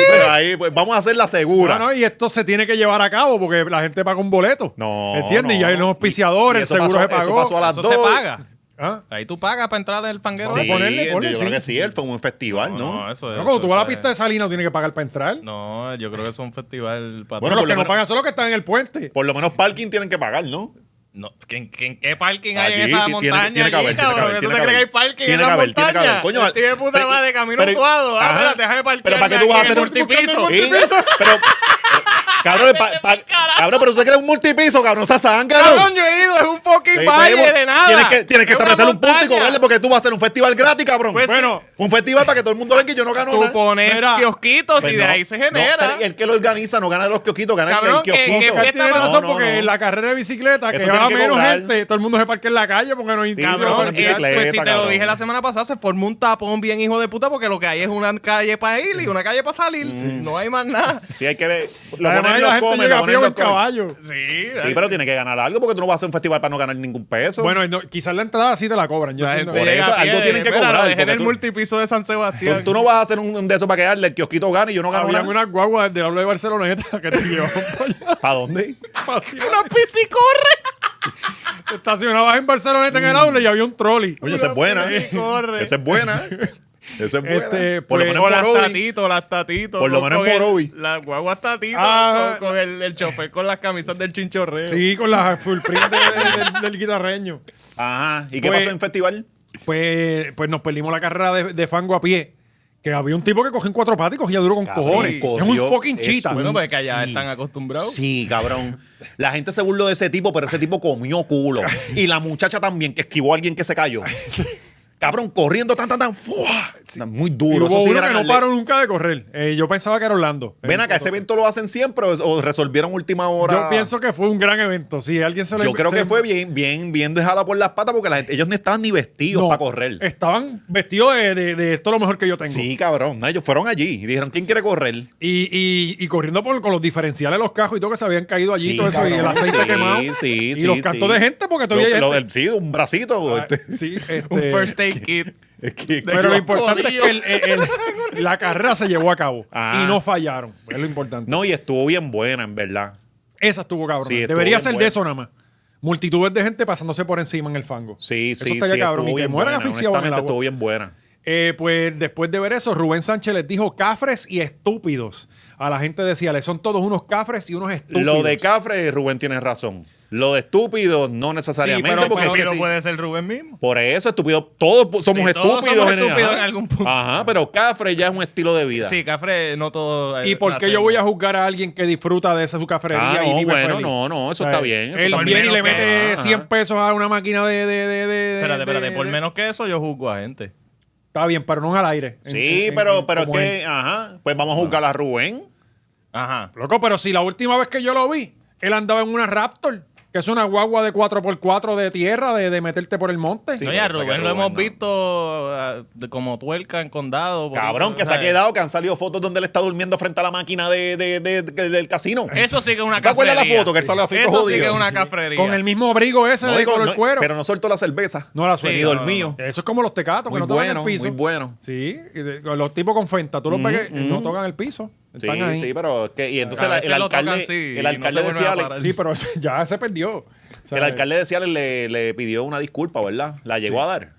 Speaker 3: Pero ahí, pues, vamos a hacerla
Speaker 4: Ah,
Speaker 3: segura.
Speaker 2: Bueno, y esto se tiene que llevar a cabo porque la gente paga un boleto.
Speaker 3: No,
Speaker 2: ¿Entiendes?
Speaker 3: no.
Speaker 2: Y hay unos auspiciadores,
Speaker 3: Y- y
Speaker 2: el
Speaker 3: eso
Speaker 2: seguro
Speaker 3: pasó-
Speaker 2: se pagó.
Speaker 3: eso pasó a las
Speaker 4: Eso
Speaker 3: dos.
Speaker 4: se paga.
Speaker 2: Ah,
Speaker 4: Ahí tú pagas para entrar al fanguero.
Speaker 3: Sí,
Speaker 2: Vamos a ponerle, ponle,
Speaker 3: yo creo
Speaker 2: sí.
Speaker 3: que sí, él fue un festival, ¿no?
Speaker 4: eso
Speaker 2: no,
Speaker 4: es.
Speaker 2: cuando tú vas a la pista de Salinas, tienes que pagar para entrar.
Speaker 4: No, yo creo que es un festival para
Speaker 2: Bueno,
Speaker 3: Bueno,
Speaker 2: los
Speaker 3: por
Speaker 2: que
Speaker 3: lo
Speaker 2: no
Speaker 3: menos-
Speaker 2: pagan son los que están en el puente.
Speaker 3: Por lo menos parking tienen que pagar, ¿no?
Speaker 4: No, ¿qué, qué, qué parking hay en
Speaker 3: Allí,
Speaker 4: esa
Speaker 3: tiene-
Speaker 4: montaña?
Speaker 3: tiene que
Speaker 4: allí,
Speaker 3: haber, tiene que
Speaker 4: cabrón?
Speaker 3: haber,
Speaker 4: ¿Tú
Speaker 3: tiene que
Speaker 4: te crees que hay
Speaker 3: haber.
Speaker 4: parking
Speaker 3: Tiene
Speaker 4: en
Speaker 3: que
Speaker 4: la
Speaker 3: haber, tiene que
Speaker 4: montaña?
Speaker 3: haber. Coño,
Speaker 4: Este de puta
Speaker 3: pero-
Speaker 4: madre, camino
Speaker 3: pero-
Speaker 4: actuado.
Speaker 3: ajá.
Speaker 4: Ah, mira, déjame parquear
Speaker 3: Pero ¿para qué tú vas
Speaker 4: aquí
Speaker 3: a
Speaker 4: en el
Speaker 3: hacer-
Speaker 4: multipiso?
Speaker 3: Sí, Pero, cabrón, pa- pa- cabrón, pero usted quiere un multipiso, cabrón, esa zángano.
Speaker 4: Cabrón, yo he ido, es un fucking
Speaker 3: Sí,
Speaker 4: valle
Speaker 3: tenemos-
Speaker 4: de nada.
Speaker 3: Tienes que, tienes que
Speaker 4: Es una
Speaker 3: establecer un punto y
Speaker 4: montaña.
Speaker 3: cobrarle porque tú vas a hacer un festival gratis, cabrón.
Speaker 4: Pues sí.
Speaker 2: Bueno.
Speaker 3: un festival para que todo el mundo venga y yo no gano
Speaker 4: Tú
Speaker 3: nada.
Speaker 4: pones
Speaker 2: Mira,
Speaker 4: kiosquitos
Speaker 3: Pues
Speaker 4: y de
Speaker 3: no,
Speaker 4: ahí se
Speaker 3: no,
Speaker 4: genera.
Speaker 3: pero el que lo organiza no gana de los kiosquitos, gana el-
Speaker 4: Cabrón,
Speaker 3: el
Speaker 4: ¿en qué
Speaker 3: kiosquito.
Speaker 4: fiesta
Speaker 2: Tiene
Speaker 4: No,
Speaker 2: razón
Speaker 3: no,
Speaker 2: porque
Speaker 3: no.
Speaker 2: en la carrera de bicicleta,
Speaker 3: Eso
Speaker 2: que va
Speaker 3: tiene que
Speaker 2: menos
Speaker 3: cobrar.
Speaker 2: gente, todo el mundo se parque en la calle porque no hay
Speaker 3: Sí,
Speaker 2: cabrón.
Speaker 3: pero son
Speaker 4: Cabrón,
Speaker 3: en
Speaker 4: es- pues si
Speaker 3: bicicleta,
Speaker 4: te lo
Speaker 3: cabrón.
Speaker 4: dije la semana pasada, se formó un tapón bien hijo de puta porque lo que hay es una calle para ir y una calle para salir. No hay más nada.
Speaker 3: Sí, hay que ver. Lo ponen
Speaker 2: Además,
Speaker 3: en
Speaker 2: la
Speaker 3: los
Speaker 2: gente
Speaker 3: comes,
Speaker 2: llega
Speaker 3: lo
Speaker 2: a
Speaker 3: ponen
Speaker 2: pie
Speaker 3: en
Speaker 2: o
Speaker 3: los
Speaker 2: en
Speaker 3: comes.
Speaker 2: caballo.
Speaker 4: Sí,
Speaker 3: Sí, pero tiene que ganar algo porque tú no vas a hacer un festival para no ganar ningún peso.
Speaker 2: Bueno, y no- quizás la entrada sí te la cobran. Yo
Speaker 4: la
Speaker 2: entiendo.
Speaker 4: gente
Speaker 3: Por
Speaker 4: llega
Speaker 3: eso,
Speaker 4: a pie
Speaker 3: algo
Speaker 4: de-
Speaker 3: tienen que
Speaker 4: Mira, lo
Speaker 3: cobrar,
Speaker 4: dejé en
Speaker 3: porque
Speaker 4: el
Speaker 3: tú-
Speaker 4: multipiso de San
Speaker 3: tú,
Speaker 4: Sebastián.
Speaker 3: tú no vas a hacer un, un de esos para quedarle, el kiosquito gana y yo no gano
Speaker 2: Habían
Speaker 3: nada.
Speaker 2: unas guaguas del habla de Barceloneta que te llevaban por allá.
Speaker 3: ¿Para dónde?
Speaker 4: ¡Una piscicorre!
Speaker 2: Te Estacionabas en Barceloneta en el aula y había un trolley.
Speaker 3: Oye, esa es buena. ¿eh?
Speaker 4: Sí, corre.
Speaker 3: Esa es buena. ¿eh? Esa es buena.
Speaker 2: Este,
Speaker 3: por lo
Speaker 2: pues,
Speaker 3: menos
Speaker 4: O
Speaker 3: en
Speaker 4: las
Speaker 3: Morovi.
Speaker 4: tatitos, las tatitos.
Speaker 3: Por lo
Speaker 4: con-
Speaker 3: menos en
Speaker 4: con el-
Speaker 3: Morovi.
Speaker 4: Las guaguas tatitos
Speaker 2: Ah.
Speaker 4: con, con el, el chofer con las camisas del chinchorreo.
Speaker 2: Sí, con la full print de- de- del- del guitarreño.
Speaker 3: Ajá. ¿Y qué
Speaker 2: Pues-
Speaker 3: pasó en festival?
Speaker 2: Pues, pues nos perdimos la carrera de, de fango a pie. Que había un tipo que cogió en cuatro patas y cogía duro con cojones. es un
Speaker 3: corrió,
Speaker 2: fucking
Speaker 3: es
Speaker 2: chita.
Speaker 4: Bueno, porque allá
Speaker 3: Sí.
Speaker 4: están acostumbrados.
Speaker 3: Sí, cabrón. La gente se burló de ese tipo, pero ese tipo comió culo. Y la muchacha también, que esquivó a alguien que se cayó. cabrón, corriendo tan, tan, tan, ¡fua! Muy
Speaker 2: Y
Speaker 3: duro.
Speaker 2: hubo
Speaker 3: Eso sí
Speaker 2: uno
Speaker 3: era
Speaker 2: que no
Speaker 3: darle-
Speaker 2: paró nunca de correr. Eh, yo pensaba que era Orlando. Eh,
Speaker 3: Ven acá, ese evento lo hacen siempre o, o resolvieron última hora.
Speaker 2: Yo pienso que fue un gran evento. Sí, alguien se lo
Speaker 3: Yo creo
Speaker 2: se-
Speaker 3: que fue bien, bien, bien dejada por las patas porque la gente- ellos no estaban ni vestidos
Speaker 2: No,
Speaker 3: para correr.
Speaker 2: Estaban vestidos de, de- de esto lo mejor que yo tengo.
Speaker 3: Sí, cabrón. No, ellos fueron allí y dijeron, ¿quién quiere correr?
Speaker 2: Y, y- y corriendo por, con los diferenciales de los cajos y todo que se habían caído allí,
Speaker 3: Sí,
Speaker 2: todo eso, y el
Speaker 3: cabrón,
Speaker 2: aceite
Speaker 3: sí,
Speaker 2: quemado.
Speaker 3: sí,
Speaker 2: y
Speaker 3: sí,
Speaker 2: los
Speaker 3: sí.
Speaker 2: cantos de gente, porque todavía
Speaker 3: Lo-
Speaker 2: hay
Speaker 3: lo-
Speaker 2: gente.
Speaker 3: sí, un bracito.
Speaker 2: Ah,
Speaker 3: este.
Speaker 2: sí, este,
Speaker 4: Un first aid kit.
Speaker 3: Es que-
Speaker 2: Pero lo
Speaker 4: Dios,
Speaker 2: importante es
Speaker 4: jodido.
Speaker 2: que el- el- el- la carrera se llevó a cabo
Speaker 3: Ah.
Speaker 2: y no fallaron. Es lo importante.
Speaker 3: no, y estuvo bien buena, en verdad.
Speaker 2: Esa estuvo cabrón.
Speaker 3: Sí, estuvo
Speaker 2: Debería
Speaker 3: bien
Speaker 2: ser
Speaker 3: buena.
Speaker 2: de eso nada más. Multitudes de gente pasándose por encima en el fango.
Speaker 3: Sí,
Speaker 2: Eso
Speaker 3: sí,
Speaker 2: estaría
Speaker 3: sí.
Speaker 2: cabrón. Y
Speaker 3: estuvo
Speaker 2: que
Speaker 3: bien
Speaker 2: mueran
Speaker 3: buena.
Speaker 2: asfixiados en el
Speaker 3: Honestamente,
Speaker 2: agua.
Speaker 3: estuvo bien buena.
Speaker 2: Eh, pues después de ver eso, Rubén Sánchez les dijo cafres y estúpidos. A la gente decía, le son todos unos cafres y unos estúpidos.
Speaker 3: Lo de Cafre, Rubén tiene razón. Lo de estúpido, no necesariamente.
Speaker 4: Pero
Speaker 3: porque es que
Speaker 4: pero
Speaker 3: sí.
Speaker 4: puede ser Rubén mismo.
Speaker 3: Por eso, estúpido. Todos pu- somos
Speaker 4: Sí, todos
Speaker 3: estúpidos.
Speaker 4: somos
Speaker 3: el-
Speaker 4: estúpidos
Speaker 3: ajá.
Speaker 4: en algún punto.
Speaker 3: Ajá, pero Cafre ya es un estilo de vida.
Speaker 4: Sí, Cafre, no todo. eh,
Speaker 2: ¿Y por qué yo
Speaker 4: hacemos.
Speaker 2: voy a juzgar a alguien que disfruta de esa su cafrería?
Speaker 3: Ah,
Speaker 2: y
Speaker 3: no,
Speaker 2: vive
Speaker 3: bueno,
Speaker 2: feliz?
Speaker 3: no, no, eso
Speaker 2: O sea,
Speaker 3: está bien, eso
Speaker 2: él
Speaker 3: está
Speaker 2: viene y
Speaker 4: bien,
Speaker 2: le
Speaker 4: ok.
Speaker 2: mete
Speaker 3: Ajá.
Speaker 2: 100 pesos a una máquina de... de, de, de-
Speaker 4: Espérate,
Speaker 2: de-
Speaker 4: espérate. Por
Speaker 2: de-
Speaker 4: menos que eso, yo juzgo a gente.
Speaker 2: Está bien, pero no al aire. En-
Speaker 3: Sí,
Speaker 2: en- en-
Speaker 3: pero, pero es
Speaker 2: como
Speaker 3: que, ajá, pues vamos a juzgar a Rubén.
Speaker 4: Ajá.
Speaker 2: Loco, pero si la última vez que yo lo vi, él andaba en una Raptor, que es una guagua de 4x4 de tierra, de, de meterte por el monte.
Speaker 3: Sí,
Speaker 4: No,
Speaker 3: pero
Speaker 4: y a
Speaker 3: saca
Speaker 4: Rubén lo
Speaker 3: Rubén,
Speaker 4: hemos
Speaker 3: no.
Speaker 4: visto ah, de- como tuerca en condado. por-
Speaker 3: Cabrón, que se ha
Speaker 4: ¿sabes?
Speaker 3: quedado, que han salido fotos donde él está durmiendo frente a la máquina de, de- de- de- del casino.
Speaker 4: Eso sí que es una
Speaker 3: ¿Te acuerdas
Speaker 4: cafrería.
Speaker 3: la foto que él sale así
Speaker 4: Eso
Speaker 3: todo
Speaker 4: sí que
Speaker 3: jodido?
Speaker 4: es una cafrería.
Speaker 2: Con el mismo abrigo ese
Speaker 3: No
Speaker 2: de
Speaker 3: digo,
Speaker 2: color
Speaker 3: no,
Speaker 2: cuero.
Speaker 3: Pero no soltó la cerveza.
Speaker 2: No la
Speaker 3: Ni
Speaker 2: suelta.
Speaker 4: no,
Speaker 3: dormido.
Speaker 2: Eso es como los tecatos que
Speaker 3: Muy
Speaker 2: no tocan
Speaker 3: bueno,
Speaker 2: el piso.
Speaker 3: muy bueno. Mm-hmm.
Speaker 2: Sí, y de- los tipos con Fenta, tú los ves que no tocan el piso.
Speaker 3: Sí,
Speaker 2: Están ahí.
Speaker 3: sí,
Speaker 2: Sí,
Speaker 3: pero es que, y entonces
Speaker 4: A
Speaker 3: la-
Speaker 4: veces
Speaker 3: el
Speaker 4: lo tocan,
Speaker 3: alcalde,
Speaker 4: sí, y
Speaker 3: el
Speaker 4: no
Speaker 3: alcalde
Speaker 4: se vuelven a
Speaker 3: decía,
Speaker 4: parar.
Speaker 3: le-
Speaker 2: pero eso ya se perdió. O sea,
Speaker 3: el alcalde de Seattle le, le pidió una disculpa, ¿verdad? La llegó a dar.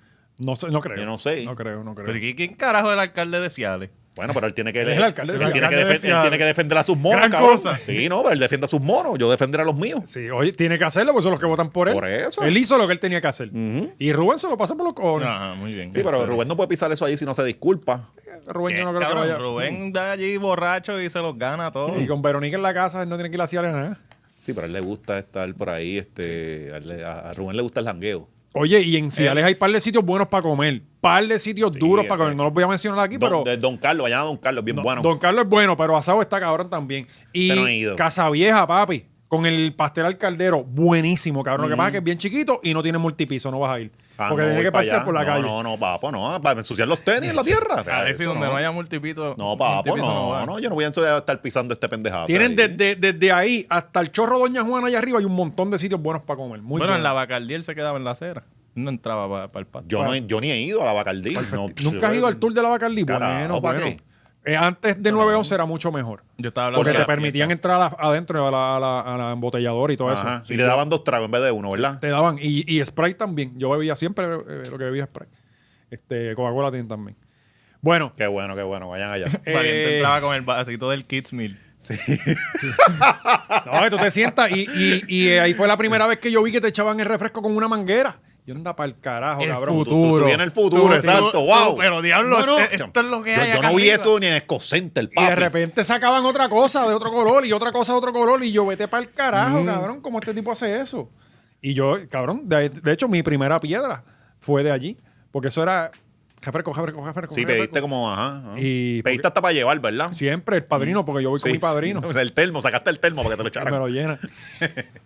Speaker 2: No, sé- no creo.
Speaker 3: Yo no sé.
Speaker 2: No creo, no creo.
Speaker 4: Pero ¿y ¿Quién carajo es el alcalde de Ciales?
Speaker 3: Bueno, pero él tiene que,
Speaker 2: Es el alcalde de
Speaker 3: él tiene
Speaker 2: Seattle.
Speaker 3: que, defen- él
Speaker 4: Seattle.
Speaker 3: tiene que defender a sus monos,
Speaker 4: Gran
Speaker 3: cabrón.
Speaker 4: cosa.
Speaker 3: Sí, no, pero él defiende a sus monos. Yo defenderé a los míos.
Speaker 2: Sí, oye, tiene que hacerlo porque son los que votan por él.
Speaker 3: Por eso. Mm-hmm.
Speaker 2: Él hizo lo que él tenía que hacer. Y Rubén se lo pasa por los cojones.
Speaker 4: Ajá, Ah, muy bien. Este, eh,
Speaker 3: Sí, pero Este, Rubén no puede pisar eso ahí si no se disculpa.
Speaker 2: Rubén yo no
Speaker 4: Cabrón,
Speaker 2: creo que vaya.
Speaker 4: Rubén da allí borracho y se los gana a todos.
Speaker 2: Y con Verónica en la casa, él no tiene que ir a Ciales
Speaker 3: ¿eh?
Speaker 2: nada.
Speaker 3: Sí, pero a él le gusta estar por ahí. Este, a él le- a, a Rubén le gusta el jangueo.
Speaker 2: Oye, y en Ciales hay par de sitios buenos para comer. Par de sitios duros para
Speaker 3: eh,
Speaker 2: comer. No los voy a mencionar aquí, pero.
Speaker 3: Don, de- don Carlos, allá Don Carlos, bien bueno.
Speaker 2: Don Carlos es bueno, pero asado está cabrón también. Y
Speaker 3: Se nos ha ido.
Speaker 2: Casavieja, papi, con el pastel al caldero, buenísimo, cabrón. Lo que pasa es que es bien chiquito y no tiene multipiso, no vas a ir.
Speaker 3: Mm. Ah,
Speaker 2: porque
Speaker 3: no,
Speaker 2: tiene
Speaker 3: voy
Speaker 2: que
Speaker 3: pa'
Speaker 2: partir
Speaker 3: allá.
Speaker 2: por la
Speaker 3: no,
Speaker 2: calle.
Speaker 3: No, no, papo, no. Para ensuciar los tenis en la tierra.
Speaker 4: a ver si
Speaker 3: Eso
Speaker 4: donde
Speaker 3: no.
Speaker 4: no haya multipito.
Speaker 3: No, papo,
Speaker 4: multipiso
Speaker 3: no,
Speaker 4: va.
Speaker 3: no, yo no voy a estar pisando este pendejado.
Speaker 2: Tienen
Speaker 3: ahí.
Speaker 2: desde, desde ahí hasta el chorro Doña Juana allá arriba hay un montón de sitios buenos para comer. Muy
Speaker 4: bueno, en la
Speaker 2: buenos.
Speaker 4: Bacardí él se quedaba en la acera. No entraba para el patio.
Speaker 3: Yo, no he- yo ni he ido a la Bacardí. no,
Speaker 2: ¿Nunca has ido al tour de la Bacardi?
Speaker 3: Carajo,
Speaker 2: Bueno,
Speaker 3: ¿pa'
Speaker 2: bueno.
Speaker 3: qué?
Speaker 2: Eh, antes de 9-11 era mucho mejor.
Speaker 4: Yo estaba hablando
Speaker 2: Porque
Speaker 4: de
Speaker 2: te
Speaker 4: la
Speaker 2: permitían
Speaker 4: fiesta.
Speaker 2: entrar a la- adentro a la, a la- a la embotelladora y todo
Speaker 3: Ajá,
Speaker 2: eso.
Speaker 3: Y te daban dos tragos en vez de uno, ¿verdad?
Speaker 2: Te daban. Y, y Sprite también. Yo bebía siempre eh, lo que bebía Sprite. Este, Coca-Cola tienen también. Bueno,
Speaker 3: Qué bueno, qué bueno. Vayan allá.
Speaker 4: Valiente
Speaker 2: eh,
Speaker 4: entraba con el vasito del Kids Meal.
Speaker 2: no, que tú te sientas y, y- y, eh, ahí fue la primera vez que yo vi que te echaban el refresco con una manguera. Yo andaba para el carajo,
Speaker 4: El
Speaker 2: cabrón.
Speaker 3: Tú- tú- tú vienes el futuro,
Speaker 4: Tú-
Speaker 3: exacto.
Speaker 4: tú-
Speaker 3: wow.
Speaker 4: tú- Pero diablo,
Speaker 2: No, no.
Speaker 4: este- esto es lo que
Speaker 3: yo,
Speaker 4: hay
Speaker 3: yo
Speaker 4: acá
Speaker 3: no vi
Speaker 4: arriba.
Speaker 3: esto ni en Escocente, el
Speaker 2: Y
Speaker 3: papi.
Speaker 2: de repente sacaban otra cosa de otro color y otra cosa de otro color. Y yo vete para el carajo, cabrón. ¿Cómo este tipo hace eso? Y yo, cabrón, de, de hecho, mi primera piedra fue de allí. Porque eso era. Refresco, refresco, refresco.
Speaker 3: sí,
Speaker 2: refresco.
Speaker 3: pediste como, ajá. ajá.
Speaker 2: Y-
Speaker 3: pediste hasta para llevar, ¿verdad?
Speaker 2: Siempre el padrino, porque yo voy con
Speaker 3: Sí,
Speaker 2: mi padrino.
Speaker 3: sí. El termo, sacaste el termo para
Speaker 2: Y
Speaker 3: que te lo
Speaker 2: me
Speaker 3: echaran.
Speaker 2: lo llena.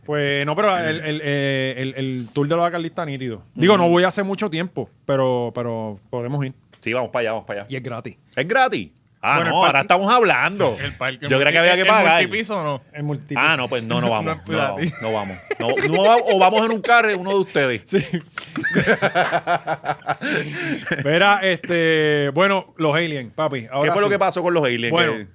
Speaker 2: Pues no, pero el, el, eh, el- el tour de la Bacardi está nítido. Digo, no voy hace mucho tiempo, pero, pero podemos ir.
Speaker 3: Sí, vamos para allá, vamos para allá.
Speaker 2: Y es gratis.
Speaker 3: ¿Es gratis? Ah,
Speaker 2: Bueno, el
Speaker 3: no,
Speaker 2: parque-
Speaker 3: ahora estamos hablando.
Speaker 4: El parque
Speaker 3: Yo creía que
Speaker 4: multi-
Speaker 3: había que
Speaker 4: el
Speaker 3: pagar.
Speaker 4: multipiso no.
Speaker 2: El multitud.
Speaker 3: Ah, no, pues no, no
Speaker 4: No
Speaker 3: vamos.
Speaker 4: es
Speaker 3: No, vamos,
Speaker 4: gratis.
Speaker 3: no vamos. No, no va- o vamos en un carro, uno de ustedes.
Speaker 2: Verá, este. Bueno, los aliens, papi.
Speaker 3: ¿Qué
Speaker 2: ahora
Speaker 3: fue lo
Speaker 2: sí.
Speaker 3: que pasó con los aliens?
Speaker 2: Bueno.
Speaker 3: Que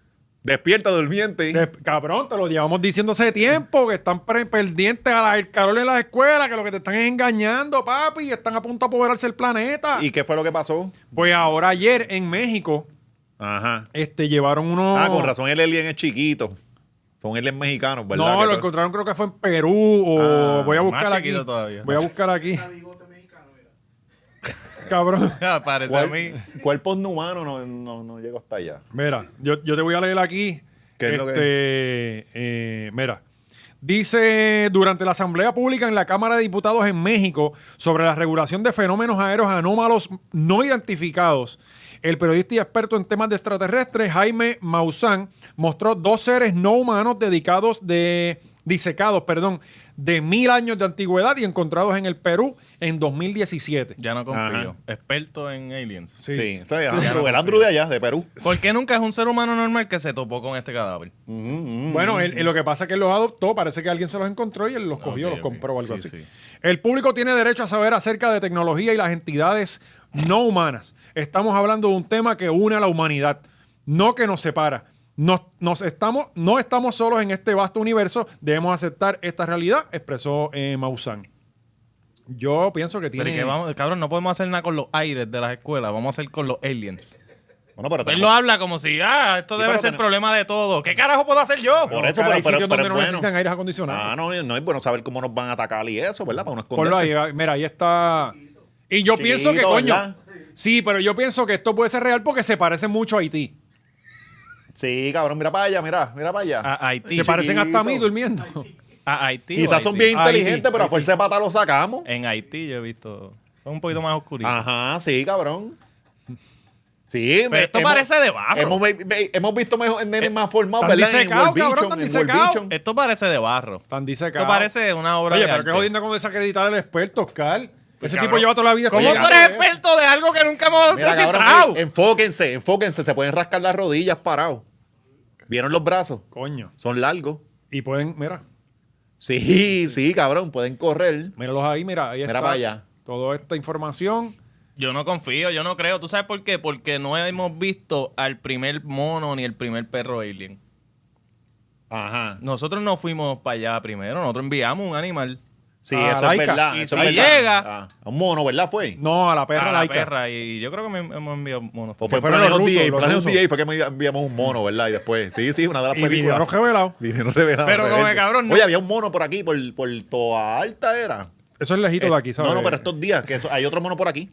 Speaker 3: Despierta, durmiente.
Speaker 2: Te- cabrón, te lo llevamos diciendo hace tiempo que están pre- pendientes a la- al calor en las escuelas, que lo que te están es engañando, papi, y están a punto de apoderarse el planeta.
Speaker 3: ¿Y qué fue lo que pasó?
Speaker 2: Pues ahora ayer en México,
Speaker 3: Ajá.
Speaker 2: este, llevaron unos.
Speaker 3: Ah, con razón el alien es chiquito. Son aliens mexicanos, ¿verdad?
Speaker 2: No,
Speaker 3: Que
Speaker 2: lo
Speaker 3: to-
Speaker 2: encontraron creo que fue en Perú o
Speaker 3: Ah,
Speaker 2: voy a buscar
Speaker 4: más
Speaker 2: aquí.
Speaker 4: chiquito todavía.
Speaker 2: Voy a buscar aquí. Cabrón.
Speaker 4: Ah, Parece a mí.
Speaker 3: ¿Cuál, cuerpo no humano no, no, no llegó hasta allá.
Speaker 2: Mira, yo, yo te voy a leer aquí.
Speaker 3: ¿Qué es lo
Speaker 2: este, eh, mira, Dice, durante la asamblea pública en la Cámara de Diputados en México sobre la regulación de fenómenos aéreos anómalos no identificados, el periodista y experto en temas de extraterrestres Jaime Maussan mostró dos seres no humanos dedicados de disecados, perdón, de mil años de antigüedad y encontrados en el Perú en 2017.
Speaker 4: Ya no confío.
Speaker 3: Ajá.
Speaker 4: Experto en aliens.
Speaker 3: Sí, ese es Andrew, el Andrew de allá, de Perú.
Speaker 4: ¿Por qué nunca es un ser humano normal que se topó con este cadáver?
Speaker 2: Bueno, él- él lo que pasa es que él los adoptó, parece que alguien se los encontró y él los cogió,
Speaker 4: Ok,
Speaker 2: los
Speaker 4: ok.
Speaker 2: compró o algo
Speaker 4: Sí,
Speaker 2: así.
Speaker 4: sí.
Speaker 2: El público tiene derecho a saber acerca de tecnología y las entidades no humanas. Estamos hablando de un tema que une a la humanidad, no que nos separa. Nos, nos estamos, no estamos solos en este vasto universo, debemos aceptar esta realidad, expresó eh, Maussan. Yo pienso que tiene...
Speaker 4: Pero ¿y qué vamos, cabrón, no podemos hacer nada con los aires de las escuelas, vamos a hacer con los aliens.
Speaker 3: Bueno, pero tenemos-
Speaker 4: Él Pues lo habla como si, ah, esto
Speaker 3: Sí,
Speaker 4: debe
Speaker 3: pero
Speaker 4: ser
Speaker 3: tenemos-
Speaker 4: problema de todo. ¿Qué carajo puedo hacer yo?
Speaker 2: Cara,
Speaker 3: Por eso, pero,
Speaker 2: hay
Speaker 3: pero,
Speaker 2: sitios
Speaker 3: pero
Speaker 2: donde no
Speaker 3: es bueno.
Speaker 2: necesitan aires acondicionados.
Speaker 3: Ah, no, no es bueno saber cómo nos van a atacar y eso, ¿verdad? Para uno esconderse.
Speaker 2: Ponlo ahí, ahí, mira, ahí está. Y yo
Speaker 3: Chiquito,
Speaker 2: pienso que, coño.
Speaker 3: ¿verdad?
Speaker 2: Sí, pero yo pienso que esto puede ser real porque se parece mucho a Haití.
Speaker 3: Sí, cabrón, mira para allá, mira, mira para allá.
Speaker 4: A Haití.
Speaker 2: se parecen hasta a mí
Speaker 3: chiquito.
Speaker 2: durmiendo.
Speaker 4: A Haití. o
Speaker 3: Quizás son
Speaker 4: Haití.
Speaker 3: bien
Speaker 2: Haití,
Speaker 3: inteligentes, pero a
Speaker 2: Haití.
Speaker 3: fuerza de pata lo sacamos.
Speaker 4: En Haití yo he visto. Son un poquito más oscurito.
Speaker 3: Ajá, sí, cabrón. Sí,
Speaker 4: Pero esto parece de barro.
Speaker 3: Hemos, ve- ve- hemos visto mejor nenes más formados,
Speaker 2: Eh, están
Speaker 3: ¿verdad? En
Speaker 2: disecados, cabrón, están
Speaker 3: Wolverhampton, en
Speaker 2: disecados.
Speaker 3: Wolverhampton.
Speaker 4: Esto parece de barro.
Speaker 2: Tan dice
Speaker 4: Esto parece una obra
Speaker 2: Oye,
Speaker 4: de
Speaker 2: pero qué
Speaker 4: arte.
Speaker 2: jodiendo con desacreditar al experto, Oscar.
Speaker 3: Pues,
Speaker 2: Ese
Speaker 4: cabrón.
Speaker 2: tipo lleva toda la vida.
Speaker 4: ¿Cómo tú
Speaker 2: estudiando,
Speaker 4: eres
Speaker 2: eh.
Speaker 4: experto de algo que nunca hemos
Speaker 3: Mira, cabrón, eh,
Speaker 4: descifrado?
Speaker 3: enfóquense, enfóquense. Se pueden rascar las rodillas parados. ¿Vieron los brazos?
Speaker 2: Coño.
Speaker 3: Son largos.
Speaker 2: Y pueden, mira,
Speaker 3: Sí, sí, cabrón, pueden correr.
Speaker 2: míralos ahí, mira, ahí está.
Speaker 3: para allá.
Speaker 2: Toda esta información.
Speaker 4: Yo no confío, yo no creo. ¿Tú sabes por qué? Porque no hemos visto al primer mono ni el primer perro alien.
Speaker 3: Ajá.
Speaker 4: Nosotros no fuimos para allá primero, nosotros enviamos un animal.
Speaker 3: Sí,
Speaker 2: A
Speaker 3: eso es
Speaker 2: Laika.
Speaker 3: verdad.
Speaker 4: Y
Speaker 3: eso
Speaker 4: si
Speaker 3: es verdad.
Speaker 4: llega-
Speaker 3: Ah, un mono, ¿verdad? Fue.
Speaker 2: No, a la perra
Speaker 4: a la
Speaker 2: laica.
Speaker 4: perra y yo creo que me hemos enviado monos.
Speaker 3: O fue
Speaker 2: fueron los
Speaker 3: Planet of
Speaker 2: rusos,
Speaker 3: DA.
Speaker 2: los
Speaker 3: Planet of
Speaker 2: rusos.
Speaker 3: DA fue que me enviamos un mono, ¿verdad? Y después, sí, sí, una de las
Speaker 2: Y vinieron
Speaker 3: películas.
Speaker 2: revelados.
Speaker 3: Vinieron revelados.
Speaker 4: Pero como
Speaker 3: rebeldes.
Speaker 4: que, cabrón, no.
Speaker 3: Oye, había un mono por aquí, por, por Toa Alta era.
Speaker 2: Eso es lejito de aquí, ¿sabes?
Speaker 3: Eh, No, no, pero estos días, que eso- hay otro mono por aquí.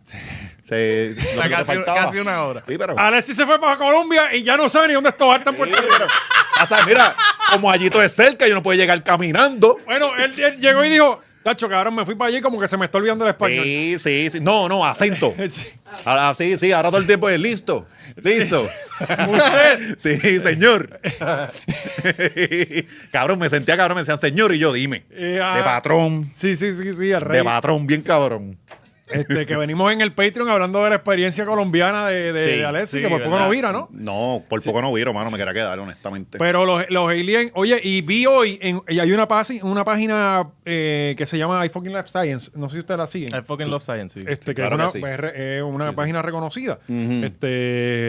Speaker 3: Se, lo que te
Speaker 4: casi-
Speaker 3: faltaba.
Speaker 4: casi una hora.
Speaker 3: Sí, pero.
Speaker 2: Alexis se fue para Colombia y ya no sabe ni dónde está Barta en
Speaker 3: sí,
Speaker 2: Puerto Rico.
Speaker 3: pero- o sea, mira, como allí todo es cerca, yo no puedo llegar caminando.
Speaker 2: Bueno, él, él llegó y dijo, Tacho, cabrón, me fui para allí como que se me está olvidando el español.
Speaker 3: Sí, sí, sí. No, no, acento.
Speaker 2: Sí.
Speaker 3: Ahora, sí, sí, ahora todo el tiempo es listo. Listo. sí, señor. cabrón, me sentía cabrón, me decían señor y yo dime.
Speaker 2: Eh,
Speaker 3: De
Speaker 2: ah.
Speaker 3: patrón.
Speaker 2: Sí, sí, sí, sí, el rey.
Speaker 3: De patrón, bien cabrón.
Speaker 2: Este, que venimos en el Patreon hablando de la experiencia colombiana de, de,
Speaker 3: Sí,
Speaker 2: de Alexis,
Speaker 4: sí,
Speaker 2: que por poco no
Speaker 4: ¿verdad?
Speaker 2: vira, ¿no? Pues,
Speaker 3: No, por poco no viro, mano, me quería quedar, honestamente.
Speaker 2: Pero los, los aliens, oye, y vi hoy, en, y hay una, pasi- una página eh, que se llama I Fucking Life Science, no sé si ustedes la siguen.
Speaker 4: I fucking love science, sí.
Speaker 2: Este, que
Speaker 3: claro
Speaker 2: es una,
Speaker 3: que sí.
Speaker 2: pues, re- eh, una
Speaker 4: Sí, sí.
Speaker 2: página reconocida. este,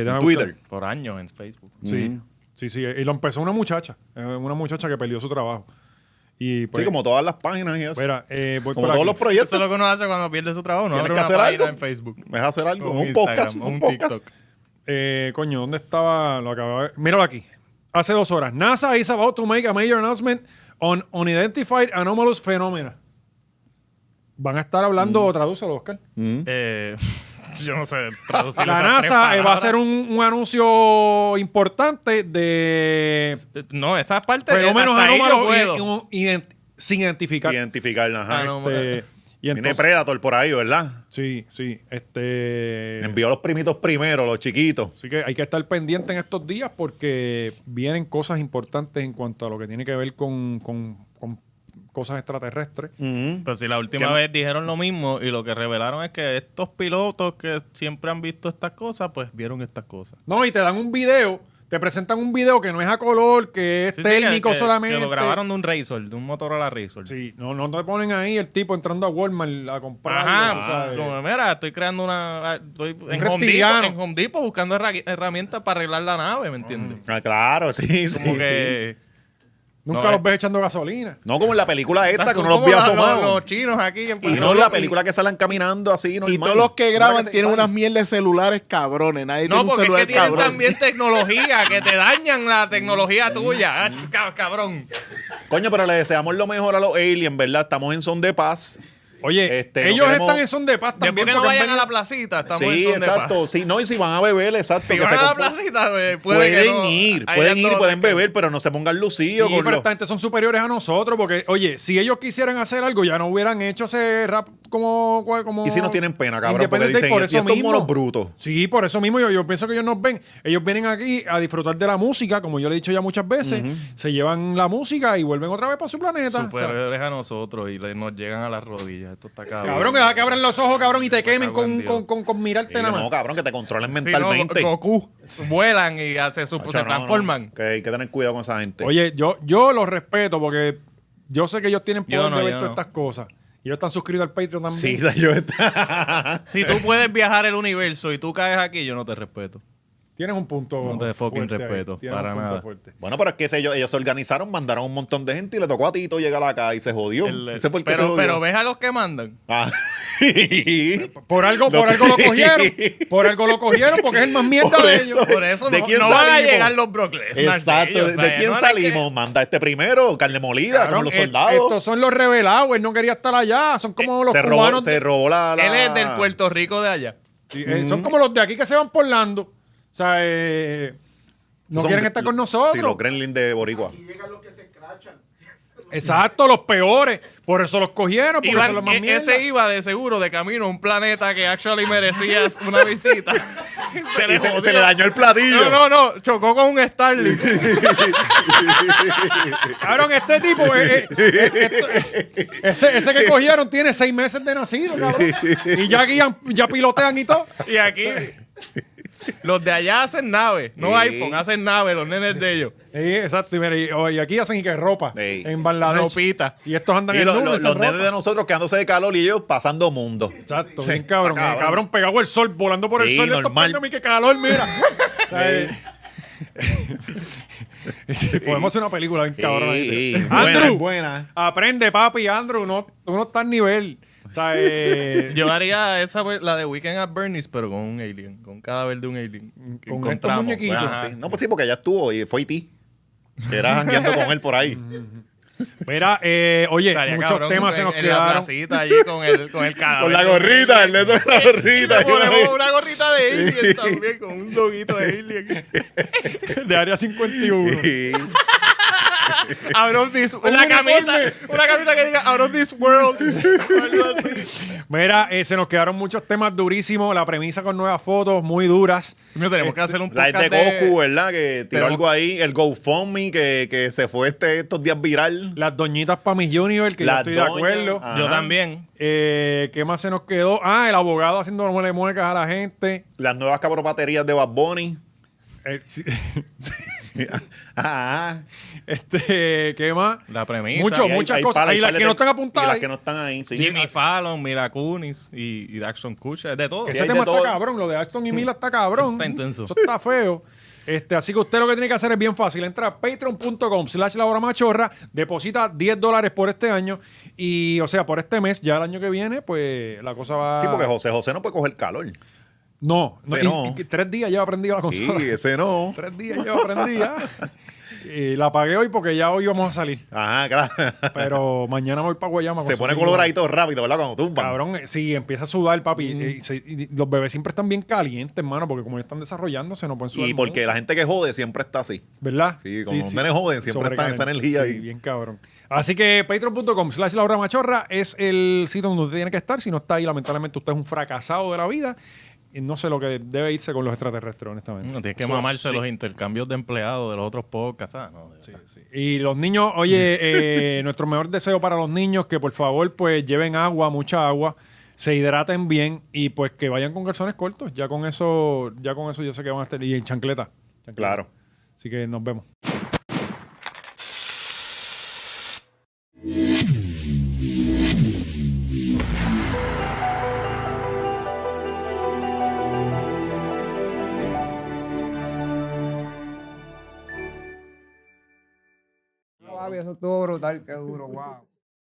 Speaker 2: déjame
Speaker 3: Twitter.
Speaker 2: buscar.
Speaker 4: Por años en Facebook.
Speaker 2: Sí, sí, sí. Y lo empezó una muchacha, eh, una muchacha que perdió su trabajo. Y pues,
Speaker 3: Sí, como todas las páginas y eso.
Speaker 2: espera, eh, voy
Speaker 3: como
Speaker 2: por
Speaker 3: todos
Speaker 2: aquí.
Speaker 3: los
Speaker 4: Eso es
Speaker 3: proyectos.
Speaker 4: lo que uno hace cuando pierde su trabajo, no
Speaker 3: Tienes
Speaker 4: abre
Speaker 3: que
Speaker 4: una
Speaker 3: hacer
Speaker 4: página
Speaker 3: algo.
Speaker 4: en Facebook.
Speaker 3: Me deja hacer algo.
Speaker 4: O
Speaker 3: Un,
Speaker 4: Instagram,
Speaker 3: podcast.
Speaker 4: o
Speaker 3: Un,
Speaker 4: un
Speaker 3: podcast.
Speaker 4: TikTok.
Speaker 2: Eh, coño, ¿dónde estaba? Lo acababa de- Míralo aquí. Hace dos horas. NASA is about to make a major announcement on unidentified anomalous phenomena. Van a estar
Speaker 4: Mm.
Speaker 2: hablando, tradúcelo, Oscar.
Speaker 3: Mm.
Speaker 4: Eh, yo no sé traducir
Speaker 2: La
Speaker 4: esas tres
Speaker 2: NASA eh, va a
Speaker 4: palabras.
Speaker 2: hacer un, un anuncio importante de
Speaker 4: Eh, No, esa parte de
Speaker 2: fenómenos
Speaker 4: hasta ahí yo
Speaker 2: anómalos
Speaker 4: puedo.
Speaker 2: y- un- ident- sin identificar.
Speaker 3: Sí, Identificar, ajá.
Speaker 4: Ah, no.
Speaker 2: Este, y
Speaker 3: Tiene
Speaker 2: entonces,
Speaker 3: Predator por ahí, ¿verdad?
Speaker 2: sí, sí. Este,
Speaker 3: Envió a los primitos primero, los chiquitos.
Speaker 2: Así que hay que estar pendiente en estos días porque vienen cosas importantes en cuanto a lo que tiene que ver con, con- con cosas extraterrestres.
Speaker 3: Mm-hmm.
Speaker 4: Pero si la última
Speaker 3: ¿Qué ma-
Speaker 4: vez dijeron lo mismo y lo que revelaron es que estos pilotos que siempre han visto estas cosas, pues vieron estas cosas.
Speaker 2: No, y te dan un video, te presentan un video que no es a color, que es
Speaker 4: Sí, sí, que-
Speaker 2: técnico
Speaker 4: que-
Speaker 2: solamente.
Speaker 4: Que lo grabaron de un Razor, de un Motorola Razor.
Speaker 2: Sí, no, no te ponen ahí el tipo entrando a Walmart a comprar.
Speaker 4: Ajá,
Speaker 2: algo,
Speaker 4: o sea,
Speaker 2: ¿sabes?
Speaker 4: como, mira, estoy creando una. ah, Estoy en Home,
Speaker 2: reptiliano.
Speaker 4: Depot, en Home Depot buscando herra- herramientas para arreglar la nave, ¿me entiendes?
Speaker 3: Ah, claro, sí, sí,
Speaker 4: Como
Speaker 3: sí.
Speaker 4: que.
Speaker 2: Nunca
Speaker 4: no,
Speaker 2: los
Speaker 4: eh.
Speaker 2: ves echando gasolina.
Speaker 3: No como en la película esta, que
Speaker 4: Tú
Speaker 3: uno los
Speaker 4: como
Speaker 3: ve
Speaker 4: los- Los,
Speaker 3: asomados.
Speaker 4: chinos aquí en
Speaker 3: Y no en la película que salen caminando así, normal.
Speaker 5: Y todos los que graban
Speaker 3: se
Speaker 5: tienen
Speaker 3: paran.
Speaker 5: unas mierdas de celulares cabrones. Nadie
Speaker 4: No,
Speaker 5: tiene un
Speaker 4: porque es
Speaker 5: celular
Speaker 4: que tienen
Speaker 5: cabrón.
Speaker 4: también tecnología que te dañan la tecnología tuya. Ah, cab- cabrón.
Speaker 3: Coño, pero le deseamos lo mejor a los aliens, ¿verdad? Estamos en son de paz.
Speaker 2: Oye, eh,
Speaker 3: Este, no
Speaker 2: ellos
Speaker 3: queremos-
Speaker 2: están en son de paz
Speaker 4: Después
Speaker 2: también.
Speaker 4: que no
Speaker 2: porque han
Speaker 4: vayan a la
Speaker 2: venido-
Speaker 4: placita, estamos en
Speaker 3: Sí,
Speaker 4: son de
Speaker 3: exacto.
Speaker 4: paz.
Speaker 3: Sí, no, y si van a beber, exacto.
Speaker 4: Si
Speaker 3: que
Speaker 4: van
Speaker 3: se
Speaker 4: a la
Speaker 3: compo-
Speaker 4: placita, eh, puede que
Speaker 3: pueden
Speaker 4: no.
Speaker 3: ir,
Speaker 4: Ahí
Speaker 3: pueden
Speaker 4: ando
Speaker 3: ir, y pueden
Speaker 4: tranquilo.
Speaker 3: beber, pero no se pongan
Speaker 2: Sí,
Speaker 3: lucidos. con
Speaker 2: pero
Speaker 3: los-
Speaker 2: esta gente son superiores a nosotros porque, oye, si ellos quisieran hacer algo, ya no hubieran hecho ese rap como... como
Speaker 3: Y si nos tienen pena, cabrón, porque
Speaker 2: Independence Day
Speaker 3: dicen, "Y estos
Speaker 2: mismo".
Speaker 3: monos brutos.
Speaker 2: Sí, por eso mismo yo, yo pienso que ellos nos ven. Ellos vienen aquí a disfrutar de la música, como yo le he dicho ya muchas veces, se llevan la música y vuelven otra vez para su planeta. ¿sabes?
Speaker 4: Superiores a nosotros y le- nos llegan a las rodillas. Esto está cabrón.
Speaker 2: Cabrón, que deja que abran los ojos, cabrón, y te quemen
Speaker 4: cago en
Speaker 2: con,
Speaker 4: Dios.
Speaker 2: con, con, con mirarte
Speaker 3: Sí,
Speaker 2: nada
Speaker 3: no,
Speaker 2: más.
Speaker 3: cabrón, que te controlen
Speaker 4: este Sí, no,
Speaker 3: mentalmente.
Speaker 4: Goku vuelan y ya se, supo-
Speaker 3: Macho,
Speaker 4: se
Speaker 3: no, no.
Speaker 4: transforman.
Speaker 3: Que hay que tener cuidado con esa gente.
Speaker 2: Oye, yo, yo los respeto porque yo sé que ellos tienen
Speaker 4: Yo
Speaker 2: poder
Speaker 4: no,
Speaker 2: de ver
Speaker 4: yo
Speaker 2: todas
Speaker 4: no.
Speaker 2: estas cosas. Y ellos están suscritos al Patreon también.
Speaker 3: Sí, yo está.
Speaker 4: Si tú puedes viajar el universo y tú caes aquí, yo no te respeto.
Speaker 2: Tienes un punto.
Speaker 4: No te fucking
Speaker 2: fuerte ahí.
Speaker 4: respeto,
Speaker 2: Tienes
Speaker 4: para
Speaker 2: un punto
Speaker 4: nada.
Speaker 2: fuerte.
Speaker 3: Bueno, pero es que ellos, ellos se organizaron, mandaron un montón de gente y le tocó a Tito llegar acá y se jodió.
Speaker 4: El-
Speaker 3: Ese fue el que se
Speaker 4: pero,
Speaker 3: jodió.
Speaker 4: pero ves a los que mandan.
Speaker 3: Ah.
Speaker 2: Por algo,
Speaker 3: Lo
Speaker 2: por algo lo
Speaker 3: que-
Speaker 2: cogieron. Por algo lo cogieron porque es el más mierda
Speaker 3: Por
Speaker 2: de
Speaker 3: eso-
Speaker 2: ellos.
Speaker 4: Por eso
Speaker 3: ¿De
Speaker 4: no,
Speaker 3: quién
Speaker 4: no van a
Speaker 3: salimos?
Speaker 4: llegar los Brock Lesnar
Speaker 3: Exacto.
Speaker 4: ellos,
Speaker 3: ¿De, de
Speaker 4: vaya,
Speaker 3: quién
Speaker 4: no era que-
Speaker 3: salimos? Manda este primero, carne molida,
Speaker 2: Cabrón,
Speaker 3: como los
Speaker 2: est-
Speaker 3: soldados.
Speaker 2: Estos son los revelados. Él no quería estar allá. Son como los
Speaker 3: se, robó,
Speaker 2: cubanos. de-
Speaker 3: se robó la, la-
Speaker 4: Él es del Puerto Rico de allá.
Speaker 2: Sí, eh, Son como los de aquí que se van porlando. O sea, eh, no
Speaker 3: Son-
Speaker 2: quieren estar con
Speaker 3: Sí,
Speaker 2: nosotros.
Speaker 3: los Gremlin de Boricua.
Speaker 2: Exacto, los peores. Por eso los cogieron, porque
Speaker 4: Iban-
Speaker 2: son los más
Speaker 4: e-
Speaker 2: mierda.
Speaker 4: ese iba de seguro de camino a un planeta que actually merecía una visita. se
Speaker 3: Y
Speaker 4: le
Speaker 3: se,
Speaker 4: jodió.
Speaker 3: se le dañó el platillo.
Speaker 4: No, no, no. Chocó con un Starling.
Speaker 2: Cabrón, este tipo, eh, eh, eh, esto- ese, ese que cogieron tiene seis meses de nacido, cabrón. Y ya guían, ya pilotean y todo.
Speaker 4: Y aquí. Los de allá hacen nave, no
Speaker 3: Sí.
Speaker 4: iPhone, hacen nave, los nenes de ellos.
Speaker 2: Sí, exacto, y, mira, y- oh, y aquí hacen y que ropa
Speaker 3: Sí.
Speaker 2: en Bangladesh.
Speaker 4: Ropita.
Speaker 2: Y estos andan
Speaker 3: Y
Speaker 2: en
Speaker 3: lo-
Speaker 2: nudo,
Speaker 3: lo-
Speaker 2: están
Speaker 3: los
Speaker 2: ropa.
Speaker 3: nenes de nosotros quedándose de calor y ellos pasando mundo.
Speaker 2: Exacto,
Speaker 3: Sí,
Speaker 2: bien cabrón.
Speaker 3: está
Speaker 2: eh, Cabrón. pegado el sol, volando por el
Speaker 3: Sí,
Speaker 2: sol. Estos
Speaker 3: normal.
Speaker 2: pandemias, que calor, mira. O sea, eh, Podemos hacer una película bien cabrón. ahí,
Speaker 3: Sí,
Speaker 2: tío.
Speaker 3: sí, buena,
Speaker 2: Andrew,
Speaker 3: buena.
Speaker 2: aprende, papi, Andrew. No, tú no estás al nivel. O sea, eh,
Speaker 4: Yo haría esa, pues, la de Weekend at Bernie's, pero con un alien, con un cadáver de un alien. que
Speaker 2: Mm, Con estos
Speaker 4: encontramos.
Speaker 2: muñequitos.
Speaker 3: Bueno,
Speaker 4: Ajá.
Speaker 3: sí. No, pues sí, porque allá estuvo y fue IT. Que era jangueando con él por ahí.
Speaker 2: Mm. mira, eh, oye,
Speaker 4: Estaría
Speaker 2: muchos
Speaker 4: cabrón, eh,
Speaker 2: temas
Speaker 4: en-
Speaker 2: se nos
Speaker 4: en La
Speaker 2: quedaron.
Speaker 4: placita allí con el, con el cadáver.
Speaker 3: Con la gorrita, el neto con la
Speaker 4: Y le
Speaker 3: gorrita.
Speaker 4: ponemos una gorrita de alien también, con un loguito de alien.
Speaker 2: De área 51.
Speaker 3: Sí.
Speaker 4: Out of this... Una
Speaker 2: uniforme.
Speaker 4: camisa, una camisa que diga Out of this world. o algo así.
Speaker 2: Mira, eh, se nos quedaron muchos temas durísimos. La premisa con nuevas fotos muy duras.
Speaker 4: Mira, tenemos que hacer un
Speaker 3: La
Speaker 4: podcast
Speaker 3: de Goku, eh. ¿verdad? Que tiró
Speaker 4: Tenemos-
Speaker 3: algo ahí. El GoFundMe que, que se fue este, estos días viral.
Speaker 2: Las doñitas para Miss Universe, que
Speaker 3: Las
Speaker 2: yo estoy de
Speaker 3: doñas,
Speaker 2: acuerdo.
Speaker 3: ah.
Speaker 4: Yo
Speaker 3: Ajá.
Speaker 4: también.
Speaker 2: Eh, ¿Qué más se nos quedó? Ah, el abogado haciendo muele muecas a la gente.
Speaker 3: Las nuevas cabropaterías de Bad Bunny.
Speaker 2: Eh, sí,
Speaker 3: Ah,
Speaker 2: este, ¿Qué más?
Speaker 4: La premisa.
Speaker 2: Mucho,
Speaker 3: y hay-
Speaker 2: muchas
Speaker 3: hay
Speaker 2: cosas.
Speaker 3: palas,
Speaker 2: Ahí
Speaker 3: hay
Speaker 2: las
Speaker 3: palas
Speaker 2: que no
Speaker 3: de-
Speaker 2: están apuntadas.
Speaker 3: Y las
Speaker 2: ahí.
Speaker 3: que no están ahí, sí.
Speaker 4: Jimmy Fallon, Mira Kunis y, y Daxon Kutcher, de todo.
Speaker 2: Que
Speaker 3: Sí,
Speaker 2: Ese
Speaker 3: hay
Speaker 2: tema
Speaker 3: de
Speaker 2: está
Speaker 3: todo.
Speaker 2: cabrón. Lo de Ashton y Mila está cabrón.
Speaker 4: Está intenso.
Speaker 2: Eso está feo. Este, así que usted lo que tiene que hacer es bien fácil. Entra a patreon.com slash la hora machorra, deposita 10 dólares por este año y, o sea, por este mes, ya el año que viene, pues la cosa va...
Speaker 3: Sí, porque José José no puede coger calor.
Speaker 2: No, no,
Speaker 3: Ese
Speaker 2: y-
Speaker 3: no.
Speaker 2: y que tres días lleva prendido la
Speaker 3: Sí,
Speaker 2: consola.
Speaker 3: ese no.
Speaker 2: Tres días lleva prendida. y la apagué hoy porque ya hoy vamos a salir.
Speaker 3: Ajá, claro.
Speaker 2: Pero mañana voy para Guayama. con
Speaker 3: Se pone
Speaker 2: Sonic Boom.
Speaker 3: coloradito rápido, ¿verdad? Cuando tumban.
Speaker 2: Cabrón, eh, sí, empieza a sudar, papi. Eh, y se- y los bebés siempre están bien calientes, hermano, porque como ya están desarrollándose, no pueden sudar.
Speaker 3: Y porque la gente que jode siempre está así.
Speaker 2: mucho, ¿Verdad?
Speaker 3: Sí, como los nenes joden, siempre están en esa
Speaker 2: Sobrecalent-
Speaker 3: energía
Speaker 2: sí,
Speaker 3: ahí.
Speaker 2: bien cabrón. Así que patreon.com slash Laura Machorra es el sitio donde usted tiene que estar. Si no está ahí, lamentablemente usted es un fracasado de la vida. Y no sé lo que debe irse con los extraterrestres, honestamente.
Speaker 4: No, tienes que
Speaker 2: Eso
Speaker 4: mamarse
Speaker 2: sí.
Speaker 4: los intercambios de empleados de los otros podcasts. ah, no, de verdad.
Speaker 2: Y los niños, oye, eh, nuestro mejor deseo para los niños que por favor pues lleven agua, mucha agua, se hidraten bien y pues que vayan con calzones cortos. Ya con eso, ya con eso yo sé que van a estar y en chancleta. chancleta.
Speaker 3: Claro.
Speaker 2: Así que nos vemos.
Speaker 9: Eso estuvo brutal, qué duro, wow.